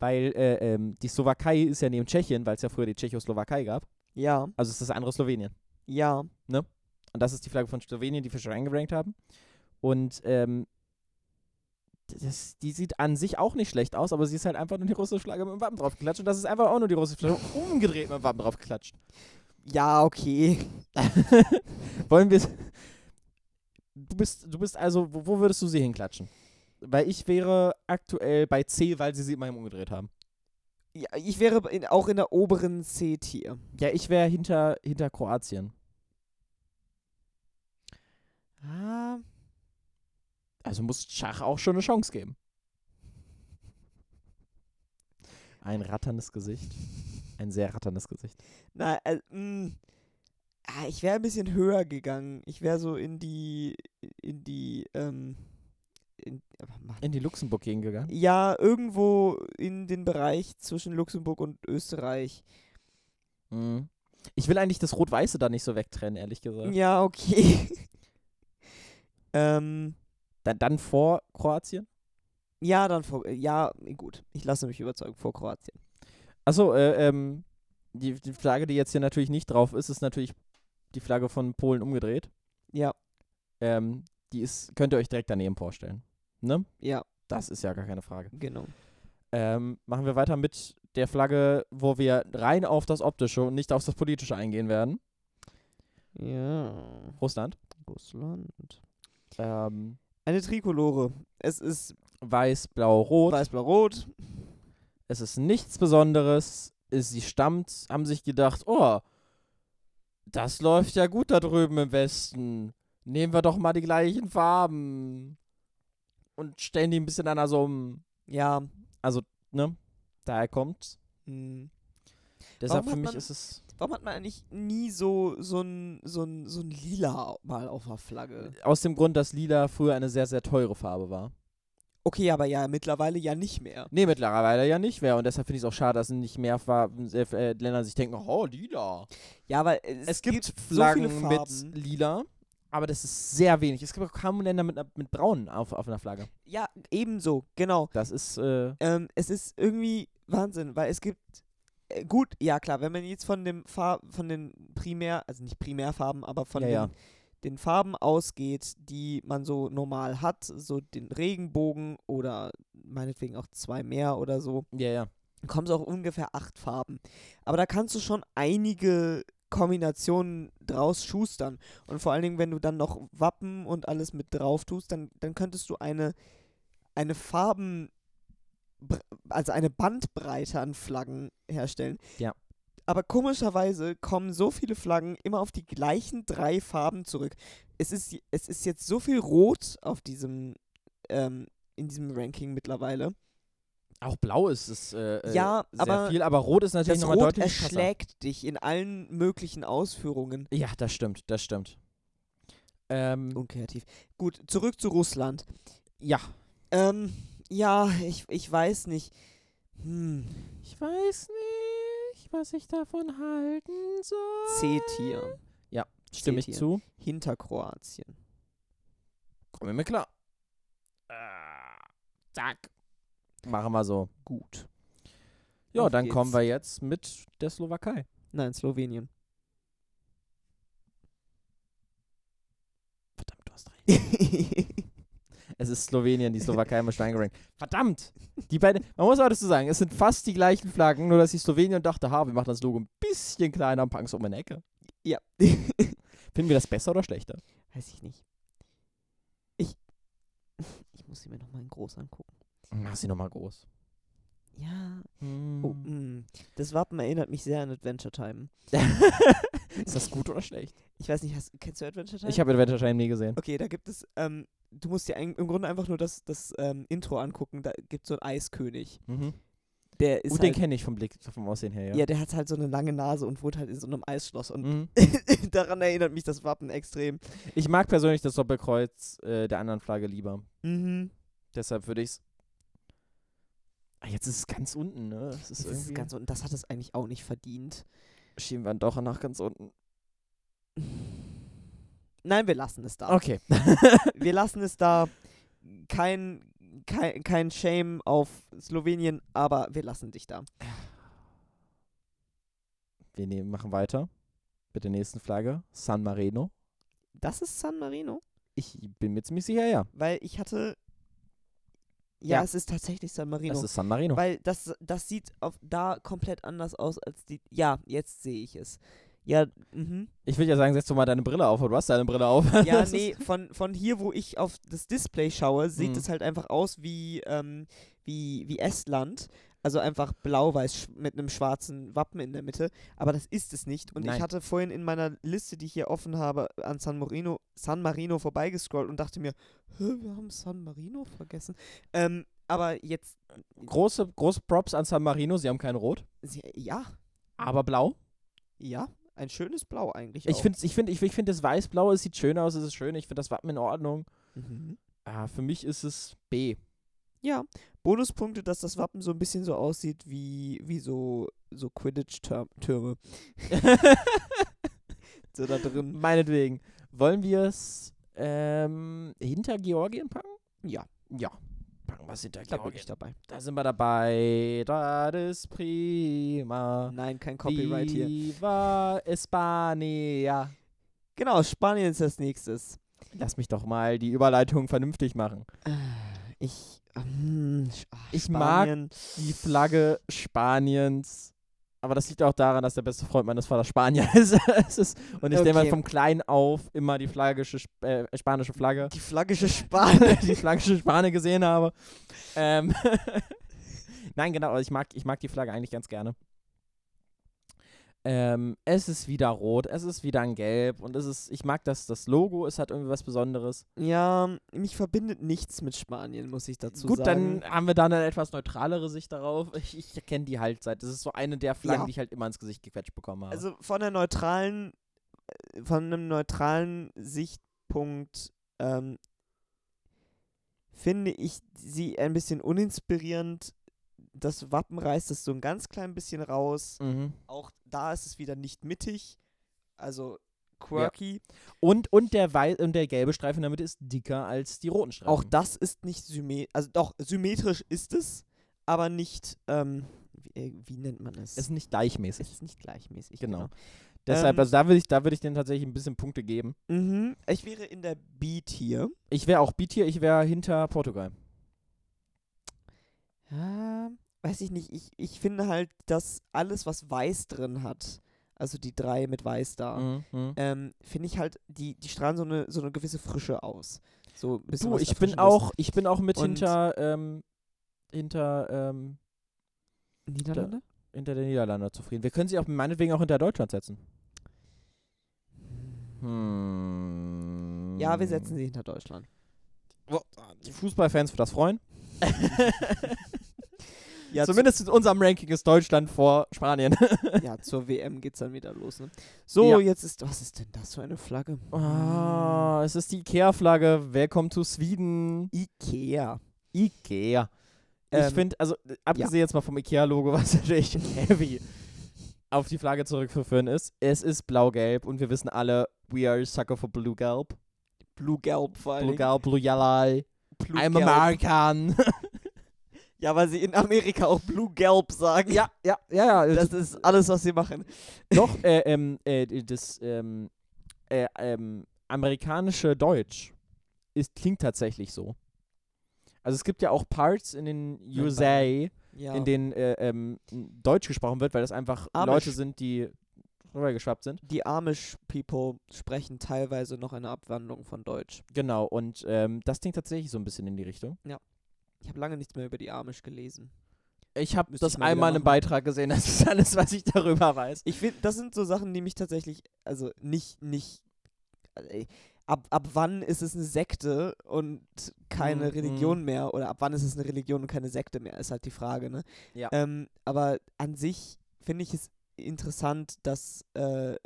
[SPEAKER 1] Weil äh, ähm, die Slowakei ist ja neben Tschechien, weil es ja früher die Tschechoslowakei gab.
[SPEAKER 2] ja,
[SPEAKER 1] Also ist das andere Slowenien.
[SPEAKER 2] ja.
[SPEAKER 1] Und das ist die Flagge von Slowenien, die wir schon eingerankt haben. Und ähm, d- das, die sieht an sich auch nicht schlecht aus, aber sie ist halt einfach nur die russische Flagge mit dem Wappen draufgeklatscht. Und das ist einfach auch nur die russische Flagge umgedreht mit dem Wappen draufgeklatscht.
[SPEAKER 2] Ja, okay.
[SPEAKER 1] Wollen wir. Du bist, du bist also, wo, wo würdest du sie hinklatschen? Weil ich wäre aktuell bei C, weil sie sie immerhin umgedreht haben.
[SPEAKER 2] Ja, ich wäre in, auch in der oberen C-Tier.
[SPEAKER 1] Ja, ich wäre hinter, hinter Kroatien.
[SPEAKER 2] Ah,
[SPEAKER 1] Also muss Schach auch schon eine Chance geben. Ein ratterndes Gesicht. Ein sehr ratterndes Gesicht.
[SPEAKER 2] Na, äh, mh. Ah, ich wäre ein bisschen höher gegangen. Ich wäre so in die, in die, ähm, in, ah, Mann.
[SPEAKER 1] In die Luxemburg gegangen.
[SPEAKER 2] ja, irgendwo in den Bereich zwischen Luxemburg und Österreich.
[SPEAKER 1] Mhm. Ich will eigentlich das Rot-Weiße da nicht so wegtrennen, ehrlich gesagt.
[SPEAKER 2] Ja, okay. ähm,
[SPEAKER 1] Dann, dann vor Kroatien?
[SPEAKER 2] ja, dann vor, äh, ja, gut. Ich lasse mich überzeugen vor Kroatien.
[SPEAKER 1] Achso, äh, ähm, die, die Flagge, die jetzt hier natürlich nicht drauf ist, ist natürlich die Flagge von Polen umgedreht.
[SPEAKER 2] Ja,
[SPEAKER 1] Ähm, die ist, könnt ihr euch direkt daneben vorstellen. Ne?
[SPEAKER 2] ja,
[SPEAKER 1] Das ist ja gar keine Frage.
[SPEAKER 2] genau.
[SPEAKER 1] Ähm, machen wir weiter mit der Flagge, wo wir rein auf das Optische und nicht auf das Politische eingehen werden.
[SPEAKER 2] Ja,
[SPEAKER 1] Russland.
[SPEAKER 2] Russland.
[SPEAKER 1] Ähm,
[SPEAKER 2] Eine Trikolore. Es ist
[SPEAKER 1] weiß, blau, rot.
[SPEAKER 2] weiß-blau-rot.
[SPEAKER 1] Es ist nichts Besonderes. Es- Sie stammt, haben sich gedacht, oh, das läuft ja gut da drüben im Westen. Nehmen wir doch mal die gleichen Farben. Und stellen die ein bisschen anders um.
[SPEAKER 2] Ja. mm.
[SPEAKER 1] Ne? Daher kommt's.
[SPEAKER 2] Mh.
[SPEAKER 1] Deshalb
[SPEAKER 2] Warum
[SPEAKER 1] für
[SPEAKER 2] hat
[SPEAKER 1] mich
[SPEAKER 2] man-
[SPEAKER 1] ist es.
[SPEAKER 2] Warum hat man eigentlich nie so so ein so ein so ein lila mal auf der Flagge?
[SPEAKER 1] äh, Aus dem Grund, dass lila früher eine sehr, sehr teure Farbe war.
[SPEAKER 2] Okay, aber ja, mittlerweile ja nicht mehr.
[SPEAKER 1] Nee, mittlerweile ja nicht mehr. Und deshalb finde ich es auch schade, dass nicht mehr Farben, äh, äh, Länder sich denken, oh, lila.
[SPEAKER 2] Ja, aber es,
[SPEAKER 1] Es, gibt, Flaggen
[SPEAKER 2] Flaggen so viele Farben.
[SPEAKER 1] mit lila, aber das ist sehr wenig. Es gibt auch kaum Länder mit, einer- mit braun auf, auf einer Flagge.
[SPEAKER 2] ja, ebenso, genau.
[SPEAKER 1] Das ist, äh,
[SPEAKER 2] Ähm, es ist irgendwie Wahnsinn, weil es gibt äh, gut, ja klar, wenn man jetzt von dem Farb von den primär, also nicht Primärfarben, aber von
[SPEAKER 1] Ja,
[SPEAKER 2] den,
[SPEAKER 1] ja.
[SPEAKER 2] den Farben ausgeht, die man so normal hat, so den Regenbogen oder meinetwegen auch zwei mehr oder so.
[SPEAKER 1] ja, ja.
[SPEAKER 2] kommen es auch ungefähr acht Farben. Aber da kannst du schon einige Kombinationen draus schustern. Und vor allen Dingen, wenn du dann noch Wappen und alles mit drauf tust, dann, dann könntest du eine, eine Farben, also eine Bandbreite an Flaggen herstellen.
[SPEAKER 1] Ja.
[SPEAKER 2] Aber komischerweise kommen so viele Flaggen immer auf die gleichen drei Farben zurück. Es ist, es ist jetzt so viel Rot auf diesem ähm, in diesem Ranking mittlerweile.
[SPEAKER 1] Auch blau ist es äh,
[SPEAKER 2] Ja,
[SPEAKER 1] sehr
[SPEAKER 2] aber
[SPEAKER 1] viel, aber rot ist natürlich
[SPEAKER 2] Das
[SPEAKER 1] nochmal
[SPEAKER 2] Rot
[SPEAKER 1] deutlich krasser.
[SPEAKER 2] erschlägt dich in allen möglichen Ausführungen.
[SPEAKER 1] Ja, das stimmt, das stimmt. Ähm,
[SPEAKER 2] Unkreativ. Gut, zurück zu Russland.
[SPEAKER 1] ja,
[SPEAKER 2] Ähm, ja, ich, ich weiß nicht. Hm,
[SPEAKER 1] Ich weiß nicht, was ich davon halten soll.
[SPEAKER 2] C-Tier.
[SPEAKER 1] Stimme ich
[SPEAKER 2] C-Tier.
[SPEAKER 1] zu?
[SPEAKER 2] Hinter Kroatien.
[SPEAKER 1] Kommen wir mir klar. zack. Machen wir so.
[SPEAKER 2] Gut.
[SPEAKER 1] Ja,
[SPEAKER 2] Auf
[SPEAKER 1] dann
[SPEAKER 2] geht's.
[SPEAKER 1] kommen wir jetzt mit der Slowakei.
[SPEAKER 2] Nein, Slowenien.
[SPEAKER 1] Verdammt, du hast recht. Es ist Slowenien, die Slowakei haben wir schon eingerankt. Verdammt! Die beiden, man muss auch dazu sagen, es sind fast die gleichen Flaggen, nur dass die Slowenien dachte, ha, wir machen das Logo ein bisschen kleiner und packen es um eine Ecke.
[SPEAKER 2] ja.
[SPEAKER 1] Finden wir das besser oder schlechter?
[SPEAKER 2] Weiß ich nicht. Ich. Ich muss sie mir nochmal in groß angucken.
[SPEAKER 1] Mach sie nochmal groß.
[SPEAKER 2] Ja. Oh,
[SPEAKER 1] Hm.
[SPEAKER 2] mm. Das Wappen erinnert mich sehr an Adventure Time.
[SPEAKER 1] ist das gut oder schlecht?
[SPEAKER 2] Ich weiß nicht, hast, kennst du Adventure Time?
[SPEAKER 1] Ich habe Adventure Time nie gesehen.
[SPEAKER 2] Okay, da gibt es, ähm, du musst dir ein, im Grunde einfach nur das, das ähm, Intro angucken. Da gibt es so einen Eiskönig.
[SPEAKER 1] Mhm.
[SPEAKER 2] Der ist
[SPEAKER 1] Gut, den
[SPEAKER 2] halt,
[SPEAKER 1] kenne ich vom Blick, vom Aussehen her, ja.
[SPEAKER 2] ja. der hat halt so eine lange Nase und wohnt halt in so einem Eisschloss. Und
[SPEAKER 1] Mhm.
[SPEAKER 2] daran erinnert mich das Wappen extrem.
[SPEAKER 1] Ich mag persönlich das Doppelkreuz äh, der anderen Flagge lieber.
[SPEAKER 2] Mhm.
[SPEAKER 1] Deshalb würde ich's. Ah, jetzt ist es ganz unten, ne? Es ist
[SPEAKER 2] Das ist ganz, und das hat es eigentlich auch nicht verdient.
[SPEAKER 1] schieben wir doch nach ganz unten.
[SPEAKER 2] Nein, wir lassen es da.
[SPEAKER 1] Okay.
[SPEAKER 2] wir lassen es da. Kein, kein, kein Shame auf Slowenien, aber wir lassen dich da.
[SPEAKER 1] Wir nehmen, machen weiter mit der nächsten Flagge. San Marino.
[SPEAKER 2] Das ist San Marino,
[SPEAKER 1] Ich bin mir ziemlich sicher, ja.
[SPEAKER 2] weil ich hatte. Ja,
[SPEAKER 1] Ja.
[SPEAKER 2] es ist tatsächlich San Marino.
[SPEAKER 1] Das ist San Marino.
[SPEAKER 2] weil das, das sieht auf da komplett anders aus als die. Ja, jetzt sehe ich es. Ja, mhm.
[SPEAKER 1] Ich würde ja sagen, setz doch mal deine Brille auf. aber Du hast deine Brille auf.
[SPEAKER 2] Ja,
[SPEAKER 1] Das
[SPEAKER 2] nee,
[SPEAKER 1] ist-
[SPEAKER 2] von, von hier, wo ich auf das Display schaue, sieht
[SPEAKER 1] Mhm.
[SPEAKER 2] es halt einfach aus wie, ähm, wie, wie Estland. Also einfach blau-weiß sch- mit einem schwarzen Wappen in der Mitte. Aber das ist es nicht. Und
[SPEAKER 1] Nein.
[SPEAKER 2] ich hatte vorhin in meiner Liste, die ich hier offen habe, an San Marino, San Marino vorbeigescrollt und dachte mir, "Hä, wir haben San Marino vergessen. Ähm, aber jetzt,
[SPEAKER 1] Große, große Props an San Marino. Sie haben kein Rot,
[SPEAKER 2] sie- ja,
[SPEAKER 1] aber blau.
[SPEAKER 2] ja, ein schönes Blau eigentlich.
[SPEAKER 1] Ich
[SPEAKER 2] auch.
[SPEAKER 1] finde ich find, ich, ich find das Weiß-Blau, es sieht schön aus, es ist schön. Ich finde das Wappen in Ordnung.
[SPEAKER 2] Mhm.
[SPEAKER 1] Ah, für mich ist es B.
[SPEAKER 2] Ja, Bonuspunkte, dass das Wappen so ein bisschen so aussieht wie, wie so, so Quidditch-Türme. So da drin.
[SPEAKER 1] Meinetwegen. Wollen wir es ähm, hinter Georgien packen?
[SPEAKER 2] Ja,
[SPEAKER 1] Ja. Packen wir es hinter
[SPEAKER 2] da bin ich
[SPEAKER 1] Georgien.
[SPEAKER 2] dabei.
[SPEAKER 1] Da sind wir dabei. Das ist prima.
[SPEAKER 2] Nein, kein Copyright hier.
[SPEAKER 1] Viva España.
[SPEAKER 2] Genau, Spanien ist als nächstes.
[SPEAKER 1] Lass mich doch mal die Überleitung vernünftig machen.
[SPEAKER 2] Ich, ähm, Sch- ah,
[SPEAKER 1] Ich mag
[SPEAKER 2] Spanien.
[SPEAKER 1] Die Flagge Spaniens. Aber das liegt auch daran, dass der beste Freund meines Vaters Spanier ist. es ist und ich okay. nehme
[SPEAKER 2] Okay.
[SPEAKER 1] vom Kleinen auf immer die flaggische, Sp- äh, spanische Flagge.
[SPEAKER 2] die flaggische Spanien.
[SPEAKER 1] die flaggische Spane gesehen habe. Ähm Nein, genau, aber ich mag, ich mag die Flagge eigentlich ganz gerne. Ähm, es ist wieder rot, es ist wieder ein Gelb und es ist, ich mag das, das Logo, es hat irgendwie was Besonderes.
[SPEAKER 2] ja, mich verbindet nichts mit Spanien, muss ich dazu
[SPEAKER 1] Gut,
[SPEAKER 2] sagen.
[SPEAKER 1] dann haben wir da eine etwas neutralere Sicht darauf. Ich, ich erkenne die halt seit. Das ist so eine der Flaggen,
[SPEAKER 2] Ja.
[SPEAKER 1] die ich halt immer ins Gesicht gequetscht bekommen habe.
[SPEAKER 2] Also von der neutralen, äh, von einem neutralen Sichtpunkt ähm, finde ich sie ein bisschen uninspirierend. Das Wappen reißt es so ein ganz klein bisschen raus.
[SPEAKER 1] mhm.
[SPEAKER 2] Auch da ist es wieder nicht mittig, also quirky.
[SPEAKER 1] und, und, der Wei und der gelbe Streifen damit ist dicker als die roten Streifen.
[SPEAKER 2] Auch das ist nicht symmetrisch, also doch, symmetrisch ist es, aber nicht, ähm, wie, äh, wie nennt man es?
[SPEAKER 1] ist nicht gleichmäßig.
[SPEAKER 2] es ist nicht gleichmäßig.
[SPEAKER 1] Genau. Deshalb,
[SPEAKER 2] Ähm,
[SPEAKER 1] also da würde ich, da würd ich denen tatsächlich ein bisschen Punkte geben.
[SPEAKER 2] Mhm. Ich wäre in der B-Tier.
[SPEAKER 1] Ich wäre auch B-Tier, ich wäre hinter Portugal.
[SPEAKER 2] Ja, weiß ich nicht. Ich, ich finde halt, dass alles, was weiß drin hat, also die drei mit weiß da,
[SPEAKER 1] Mhm.
[SPEAKER 2] ähm, finde ich halt, die, die strahlen so eine, so eine gewisse Frische aus. So ein bisschen
[SPEAKER 1] Du,
[SPEAKER 2] was
[SPEAKER 1] ich bin,
[SPEAKER 2] Erfrischendes.
[SPEAKER 1] auch, ich bin auch mit
[SPEAKER 2] Und-
[SPEAKER 1] hinter, ähm, hinter, ähm,
[SPEAKER 2] Niederlande?
[SPEAKER 1] hinter den Niederlanden zufrieden. Wir können sie auch meinetwegen auch hinter Deutschland setzen. Hm. Hm. Mhm.
[SPEAKER 2] Ja, wir setzen sie hinter Deutschland.
[SPEAKER 1] Die Fußballfans für das freuen.
[SPEAKER 2] Ja, zu-
[SPEAKER 1] Zumindest in unserem Ranking ist Deutschland vor Spanien.
[SPEAKER 2] ja, zur WM geht's dann wieder los, ne? So,
[SPEAKER 1] Ja.
[SPEAKER 2] jetzt ist. Was ist denn das für eine Flagge?
[SPEAKER 1] Ah, es ist die Ikea-Flagge. Welcome to Sweden.
[SPEAKER 2] Ikea.
[SPEAKER 1] Ikea.
[SPEAKER 2] Ähm,
[SPEAKER 1] ich finde, also äh, abgesehen jetzt mal vom Ikea-Logo, was natürlich heavy auf die Flagge zurückzuführen ist, es ist blau-gelb und wir wissen alle, we are a sucker for blue-gelb.
[SPEAKER 2] Blue-Gelb, vor allen Dingen.
[SPEAKER 1] Blue-gelb, blue-yellow, I'm
[SPEAKER 2] Blue-Gelb.
[SPEAKER 1] American.
[SPEAKER 2] Ja, weil sie in Amerika auch Blue-Gelb sagen.
[SPEAKER 1] ja, ja, ja, ja.
[SPEAKER 2] Das ist alles, was sie machen.
[SPEAKER 1] doch, äh, ähm, äh, das ähm, äh, ähm, amerikanische Deutsch ist, klingt tatsächlich so. Also es gibt ja auch Parts in den
[SPEAKER 2] Ja,
[SPEAKER 1] USA,
[SPEAKER 2] Ja.
[SPEAKER 1] in denen äh, ähm, Deutsch gesprochen wird, weil das einfach
[SPEAKER 2] Amish.
[SPEAKER 1] Leute sind, die rübergeschwappt sind.
[SPEAKER 2] die Amish-People sprechen teilweise noch eine Abwandlung von Deutsch.
[SPEAKER 1] Genau, und ähm, das klingt tatsächlich so ein bisschen in die Richtung.
[SPEAKER 2] Ich habe lange nichts mehr über die Amish gelesen.
[SPEAKER 1] Ich habe
[SPEAKER 2] Müsste ich
[SPEAKER 1] das
[SPEAKER 2] mal wieder
[SPEAKER 1] einmal in einem
[SPEAKER 2] machen.
[SPEAKER 1] Beitrag gesehen, das ist alles, was ich darüber weiß.
[SPEAKER 2] Ich finde, das sind so Sachen, die mich tatsächlich, also nicht, nicht, also, ey, ab, ab wann ist es eine Sekte und keine
[SPEAKER 1] Mm,
[SPEAKER 2] Religion mehr oder ab wann ist es eine Religion und keine Sekte mehr, ist halt die Frage, ne?
[SPEAKER 1] Ja.
[SPEAKER 2] Ähm, aber an sich finde ich es interessant, dass, äh,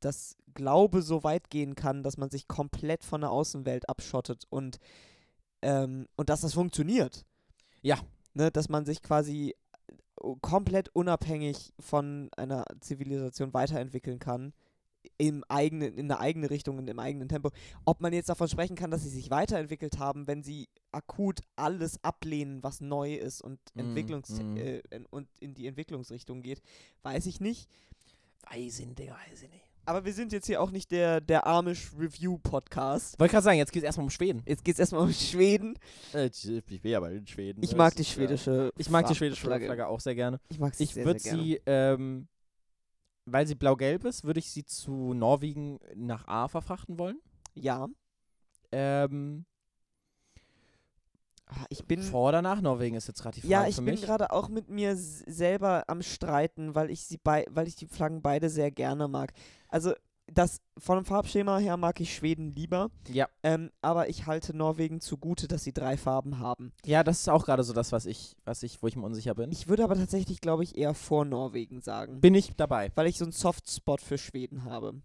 [SPEAKER 2] dass Glaube so weit gehen kann, dass man sich komplett von der Außenwelt abschottet und, ähm, und dass das funktioniert.
[SPEAKER 1] Ja.
[SPEAKER 2] Ne, dass man sich quasi o- komplett unabhängig von einer Zivilisation weiterentwickeln kann, im eigenen, in der eigenen Richtung und im eigenen Tempo. Ob man jetzt davon sprechen kann, dass sie sich weiterentwickelt haben, wenn sie akut alles ablehnen, was neu ist und,
[SPEAKER 1] Mm,
[SPEAKER 2] Entwicklungs
[SPEAKER 1] mm.
[SPEAKER 2] Äh, in- und in die Entwicklungsrichtung geht, weiß ich nicht.
[SPEAKER 1] Weiß ich nicht, weiß ich nicht.
[SPEAKER 2] Aber wir sind jetzt hier auch nicht der, der Amish Review Podcast.
[SPEAKER 1] Wollte gerade sagen, jetzt geht es erstmal um Schweden.
[SPEAKER 2] Jetzt geht's erstmal um Schweden.
[SPEAKER 1] Äh, Ich bin ja bei den Schweden. ne?
[SPEAKER 2] Ich mag die schwedische.
[SPEAKER 1] Ich mag die
[SPEAKER 2] Fra-
[SPEAKER 1] schwedische Flagge, auch sehr gerne.
[SPEAKER 2] Ich mag sie
[SPEAKER 1] Ich
[SPEAKER 2] sehr,
[SPEAKER 1] würde
[SPEAKER 2] sehr gerne.
[SPEAKER 1] sie, ähm, weil sie blau-gelb ist, würde ich sie zu Norwegen nach A verfrachten wollen.
[SPEAKER 2] Ja.
[SPEAKER 1] Ähm,
[SPEAKER 2] Ah, Ich bin
[SPEAKER 1] vor oder nach Norwegen ist jetzt gerade die Frage
[SPEAKER 2] Ja, ich
[SPEAKER 1] für
[SPEAKER 2] bin
[SPEAKER 1] mich.
[SPEAKER 2] gerade auch mit mir s- selber am Streiten, weil ich sie bei, weil ich die Flaggen beide sehr gerne mag. Also das von dem Farbschema her mag ich Schweden lieber,
[SPEAKER 1] ja.
[SPEAKER 2] ähm, aber ich halte Norwegen zugute, dass sie drei Farben haben.
[SPEAKER 1] ja, das ist auch gerade so das, was ich, was ich, wo ich mir unsicher bin.
[SPEAKER 2] Ich würde aber tatsächlich, glaube ich, eher vor Norwegen sagen,
[SPEAKER 1] bin ich dabei.
[SPEAKER 2] weil ich so einen Softspot für Schweden habe.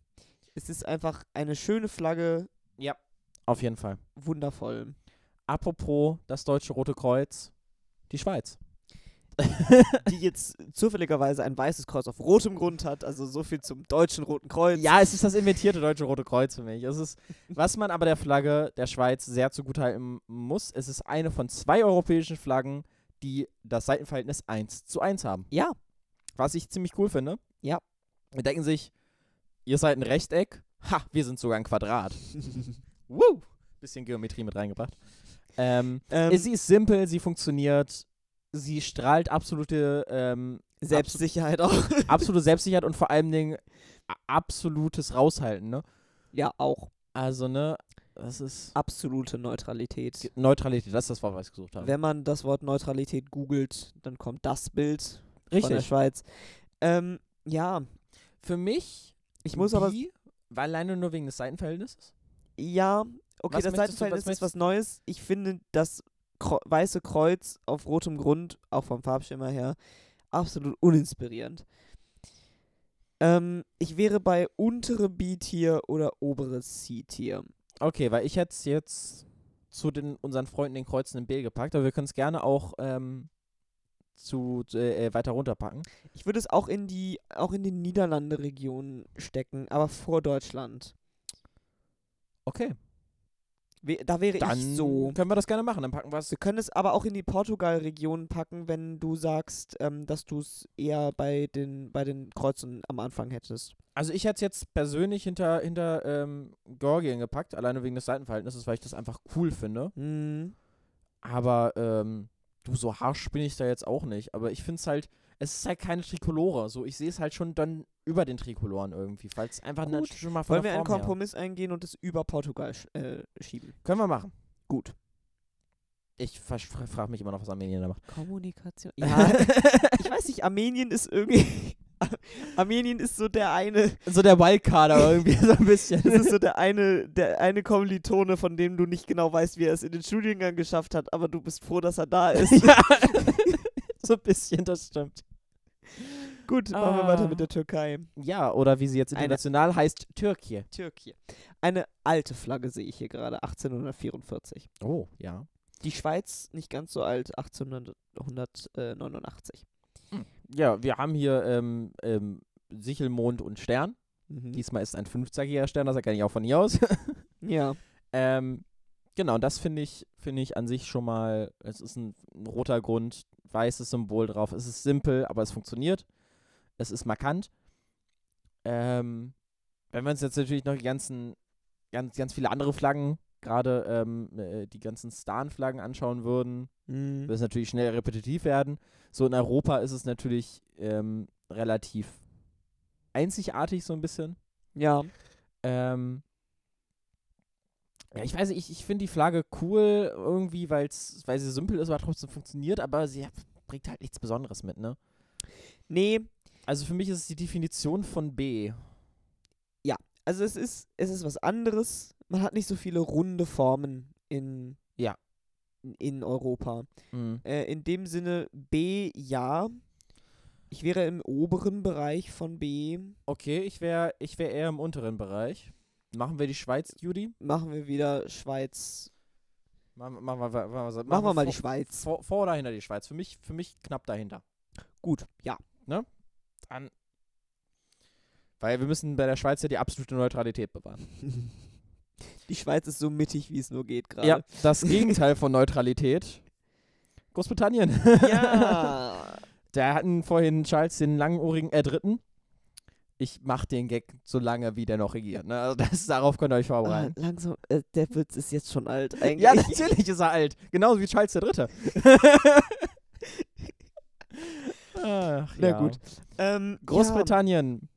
[SPEAKER 2] Es ist einfach eine schöne Flagge,
[SPEAKER 1] Auf jeden Fall.
[SPEAKER 2] wundervoll.
[SPEAKER 1] Apropos das Deutsche Rote Kreuz, die Schweiz.
[SPEAKER 2] Die jetzt zufälligerweise ein weißes Kreuz auf rotem Grund hat, also so viel zum deutschen Roten Kreuz.
[SPEAKER 1] Ja, es ist das inventierte Deutsche Rote Kreuz für mich. Es ist, was man aber der Flagge der Schweiz sehr zugutehalten muss, es ist eine von zwei europäischen Flaggen, die das Seitenverhältnis 1 zu 1 haben.
[SPEAKER 2] Ja.
[SPEAKER 1] Was ich ziemlich cool finde.
[SPEAKER 2] Ja.
[SPEAKER 1] Wir denken sich, ihr seid ein Rechteck, ha, wir sind sogar ein Quadrat.
[SPEAKER 2] Woo!
[SPEAKER 1] Bisschen Geometrie mit reingebracht. Ähm,
[SPEAKER 2] Ähm,
[SPEAKER 1] sie ist simpel, sie funktioniert, sie strahlt absolute ähm,
[SPEAKER 2] Selbstsicherheit auch.
[SPEAKER 1] absolute Selbstsicherheit und vor allem Dingen a- absolutes Raushalten, ne?
[SPEAKER 2] Ja, auch.
[SPEAKER 1] Also, ne, das ist
[SPEAKER 2] Absolute Neutralität.
[SPEAKER 1] Neutralität, das ist das Wort, was ich gesucht habe.
[SPEAKER 2] Wenn man das Wort Neutralität googelt, dann kommt das Bild von der
[SPEAKER 1] Richtig.
[SPEAKER 2] Schweiz. Ähm, ja,
[SPEAKER 1] Für mich,
[SPEAKER 2] ich muss aber.
[SPEAKER 1] die, weil alleine nur wegen des Seitenverhältnisses.
[SPEAKER 2] Ja, okay,
[SPEAKER 1] Was möchtest
[SPEAKER 2] das
[SPEAKER 1] du-
[SPEAKER 2] Seitenverhältnis
[SPEAKER 1] was
[SPEAKER 2] ist was Neues. Ich finde das Kro weiße Kreuz auf rotem Grund, auch vom Farbschema her, absolut uninspirierend. Ähm, ich wäre bei untere B-Tier oder oberes C-Tier.
[SPEAKER 1] Okay, weil ich hätte es jetzt zu den, unseren Freunden den Kreuzen in B gepackt, aber wir können es gerne auch ähm, zu, äh, äh, weiter runterpacken.
[SPEAKER 2] Ich würde es auch in die, auch in die Niederlande-Region stecken, aber vor Deutschland.
[SPEAKER 1] Okay,
[SPEAKER 2] We da wäre
[SPEAKER 1] dann
[SPEAKER 2] ich so.
[SPEAKER 1] können wir das gerne machen. Dann packen wir es.
[SPEAKER 2] Wir können es aber auch in die Portugal-Region packen, wenn du sagst, ähm, dass du es eher bei den, bei den Kreuzen am Anfang hättest.
[SPEAKER 1] Also ich hätte es jetzt persönlich hinter, hinter ähm, Georgien gepackt, alleine wegen des Seitenverhältnisses, weil ich das einfach cool finde.
[SPEAKER 2] Hm.
[SPEAKER 1] Aber ähm, du, so harsch bin ich da jetzt auch nicht. Aber ich finde es halt, es ist halt keine Trikolore. So, ich sehe es halt schon dann über den Trikoloren irgendwie, falls einfach
[SPEAKER 2] Gut.
[SPEAKER 1] natürlich schon mal von
[SPEAKER 2] Wollen wir
[SPEAKER 1] der
[SPEAKER 2] einen
[SPEAKER 1] Form
[SPEAKER 2] Kompromiss eingehen und es über Portugal sch äh, schieben?
[SPEAKER 1] her. Können wir machen.
[SPEAKER 2] Gut.
[SPEAKER 1] Ich frage mich immer noch, was Armenien da macht.
[SPEAKER 2] Kommunikation. Ja, ich weiß nicht, Armenien ist irgendwie. Armenien ist so der eine,
[SPEAKER 1] So der Wildcarder irgendwie, so ein bisschen.
[SPEAKER 2] das ist so der eine, der eine Kommilitone, von dem du nicht genau weißt, wie er es in den Studiengang geschafft hat, aber du bist froh, dass er da ist.
[SPEAKER 1] ja. so ein bisschen, das stimmt.
[SPEAKER 2] Gut, machen wir weiter
[SPEAKER 1] Ah.
[SPEAKER 2] mit der Türkei.
[SPEAKER 1] Ja, oder wie sie jetzt
[SPEAKER 2] Eine-
[SPEAKER 1] international heißt, Türkei.
[SPEAKER 2] Türkei. Eine alte Flagge sehe ich hier gerade, 1844.
[SPEAKER 1] Oh, ja.
[SPEAKER 2] Die Schweiz nicht ganz so alt, 1889.
[SPEAKER 1] Ja, wir haben hier ähm, ähm, Sichel, Mond und Stern.
[SPEAKER 2] Mhm.
[SPEAKER 1] Diesmal ist ein fünfzackiger Stern, das erkenne ich auch von hier aus.
[SPEAKER 2] ja.
[SPEAKER 1] ähm, genau, und das finde ich, finde ich an sich schon mal, es ist ein, ein roter Grund, weißes Symbol drauf. Es ist simpel, aber es funktioniert. Es ist markant. Ähm, wenn wir uns jetzt natürlich noch die ganzen, ganz, ganz viele andere Flaggen, gerade ähm, äh, die ganzen Stan-Flaggen anschauen würden, wird
[SPEAKER 2] Mhm.
[SPEAKER 1] es natürlich schnell repetitiv werden. So in Europa ist es natürlich ähm, relativ einzigartig so ein bisschen.
[SPEAKER 2] Ja.
[SPEAKER 1] Ähm, ja, ich weiß nicht, ich, ich finde die Flagge cool irgendwie, weil's, weil sie simpel ist, aber trotzdem funktioniert, aber sie hat- bringt halt nichts Besonderes mit, ne?
[SPEAKER 2] Nee,
[SPEAKER 1] Also für mich ist es die Definition von B.
[SPEAKER 2] also es ist, es ist was anderes. Man hat nicht so viele runde Formen in,
[SPEAKER 1] Ja.
[SPEAKER 2] in Europa.
[SPEAKER 1] Hm.
[SPEAKER 2] Äh, in dem Sinne B ja. Ich wäre im oberen Bereich von B.
[SPEAKER 1] Okay, ich wäre ich wär eher im unteren Bereich. Machen wir die Schweiz, Judy?
[SPEAKER 2] Machen wir wieder Schweiz.
[SPEAKER 1] Machen, machen, wir- machen, wir- machen,
[SPEAKER 2] Machen wir mal die
[SPEAKER 1] vor,
[SPEAKER 2] Schweiz.
[SPEAKER 1] vor, vor oder hinter die Schweiz? Für mich, für mich knapp dahinter. Ne?
[SPEAKER 2] Gut, ja.
[SPEAKER 1] Dann. Weil wir müssen bei der Schweiz ja die absolute Neutralität bewahren.
[SPEAKER 2] Die Schweiz ist so mittig, wie es nur geht gerade.
[SPEAKER 1] Ja, das Gegenteil von Neutralität. Großbritannien.
[SPEAKER 2] ja.
[SPEAKER 1] Da hatten vorhin Charles den langohrigen, äh, dritten. Ich mach den Gag so lange, wie der noch regiert. Ne? Also das, darauf könnt ihr euch
[SPEAKER 2] Ah,
[SPEAKER 1] vorbereiten.
[SPEAKER 2] langsam, äh, der Witz ist jetzt schon alt eigentlich.
[SPEAKER 1] Ja, natürlich ist er alt. Genauso wie Charles der Dritte. Ach,
[SPEAKER 2] Na
[SPEAKER 1] ja.
[SPEAKER 2] gut. Ähm,
[SPEAKER 1] Großbritannien.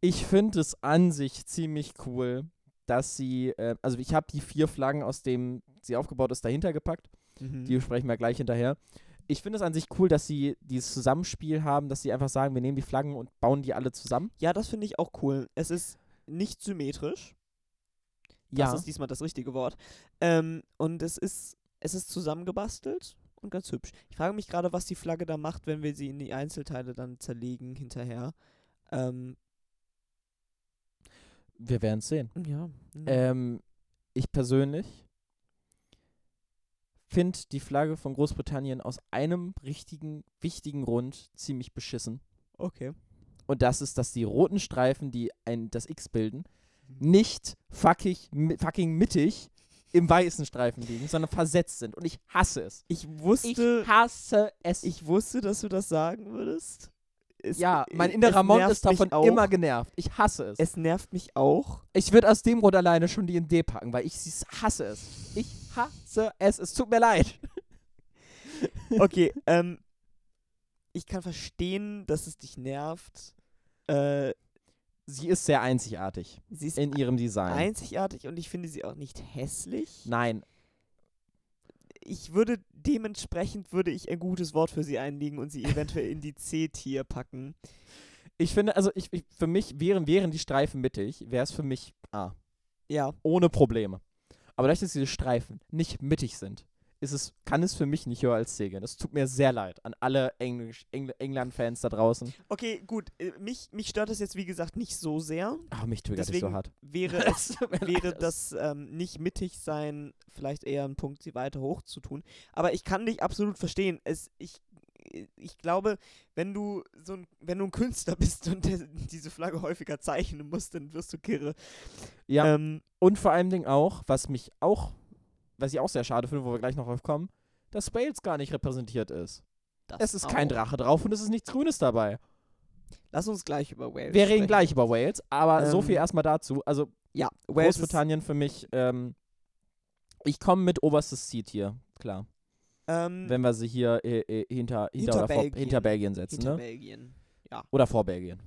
[SPEAKER 1] Ich finde es an sich ziemlich cool, dass sie, äh, also ich habe die vier Flaggen, aus denen sie aufgebaut ist, dahinter gepackt.
[SPEAKER 2] Ja. Mhm.
[SPEAKER 1] Die sprechen wir gleich hinterher. Ich finde es an sich cool, dass sie dieses Zusammenspiel haben, dass sie einfach sagen, wir nehmen die Flaggen und bauen die alle zusammen.
[SPEAKER 2] ja, das finde ich auch cool. Es ist nicht symmetrisch. Das ist diesmal das richtige Wort. Ähm, und es ist, es ist zusammengebastelt und ganz hübsch. Ich frage mich gerade, was die Flagge da macht, wenn wir sie in die Einzelteile dann zerlegen hinterher. Ähm,
[SPEAKER 1] wir werden es sehen.
[SPEAKER 2] ja. mhm.
[SPEAKER 1] Ähm, ich persönlich finde die Flagge von Großbritannien aus einem richtigen, wichtigen Grund ziemlich beschissen.
[SPEAKER 2] okay.
[SPEAKER 1] Und das ist, dass die roten Streifen, die ein, das X bilden, nicht fucking, mi- fucking mittig im weißen Streifen liegen, sondern versetzt sind. Und ich hasse es.
[SPEAKER 2] Ich
[SPEAKER 1] Ich
[SPEAKER 2] wusste,
[SPEAKER 1] hasse es.
[SPEAKER 2] ich, wusste, dass du das sagen würdest. Es-
[SPEAKER 1] ja, mein
[SPEAKER 2] äh,
[SPEAKER 1] innerer
[SPEAKER 2] es
[SPEAKER 1] Monk
[SPEAKER 2] nervt
[SPEAKER 1] ist davon
[SPEAKER 2] mich auch.
[SPEAKER 1] immer genervt. Ich hasse es.
[SPEAKER 2] Es nervt mich auch.
[SPEAKER 1] Ich würde aus dem Grund alleine schon die in D packen, weil ich sie hasse es. Ich hasse es. Es tut mir leid.
[SPEAKER 2] Okay, ähm, ich kann verstehen, dass es dich nervt. Äh,
[SPEAKER 1] Sie ist sehr einzigartig
[SPEAKER 2] sie ist
[SPEAKER 1] in ihrem Design.
[SPEAKER 2] einzigartig und ich finde sie auch nicht hässlich.
[SPEAKER 1] Nein,
[SPEAKER 2] ich würde dementsprechend würde ich ein gutes Wort für sie einlegen und sie eventuell in die C-Tier packen.
[SPEAKER 1] ich finde, also ich, ich, für mich wären, wären die Streifen mittig, wäre es für mich A.
[SPEAKER 2] Ja,
[SPEAKER 1] ohne Probleme. Aber dadurch, dass diese Streifen nicht mittig sind, ist es, kann es für mich nicht höher als C gehen. Es tut mir sehr leid an alle Englisch, Engl England-Fans da draußen.
[SPEAKER 2] okay, gut. äh, Mich, mich stört das jetzt wie gesagt nicht so sehr.
[SPEAKER 1] Ach, mich triggert das so
[SPEAKER 2] Deswegen
[SPEAKER 1] hart.
[SPEAKER 2] Wäre es
[SPEAKER 1] tut mir
[SPEAKER 2] wäre
[SPEAKER 1] leid,
[SPEAKER 2] das ähm, nicht mittig sein vielleicht eher ein Punkt, sie weiter hoch zu tun. Aber ich kann dich absolut verstehen. Es, ich, ich glaube, wenn du so ein, wenn du ein Künstler bist und der, diese Flagge häufiger zeichnen musst, dann wirst du kirre.
[SPEAKER 1] Ja,
[SPEAKER 2] Ähm,
[SPEAKER 1] und vor allem Dingen auch, was mich auch, was ich auch sehr schade finde, wo wir gleich noch drauf kommen, dass Wales gar nicht repräsentiert ist.
[SPEAKER 2] das
[SPEAKER 1] Es ist kein
[SPEAKER 2] auch.
[SPEAKER 1] Drache drauf und es ist nichts Grünes dabei.
[SPEAKER 2] Lass uns gleich über Wales.
[SPEAKER 1] Wir reden
[SPEAKER 2] sprechen.
[SPEAKER 1] gleich über Wales, aber so
[SPEAKER 2] Ähm,
[SPEAKER 1] viel erstmal dazu. Also
[SPEAKER 2] Ja, Wales ist
[SPEAKER 1] Großbritannien für mich, ähm, ich komme mit oberstes Seat hier, klar.
[SPEAKER 2] ähm,
[SPEAKER 1] wenn wir sie hier äh, äh, hinter, hinter,
[SPEAKER 2] Hinter
[SPEAKER 1] oder Vor,
[SPEAKER 2] Belgien.
[SPEAKER 1] hinter Belgien setzen,
[SPEAKER 2] hinter
[SPEAKER 1] ne?
[SPEAKER 2] Belgien.
[SPEAKER 1] Oder vor Belgien.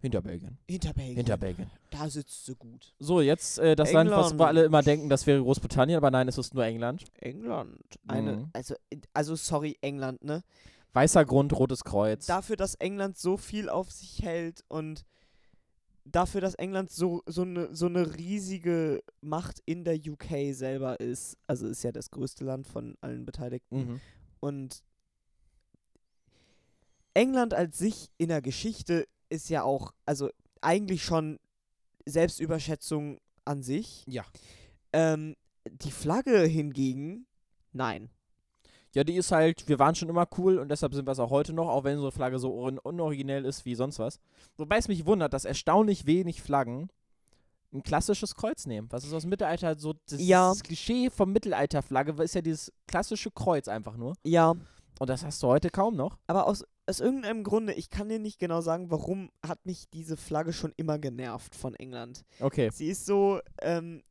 [SPEAKER 1] Hinter Belgien.
[SPEAKER 2] Hinter Belgien.
[SPEAKER 1] Hinter Belgien.
[SPEAKER 2] Da sitzt sie gut.
[SPEAKER 1] So, jetzt äh, das Land, was wir
[SPEAKER 2] England.
[SPEAKER 1] alle immer denken, das wäre Großbritannien, aber nein, es ist nur England.
[SPEAKER 2] England. Eine,
[SPEAKER 1] Mhm.
[SPEAKER 2] also, also sorry, England, ne?
[SPEAKER 1] Weißer Grund, rotes Kreuz.
[SPEAKER 2] dafür, dass England so viel auf sich hält und dafür, dass England so, so, eine, so eine riesige Macht in der UK selber ist. Also ist ja das größte Land von allen Beteiligten.
[SPEAKER 1] Mhm.
[SPEAKER 2] Und England als sich in der Geschichte ist ja auch, also eigentlich schon Selbstüberschätzung an sich.
[SPEAKER 1] Ja.
[SPEAKER 2] Ähm, die Flagge hingegen, nein.
[SPEAKER 1] Ja, die ist halt, wir waren schon immer cool und deshalb sind wir es auch heute noch, auch wenn unsere Flagge so un unoriginell ist wie sonst was. Wobei es mich wundert, dass erstaunlich wenig Flaggen ein klassisches Kreuz nehmen. Was ist aus dem Mittelalter halt so das
[SPEAKER 2] Ja.
[SPEAKER 1] Klischee vom Mittelalterflagge ist ja dieses klassische Kreuz einfach nur
[SPEAKER 2] Ja,
[SPEAKER 1] und das hast du heute kaum noch.
[SPEAKER 2] aber aus, aus irgendeinem Grunde, ich kann dir nicht genau sagen, warum hat mich diese Flagge schon immer genervt von England.
[SPEAKER 1] Okay,
[SPEAKER 2] Sie ist so, ähm,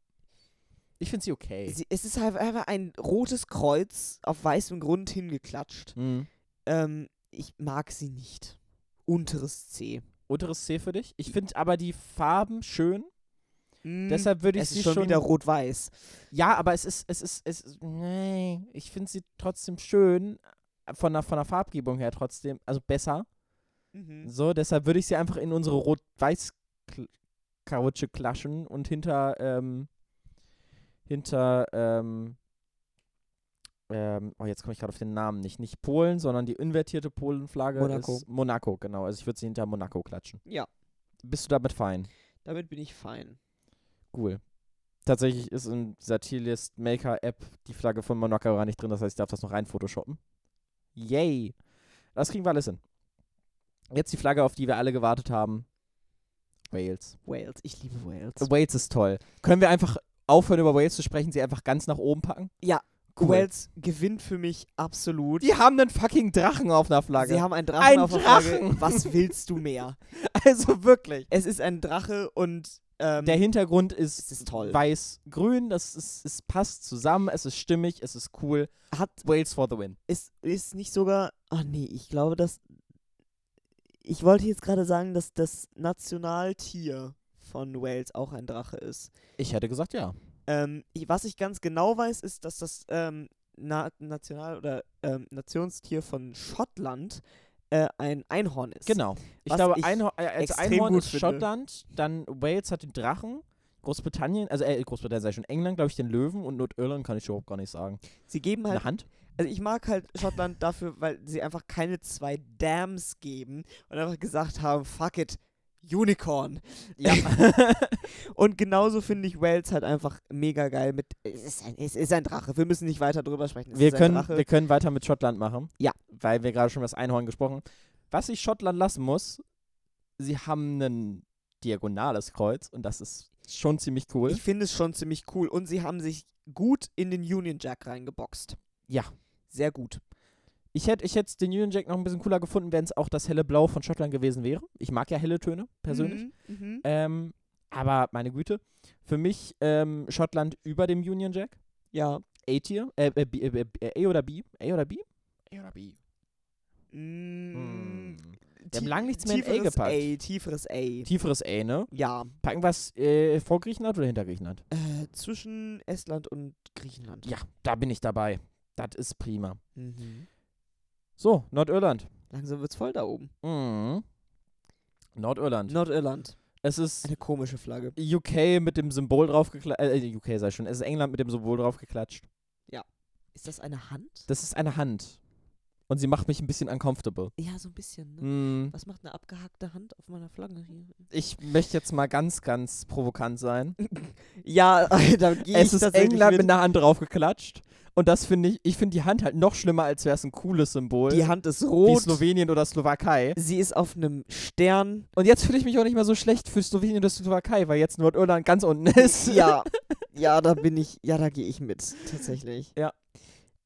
[SPEAKER 1] ich finde sie okay.
[SPEAKER 2] sie, es ist halt einfach ein rotes Kreuz auf weißem Grund hingeklatscht.
[SPEAKER 1] Mhm.
[SPEAKER 2] Ähm, ich mag sie nicht. Unteres C.
[SPEAKER 1] Unteres C für dich. Ich finde aber die Farben schön,
[SPEAKER 2] Mm,
[SPEAKER 1] deshalb würde ich
[SPEAKER 2] es
[SPEAKER 1] sie
[SPEAKER 2] ist schon, wieder rot-weiß.
[SPEAKER 1] Ja, aber es ist, es ist, es ist, nee, ich finde sie trotzdem schön, äh, von der, von der Farbgebung her trotzdem, also besser.
[SPEAKER 2] Mhm.
[SPEAKER 1] So, deshalb würde ich sie einfach in unsere Rot-Weiß-Karutsche klatschen und hinter, ähm, hinter, ähm, ähm, oh, jetzt komme ich gerade auf den Namen nicht, nicht Polen, sondern die invertierte Polenflagge
[SPEAKER 2] Monaco.
[SPEAKER 1] ist Monaco, genau. Also ich würde sie hinter Monaco klatschen.
[SPEAKER 2] Ja,
[SPEAKER 1] Bist du damit fein?
[SPEAKER 2] damit bin ich fein.
[SPEAKER 1] Cool. Tatsächlich ist in dieser Tierlist Maker App die Flagge von Monaco gar nicht drin, das heißt, ich darf das noch rein photoshoppen. Yay! Das kriegen wir alles hin. Jetzt die Flagge, auf die wir alle gewartet haben. Wales.
[SPEAKER 2] Wales, ich liebe Wales.
[SPEAKER 1] Wales ist toll. Können wir einfach aufhören, über Wales zu sprechen, sie einfach ganz nach oben packen?
[SPEAKER 2] Ja,
[SPEAKER 1] Cool.
[SPEAKER 2] Wales gewinnt für mich absolut.
[SPEAKER 1] Die haben einen fucking Drachen auf einer Flagge.
[SPEAKER 2] Sie haben einen Drachen
[SPEAKER 1] Ein
[SPEAKER 2] auf der Flagge.
[SPEAKER 1] Drachen!
[SPEAKER 2] Was willst du mehr?
[SPEAKER 1] also wirklich.
[SPEAKER 2] es ist ein Drache und ähm,
[SPEAKER 1] Der Hintergrund ist,
[SPEAKER 2] es ist toll.
[SPEAKER 1] weiß-grün, das ist, es passt zusammen, es ist stimmig, es ist cool.
[SPEAKER 2] Hat
[SPEAKER 1] Wales for the win.
[SPEAKER 2] ist, ist nicht sogar. Ach nee, ich glaube, dass. Ich wollte jetzt gerade sagen, dass das Nationaltier von Wales auch ein Drache ist.
[SPEAKER 1] Ich hätte gesagt, ja.
[SPEAKER 2] Ähm, ich, was ich ganz genau weiß, ist, dass das ähm, Na National- oder ähm, Nationstier von Schottland äh, ein Einhorn ist.
[SPEAKER 1] Genau. Ich
[SPEAKER 2] Was
[SPEAKER 1] glaube,
[SPEAKER 2] ich
[SPEAKER 1] Einhor äh, also
[SPEAKER 2] extrem
[SPEAKER 1] Einhorn
[SPEAKER 2] gut
[SPEAKER 1] ist
[SPEAKER 2] finde.
[SPEAKER 1] Schottland, dann Wales hat den Drachen, Großbritannien, also äh, Großbritannien sei schon England, glaube ich, den Löwen und Nordirland kann ich überhaupt gar nicht sagen.
[SPEAKER 2] Sie geben halt
[SPEAKER 1] Eine Hand?
[SPEAKER 2] Also ich mag halt Schottland dafür, weil sie einfach keine zwei Dams geben und einfach gesagt haben, fuck it, Unicorn. Ja. und genauso finde ich Wales halt einfach mega geil mit, es ist ein, es ist ein Drache, wir müssen nicht weiter drüber sprechen. Es
[SPEAKER 1] Wir
[SPEAKER 2] ist ein
[SPEAKER 1] können,
[SPEAKER 2] Drache.
[SPEAKER 1] wir können weiter mit Schottland machen.
[SPEAKER 2] Ja.
[SPEAKER 1] Weil wir gerade schon über das Einhorn gesprochen haben. Was ich Schottland lassen muss, sie haben ein diagonales Kreuz und das ist schon ziemlich cool.
[SPEAKER 2] ich finde es schon ziemlich cool und sie haben sich gut in den Union Jack reingeboxt.
[SPEAKER 1] Ja.
[SPEAKER 2] Sehr gut.
[SPEAKER 1] Ich hätte ich hätt den Union Jack noch ein bisschen cooler gefunden, wenn es auch das helle Blau von Schottland gewesen wäre. Ich mag ja helle Töne persönlich.
[SPEAKER 2] Mhm, mhm.
[SPEAKER 1] Ähm, aber meine Güte, für mich ähm, Schottland über dem Union Jack.
[SPEAKER 2] Ja.
[SPEAKER 1] A-Tier, äh, äh, B- äh, äh, A oder B? A oder B? A oder B?
[SPEAKER 2] Mm,
[SPEAKER 1] hm. Wir haben
[SPEAKER 2] tie-
[SPEAKER 1] lang nichts mehr in A
[SPEAKER 2] tieferes
[SPEAKER 1] gepackt.
[SPEAKER 2] A, tieferes A.
[SPEAKER 1] Tieferes A, ne?
[SPEAKER 2] Ja.
[SPEAKER 1] Packen wir es äh, vor Griechenland oder hinter Griechenland?
[SPEAKER 2] Äh, zwischen Estland und Griechenland.
[SPEAKER 1] Ja, da bin ich dabei. Das ist prima.
[SPEAKER 2] Mhm.
[SPEAKER 1] So, Nordirland.
[SPEAKER 2] Langsam wird's voll da oben.
[SPEAKER 1] Mhm. Nordirland.
[SPEAKER 2] Nordirland.
[SPEAKER 1] es ist
[SPEAKER 2] Eine komische Flagge.
[SPEAKER 1] UK mit dem Symbol draufgeklatscht. Äh, UK sei schon. Es ist England mit dem Symbol draufgeklatscht.
[SPEAKER 2] Ist das eine Hand?
[SPEAKER 1] Das ist eine Hand. Und sie macht mich ein bisschen uncomfortable.
[SPEAKER 2] Ja, so ein bisschen. Ne?
[SPEAKER 1] Mhm.
[SPEAKER 2] Was macht eine abgehackte Hand auf meiner Flagge hier?
[SPEAKER 1] ich möchte jetzt mal ganz, ganz provokant sein.
[SPEAKER 2] Ja, da gehe ich
[SPEAKER 1] es ist
[SPEAKER 2] tatsächlich
[SPEAKER 1] England mit
[SPEAKER 2] mit.
[SPEAKER 1] einer Hand draufgeklatscht. Und das finde ich, ich finde die Hand halt noch schlimmer, als wäre es ein cooles Symbol.
[SPEAKER 2] Die Hand ist
[SPEAKER 1] wie
[SPEAKER 2] rot.
[SPEAKER 1] Slowenien oder Slowakei.
[SPEAKER 2] Sie ist auf einem Stern.
[SPEAKER 1] Und jetzt fühle ich mich auch nicht mehr so schlecht für Slowenien oder Slowakei, weil jetzt Nordirland ganz unten ist.
[SPEAKER 2] ja, ja, da bin ich, ja, da gehe ich mit, tatsächlich.
[SPEAKER 1] Ja.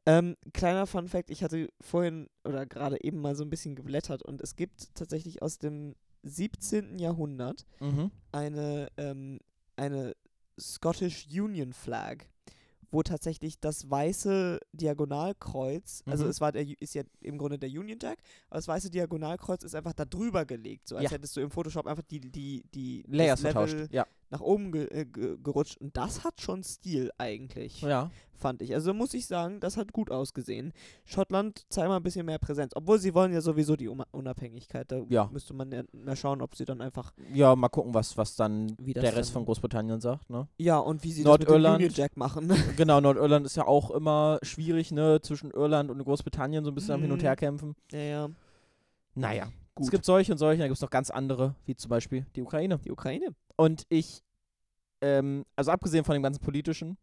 [SPEAKER 2] Ähm, kleiner Fun Fact, ich hatte vorhin oder gerade eben mal so ein bisschen geblättert und es gibt tatsächlich aus dem 17. Jahrhundert
[SPEAKER 1] Mhm.
[SPEAKER 2] eine, ähm, eine Scottish Union Flag, wo tatsächlich das weiße Diagonalkreuz, also
[SPEAKER 1] Mhm.
[SPEAKER 2] es war der, Ju- ist ja im Grunde der Union Jack, aber das weiße Diagonalkreuz ist einfach da drüber gelegt, so als
[SPEAKER 1] Ja.
[SPEAKER 2] hättest du im Photoshop einfach die, die, die das
[SPEAKER 1] Layers
[SPEAKER 2] Level
[SPEAKER 1] vertauscht. Ja.
[SPEAKER 2] nach oben ge äh, ge gerutscht. Und das hat schon Stil eigentlich,
[SPEAKER 1] Ja.
[SPEAKER 2] fand ich. Also muss ich sagen, das hat gut ausgesehen. Schottland zeigt mal ein bisschen mehr Präsenz. Obwohl sie wollen ja sowieso die Uma- Unabhängigkeit. Da
[SPEAKER 1] Ja.
[SPEAKER 2] müsste man ja mal schauen, ob sie dann einfach.
[SPEAKER 1] Ja, mal gucken, was, was dann
[SPEAKER 2] Wie das
[SPEAKER 1] der Rest
[SPEAKER 2] dann-
[SPEAKER 1] von Großbritannien sagt, ne?
[SPEAKER 2] Ja, und wie sie das
[SPEAKER 1] Nordirland.
[SPEAKER 2] mit dem Union Jack machen.
[SPEAKER 1] Genau, Nordirland ist ja auch immer schwierig, ne? Zwischen Irland und Großbritannien so ein bisschen am Hin und
[SPEAKER 2] Mhm.
[SPEAKER 1] Her kämpfen.
[SPEAKER 2] ja, ja.
[SPEAKER 1] Naja,
[SPEAKER 2] Gut.
[SPEAKER 1] Es gibt solche und solche, dann gibt es noch ganz andere, wie zum Beispiel die Ukraine.
[SPEAKER 2] Die Ukraine.
[SPEAKER 1] Und ich, ähm, also abgesehen von dem ganzen politischen,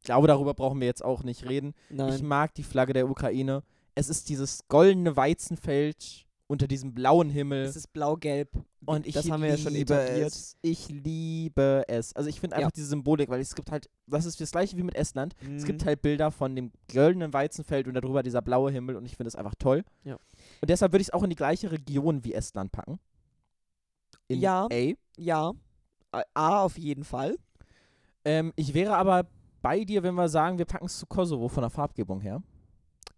[SPEAKER 1] ich glaube, darüber brauchen wir jetzt auch nicht reden. Ich
[SPEAKER 2] Nein.
[SPEAKER 1] mag die Flagge der Ukraine. Es ist dieses goldene Weizenfeld unter diesem blauen Himmel.
[SPEAKER 2] es ist blau-gelb.
[SPEAKER 1] Und ich
[SPEAKER 2] das haben wir ja schon
[SPEAKER 1] liebe
[SPEAKER 2] etabliert.
[SPEAKER 1] es. Ich liebe es. Also ich finde
[SPEAKER 2] Ja.
[SPEAKER 1] einfach diese Symbolik, weil es gibt halt, das ist das gleiche wie mit Estland. Es gibt
[SPEAKER 2] Mhm.
[SPEAKER 1] halt Bilder von dem goldenen Weizenfeld und darüber dieser blaue Himmel und ich finde es einfach toll.
[SPEAKER 2] Ja.
[SPEAKER 1] Und deshalb würde ich es auch in die gleiche Region wie Estland packen. In
[SPEAKER 2] Ja.
[SPEAKER 1] A.
[SPEAKER 2] Ja. A- A auf jeden Fall.
[SPEAKER 1] Ähm, ich wäre aber bei dir, wenn wir sagen, wir packen es zu Kosovo von der Farbgebung her.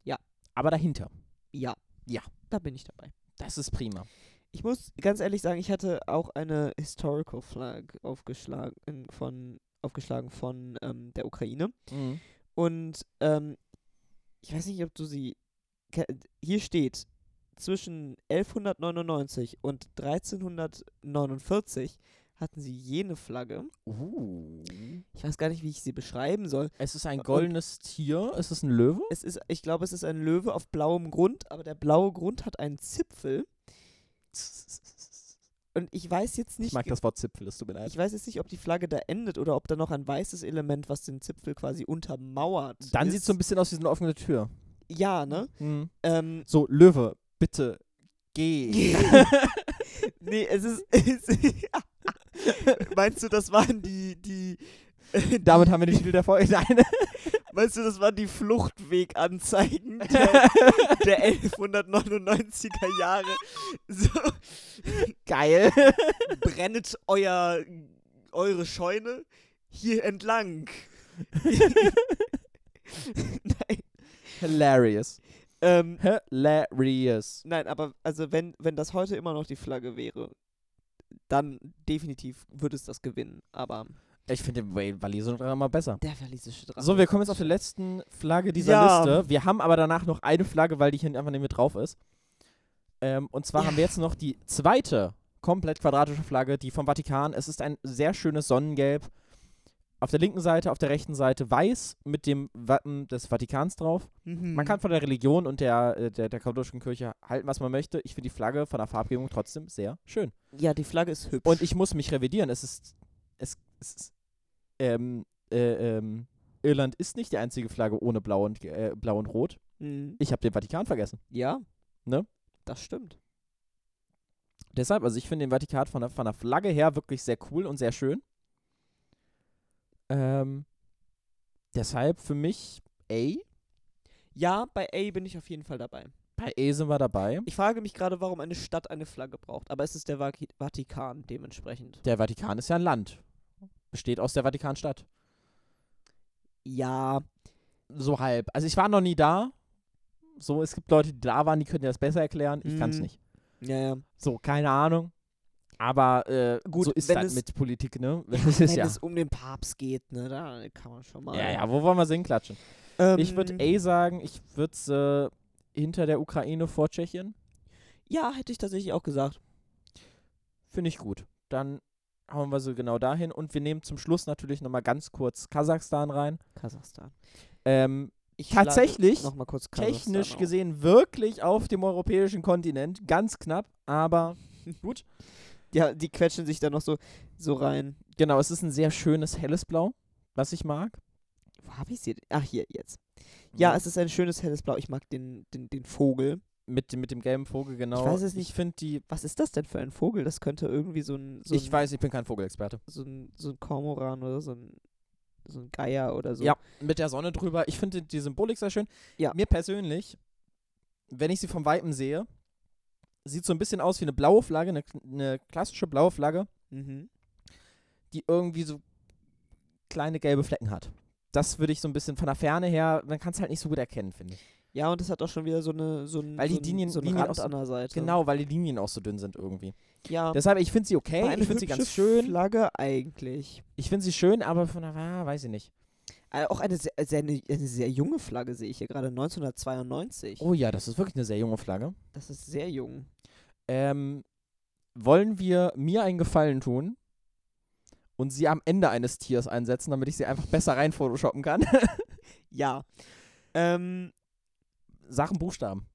[SPEAKER 2] Ja.
[SPEAKER 1] Aber dahinter.
[SPEAKER 2] Ja.
[SPEAKER 1] Ja.
[SPEAKER 2] Da bin ich dabei.
[SPEAKER 1] Das ist prima.
[SPEAKER 2] Ich muss ganz ehrlich sagen, ich hatte auch eine Historical Flag aufgeschlagen von, aufgeschlagen von ähm, der Ukraine.
[SPEAKER 1] Mhm.
[SPEAKER 2] Und ähm, ich weiß nicht, ob du sie. ke- Hier steht, zwischen 1199 und 1349 hatten sie jene Flagge.
[SPEAKER 1] Uh.
[SPEAKER 2] Ich weiß gar nicht, wie ich sie beschreiben soll.
[SPEAKER 1] Es ist ein
[SPEAKER 2] Und-
[SPEAKER 1] goldenes Tier. Es ist ein Löwe.
[SPEAKER 2] Es ist, ich glaube, es ist ein Löwe auf blauem Grund, aber der blaue Grund hat einen Zipfel. Und ich weiß jetzt nicht,
[SPEAKER 1] Ich mag das Wort Zipfel, es tut mir leid.
[SPEAKER 2] ich weiß jetzt nicht, ob die Flagge da endet oder ob da noch ein weißes Element, was den Zipfel quasi untermauert.
[SPEAKER 1] Dann
[SPEAKER 2] ist.
[SPEAKER 1] sieht es so ein bisschen aus wie so eine offene Tür. Mhm.
[SPEAKER 2] Ja, ne? Ähm,
[SPEAKER 1] So, Löwe, bitte, geh.
[SPEAKER 2] nee, es ist. Es meinst du, das waren die, die.
[SPEAKER 1] Damit haben wir den Titel der Folge. Nein.
[SPEAKER 2] Meinst du, das waren die Fluchtweganzeigen der, der 1199er Jahre? So.
[SPEAKER 1] Geil.
[SPEAKER 2] brennet euer, eure Scheune hier entlang. nein.
[SPEAKER 1] Hilarious.
[SPEAKER 2] Ähm,
[SPEAKER 1] Hilarious.
[SPEAKER 2] nein, aber also wenn, wenn das heute immer noch die Flagge wäre, dann definitiv würde es das gewinnen. Aber
[SPEAKER 1] Ich finde den Wal- Walisischen Drachen immer besser.
[SPEAKER 2] der walisische Drache.
[SPEAKER 1] So, wir kommen jetzt auf die letzten Flagge dieser
[SPEAKER 2] Ja.
[SPEAKER 1] Liste. Wir haben aber danach noch eine Flagge, weil die hier einfach nicht mit drauf ist. Ähm, und zwar
[SPEAKER 2] Ja.
[SPEAKER 1] haben wir jetzt noch die zweite komplett quadratische Flagge, die vom Vatikan. Es ist ein sehr schönes Sonnengelb. Auf der linken Seite, auf der rechten Seite weiß mit dem Wappen des Vatikans drauf.
[SPEAKER 2] Mhm.
[SPEAKER 1] Man kann von der Religion und der, äh, der, der katholischen Kirche halten, was man möchte. Ich finde die Flagge von der Farbgebung trotzdem sehr schön.
[SPEAKER 2] Ja, die Flagge ist hübsch.
[SPEAKER 1] Und ich muss mich revidieren. Es ist. Es, es ist. Ähm, äh, ähm, Irland ist nicht die einzige Flagge ohne Blau und, Ge- äh, Blau und Rot.
[SPEAKER 2] Mhm.
[SPEAKER 1] Ich habe den Vatikan vergessen.
[SPEAKER 2] Ja.
[SPEAKER 1] Ne?
[SPEAKER 2] Das stimmt.
[SPEAKER 1] Deshalb, also ich finde den Vatikan von der, von der Flagge her wirklich sehr cool und sehr schön. Ähm, deshalb für mich A.
[SPEAKER 2] Ja, bei A bin ich auf jeden Fall dabei.
[SPEAKER 1] Bei A sind wir dabei.
[SPEAKER 2] Ich frage mich gerade, warum eine Stadt eine Flagge braucht. Aber es ist der Vaki- Vatikan dementsprechend.
[SPEAKER 1] Der Vatikan ist ja ein Land. Besteht aus der Vatikanstadt.
[SPEAKER 2] Ja,
[SPEAKER 1] So halb. Also ich war noch nie da. So, es gibt Leute, die da waren, die können dir das besser erklären. Ich kann es
[SPEAKER 2] Mhm.
[SPEAKER 1] nicht.
[SPEAKER 2] ja, ja.
[SPEAKER 1] So, keine Ahnung. Aber äh,
[SPEAKER 2] Gut,
[SPEAKER 1] gut, so ist
[SPEAKER 2] wenn
[SPEAKER 1] das
[SPEAKER 2] es-
[SPEAKER 1] mit Politik, ne? Das ist
[SPEAKER 2] Wenn
[SPEAKER 1] ja.
[SPEAKER 2] es um den Papst geht, ne, da kann man schon mal.
[SPEAKER 1] Ja, ja, wo wollen wir sehen, klatschen?
[SPEAKER 2] Ähm,
[SPEAKER 1] Ich würde A sagen, ich würde es äh, hinter der Ukraine vor Tschechien.
[SPEAKER 2] Ja, hätte ich tatsächlich auch gesagt.
[SPEAKER 1] Finde ich gut. Dann hauen wir sie genau dahin. Und wir nehmen zum Schluss natürlich nochmal ganz kurz Kasachstan rein.
[SPEAKER 2] Kasachstan.
[SPEAKER 1] Ähm,
[SPEAKER 2] Ich
[SPEAKER 1] Tatsächlich,
[SPEAKER 2] Nochmal kurz Kasachstan
[SPEAKER 1] technisch
[SPEAKER 2] auf.
[SPEAKER 1] gesehen wirklich auf dem europäischen Kontinent. Ganz knapp, aber gut.
[SPEAKER 2] Ja, die quetschen sich da noch so, so rein.
[SPEAKER 1] Genau, es ist ein sehr schönes helles Blau, was ich mag.
[SPEAKER 2] Wo habe ich sie denn? Ach, hier, jetzt. Ja, es ist ein schönes helles Blau. Ich mag den, den, den Vogel.
[SPEAKER 1] mit, dem- mit dem gelben Vogel, genau.
[SPEAKER 2] weiß es
[SPEAKER 1] Ich
[SPEAKER 2] nicht.
[SPEAKER 1] finde die
[SPEAKER 2] Was ist das denn für ein Vogel? Das könnte irgendwie so ein. So
[SPEAKER 1] ich
[SPEAKER 2] ein,
[SPEAKER 1] weiß, ich bin kein Vogelexperte.
[SPEAKER 2] So ein, so ein Kormoran oder so ein, so ein Geier oder so.
[SPEAKER 1] Ja, mit der Sonne drüber. Ich finde die Symbolik sehr schön.
[SPEAKER 2] Ja.
[SPEAKER 1] Mir persönlich, wenn ich sie vom Weitem sehe, sieht so ein bisschen aus wie eine blaue Flagge, eine, eine klassische blaue Flagge,
[SPEAKER 2] Mhm.
[SPEAKER 1] die irgendwie so kleine gelbe Flecken hat. Das würde ich so ein bisschen von der Ferne her, man kann es halt nicht so gut erkennen, finde ich.
[SPEAKER 2] Ja, und es hat auch schon wieder so eine so ein,
[SPEAKER 1] Weil die
[SPEAKER 2] so ein,
[SPEAKER 1] Linien-
[SPEAKER 2] so einen
[SPEAKER 1] Linien
[SPEAKER 2] Rand
[SPEAKER 1] aus-
[SPEAKER 2] an der Seite.
[SPEAKER 1] Genau, weil die Linien auch so dünn sind irgendwie.
[SPEAKER 2] Ja.
[SPEAKER 1] Deshalb, ich finde sie
[SPEAKER 2] war
[SPEAKER 1] okay,
[SPEAKER 2] eine
[SPEAKER 1] ich finde sie
[SPEAKER 2] hübsche
[SPEAKER 1] ganz schön.
[SPEAKER 2] Flagge eigentlich.
[SPEAKER 1] Ich finde sie schön, aber von der, ah, weiß ich nicht.
[SPEAKER 2] Äh, auch eine sehr, sehr, eine, eine sehr junge Flagge sehe ich hier gerade 1992.
[SPEAKER 1] Oh ja, das ist wirklich eine sehr junge Flagge.
[SPEAKER 2] Das ist sehr jung.
[SPEAKER 1] Ähm, wollen wir mir einen Gefallen tun und sie am Ende eines Tiers einsetzen, damit ich sie einfach besser rein photoshoppen kann?
[SPEAKER 2] Ja. Ähm
[SPEAKER 1] Sachen Buchstaben.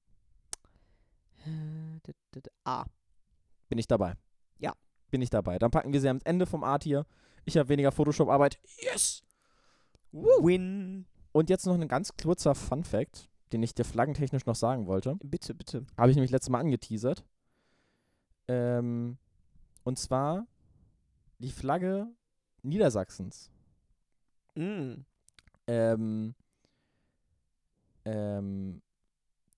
[SPEAKER 2] äh, d- d- d- A.
[SPEAKER 1] Bin ich dabei.
[SPEAKER 2] Ja.
[SPEAKER 1] Bin ich dabei. Dann packen wir sie am Ende vom A-Tier. Ich habe weniger Photoshop-Arbeit. Yes!
[SPEAKER 2] Win.
[SPEAKER 1] Und jetzt noch ein ganz kurzer Fun-Fact, den ich dir flaggentechnisch noch sagen wollte.
[SPEAKER 2] Bitte, bitte.
[SPEAKER 1] Habe ich nämlich letztes Mal angeteasert. Ähm, und zwar die Flagge Niedersachsens.
[SPEAKER 2] Mm.
[SPEAKER 1] Ähm, ähm,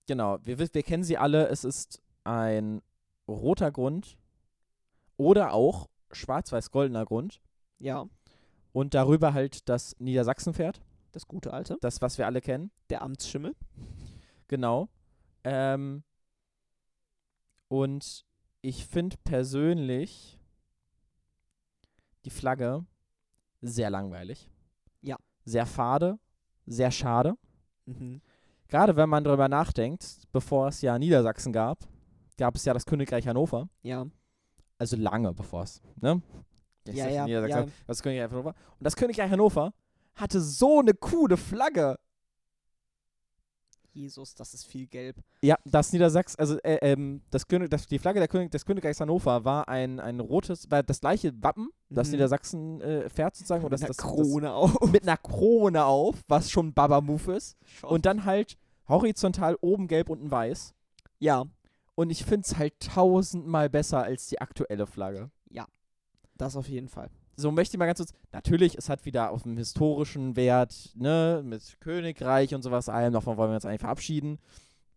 [SPEAKER 1] genau, wir, wis- wir kennen sie alle. Es ist ein roter Grund oder auch schwarz-weiß-goldener Grund.
[SPEAKER 2] Ja,
[SPEAKER 1] Und darüber halt das Niedersachsenpferd,
[SPEAKER 2] das gute alte.
[SPEAKER 1] das, was wir alle kennen.
[SPEAKER 2] Der Amtsschimmel.
[SPEAKER 1] Genau. Ähm, und ich finde persönlich die Flagge sehr langweilig.
[SPEAKER 2] Ja.
[SPEAKER 1] Sehr fade, sehr schade.
[SPEAKER 2] Mhm.
[SPEAKER 1] Gerade wenn man darüber nachdenkt, bevor es ja Niedersachsen gab, gab es ja das Königreich Hannover.
[SPEAKER 2] Ja.
[SPEAKER 1] Also lange bevor es, ne?
[SPEAKER 2] Ja,
[SPEAKER 1] sag
[SPEAKER 2] ja,
[SPEAKER 1] Niedersachsen,
[SPEAKER 2] ja.
[SPEAKER 1] Das Königreich Hannover. Und das Königreich Hannover hatte so eine coole Flagge.
[SPEAKER 2] Jesus, das ist viel gelb.
[SPEAKER 1] Ja, das Niedersachsen, also äh, ähm, das König, das, die Flagge der König, des Königreichs Hannover war ein, ein rotes, war das gleiche Wappen, das
[SPEAKER 2] Mhm.
[SPEAKER 1] Niedersachsen äh, fährt sozusagen. Und das,
[SPEAKER 2] Mit einer
[SPEAKER 1] das,
[SPEAKER 2] Krone auf.
[SPEAKER 1] Das, mit einer Krone auf, was schon Baba-Move ist.
[SPEAKER 2] Und
[SPEAKER 1] Und dann halt horizontal oben gelb, unten weiß.
[SPEAKER 2] ja,
[SPEAKER 1] Und ich finde es halt tausendmal besser als die aktuelle Flagge.
[SPEAKER 2] das auf jeden Fall.
[SPEAKER 1] So möchte ich mal ganz kurz, natürlich, es hat wieder auf dem historischen Wert, ne, mit Königreich und sowas allem, davon wollen wir uns eigentlich verabschieden,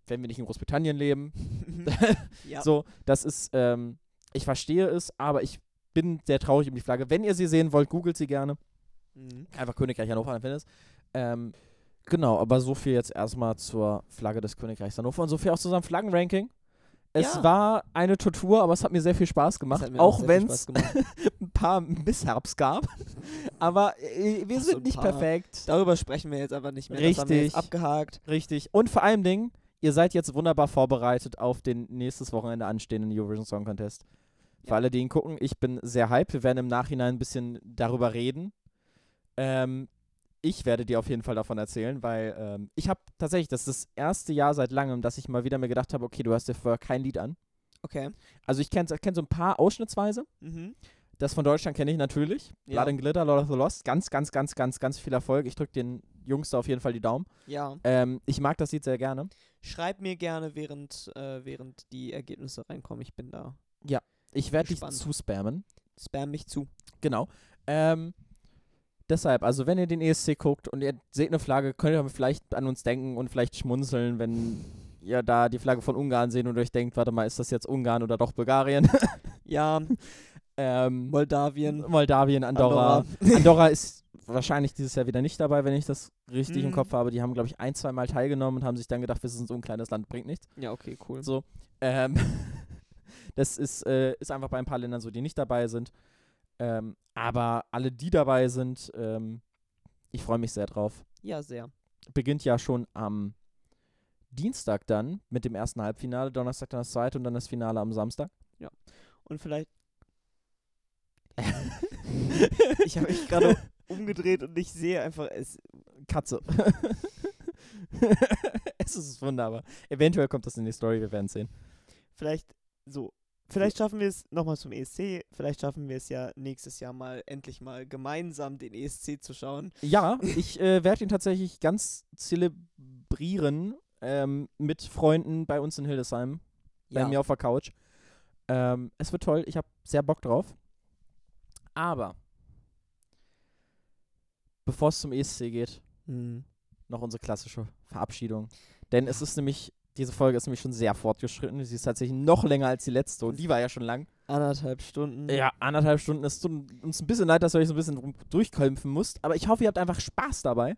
[SPEAKER 1] wenn wir nicht in Großbritannien leben. Mhm.
[SPEAKER 2] ja.
[SPEAKER 1] So, das ist, ähm, ich verstehe es, aber ich bin sehr traurig um die Flagge. Wenn ihr sie sehen wollt, googelt sie gerne.
[SPEAKER 2] Mhm.
[SPEAKER 1] Einfach Königreich Hannover, dann findet ihr es. Ähm, genau, aber so viel jetzt erstmal zur Flagge des Königreichs Hannover und so viel auch zu unserem Flaggenranking. Es
[SPEAKER 2] Ja.
[SPEAKER 1] war eine Tortur, aber es hat mir sehr viel Spaß
[SPEAKER 2] Das
[SPEAKER 1] gemacht,
[SPEAKER 2] hat mir
[SPEAKER 1] auch
[SPEAKER 2] sehr viel
[SPEAKER 1] wenn
[SPEAKER 2] Spaß
[SPEAKER 1] es
[SPEAKER 2] gemacht.
[SPEAKER 1] ein paar Mishaps gab. aber äh, wir
[SPEAKER 2] Ach, so
[SPEAKER 1] sind
[SPEAKER 2] ein
[SPEAKER 1] nicht
[SPEAKER 2] paar.
[SPEAKER 1] perfekt.
[SPEAKER 2] Darüber sprechen wir jetzt einfach nicht mehr. Das haben wir jetzt
[SPEAKER 1] Richtig.
[SPEAKER 2] abgehakt.
[SPEAKER 1] Richtig. Und vor allem Dingen, ihr seid jetzt wunderbar vorbereitet auf den nächstes Wochenende anstehenden Eurovision Song Contest. Für
[SPEAKER 2] Ja.
[SPEAKER 1] alle, die ihn gucken, ich bin sehr hyped. Wir werden im Nachhinein ein bisschen darüber reden. Ähm, ich werde dir auf jeden Fall davon erzählen, weil ähm, ich habe tatsächlich, das ist das erste Jahr seit langem, dass ich mal wieder mir gedacht habe, okay, du hörst dir vorher kein Lied an.
[SPEAKER 2] Okay.
[SPEAKER 1] Also ich kenne kenn so ein paar ausschnittsweise.
[SPEAKER 2] Mhm.
[SPEAKER 1] Das von Deutschland kenne ich natürlich.
[SPEAKER 2] Ja.
[SPEAKER 1] Blood and Glitter, Lord of the Lost. Ganz, ganz, ganz, ganz, ganz viel Erfolg. Ich drücke den Jungs da auf jeden Fall die Daumen.
[SPEAKER 2] Ja.
[SPEAKER 1] Ähm, ich mag das Lied sehr gerne.
[SPEAKER 2] Schreib mir gerne, während, äh, während die Ergebnisse reinkommen. Ich bin da.
[SPEAKER 1] Ich werde dich
[SPEAKER 2] Gespannt.
[SPEAKER 1] zuspammen.
[SPEAKER 2] Spam mich zu.
[SPEAKER 1] Genau. Ähm, deshalb, also wenn ihr den ESC guckt und ihr seht eine Flagge, könnt ihr vielleicht an uns denken und vielleicht schmunzeln, wenn ihr da die Flagge von Ungarn sehen und euch denkt, warte mal, ist das jetzt Ungarn oder doch Bulgarien?
[SPEAKER 2] Ja,
[SPEAKER 1] ähm,
[SPEAKER 2] Moldawien.
[SPEAKER 1] Moldawien, Andorra.
[SPEAKER 2] Andorra.
[SPEAKER 1] Andorra ist wahrscheinlich dieses Jahr wieder nicht dabei, wenn ich das richtig im
[SPEAKER 2] Mhm.
[SPEAKER 1] Kopf habe. Die haben, glaube ich, ein, zwei Mal teilgenommen und haben sich dann gedacht, wir sind so ein kleines Land, bringt nichts.
[SPEAKER 2] Ja, okay, cool.
[SPEAKER 1] So, ähm, das ist, äh, ist einfach bei ein paar Ländern so, die nicht dabei sind. Ähm, aber alle, die dabei sind, ähm, ich freue mich sehr drauf.
[SPEAKER 2] Ja, sehr.
[SPEAKER 1] Beginnt ja schon am Dienstag dann mit dem ersten Halbfinale, Donnerstag dann das zweite und dann das Finale am Samstag.
[SPEAKER 2] Und vielleicht. ich habe mich gerade umgedreht und ich sehe einfach, es
[SPEAKER 1] Katze. es ist wunderbar. Eventuell kommt das in die Story, wir werden sehen.
[SPEAKER 2] vielleicht so. Vielleicht schaffen wir es nochmal zum ESC. Vielleicht schaffen wir es ja nächstes Jahr mal endlich mal gemeinsam den ESC zu schauen.
[SPEAKER 1] Ja, ich äh, werde ihn tatsächlich ganz zelebrieren ähm, mit Freunden bei uns in Hildesheim. bei mir auf der Couch. Ähm, es wird toll, ich habe sehr Bock drauf. Aber bevor es zum ESC geht,
[SPEAKER 2] Hm.
[SPEAKER 1] noch unsere klassische Verabschiedung. Denn es ist nämlich, diese Folge ist nämlich schon sehr fortgeschritten. Sie ist tatsächlich noch länger als die letzte und die war ja schon lang.
[SPEAKER 2] Anderthalb Stunden.
[SPEAKER 1] Ja, anderthalb Stunden. Es tut uns ein bisschen leid, dass ihr euch so ein bisschen rum- durchkämpfen musst. Aber ich hoffe, ihr habt einfach Spaß dabei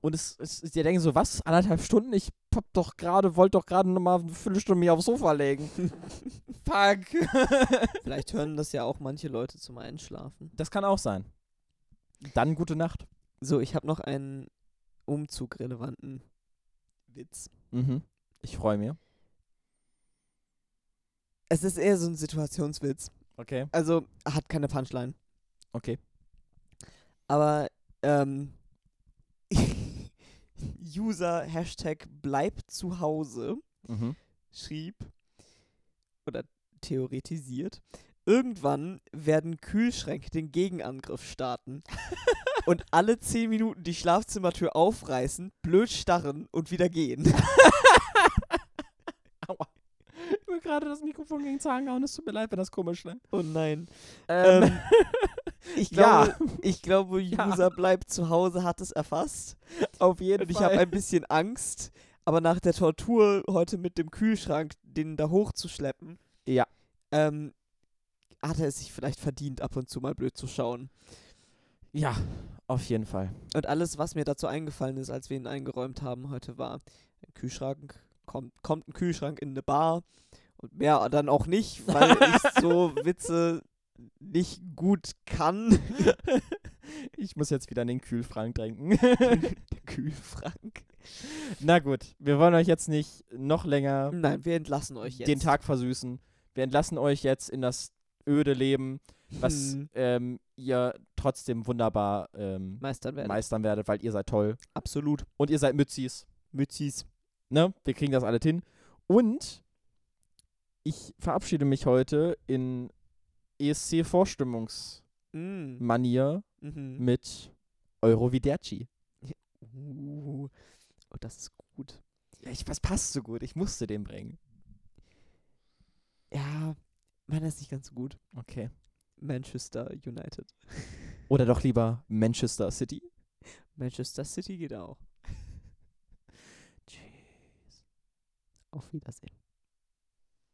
[SPEAKER 1] Und es, es, die denken so, was? Anderthalb Stunden? Ich hab doch gerade, wollte doch gerade nochmal eine Viertelstunde mich aufs Sofa legen. Fuck.
[SPEAKER 2] Vielleicht hören das ja auch manche Leute zum Einschlafen.
[SPEAKER 1] Das kann auch sein. Dann gute Nacht.
[SPEAKER 2] So, ich habe noch einen umzugrelevanten Witz.
[SPEAKER 1] Mhm. Ich freue mich.
[SPEAKER 2] Es ist eher so ein Situationswitz.
[SPEAKER 1] Okay.
[SPEAKER 2] Also, er hat keine Punchline.
[SPEAKER 1] Okay.
[SPEAKER 2] Aber, ähm, User Hashtag bleib zu Hause
[SPEAKER 1] Mhm.
[SPEAKER 2] schrieb oder theoretisiert, irgendwann werden Kühlschränke den Gegenangriff starten und alle 10 Minuten die Schlafzimmertür aufreißen, blöd starren und wieder gehen.
[SPEAKER 1] Ich will gerade das Mikrofon gegen Zahn gehauen. Es tut mir leid, wenn das komisch ne? klingt.
[SPEAKER 2] Oh nein.
[SPEAKER 1] Ähm,
[SPEAKER 2] Ähm, ich
[SPEAKER 1] Ja.
[SPEAKER 2] glaube, ich glaube
[SPEAKER 1] Ja.
[SPEAKER 2] User bleibt zu Hause hat es erfasst.
[SPEAKER 1] auf jeden
[SPEAKER 2] Und ich
[SPEAKER 1] Fall.
[SPEAKER 2] habe ein bisschen Angst, aber nach der Tortur heute mit dem Kühlschrank, den da hochzuschleppen,
[SPEAKER 1] Ja.
[SPEAKER 2] ähm, hat er es sich vielleicht verdient, ab und zu mal blöd zu schauen.
[SPEAKER 1] ja, auf jeden Fall.
[SPEAKER 2] Und alles, was mir dazu eingefallen ist, als wir ihn eingeräumt haben heute, war ein Kühlschrank, kommt, kommt ein Kühlschrank in eine Bar und mehr dann auch nicht, weil ich so Witze nicht gut kann.
[SPEAKER 1] Ich muss jetzt wieder an den Kühlfrank denken.
[SPEAKER 2] der Kühlschrank.
[SPEAKER 1] Na gut, wir wollen euch jetzt nicht noch länger
[SPEAKER 2] Nein, wir entlassen euch jetzt.
[SPEAKER 1] den Tag versüßen. Wir entlassen euch jetzt in das öde Leben, was
[SPEAKER 2] Hm.
[SPEAKER 1] ähm, ihr trotzdem wunderbar ähm,
[SPEAKER 2] meistern werden.
[SPEAKER 1] meistern werdet, weil ihr seid toll.
[SPEAKER 2] Absolut.
[SPEAKER 1] Und ihr seid Mützis.
[SPEAKER 2] Mützis.
[SPEAKER 1] Ne? Wir kriegen das alles hin. Und ich verabschiede mich heute in E ESC-Vorstimmungsmanier
[SPEAKER 2] Mm. Mhm.
[SPEAKER 1] mit Euroviderci.
[SPEAKER 2] Uh, oh, das ist gut.
[SPEAKER 1] Ja, ich, das passt so gut. Ich musste den bringen.
[SPEAKER 2] Ja, meiner ist nicht ganz so gut.
[SPEAKER 1] Okay.
[SPEAKER 2] Manchester United.
[SPEAKER 1] Oder doch lieber Manchester City.
[SPEAKER 2] Manchester City geht auch. Tschüss. Auf Wiedersehen.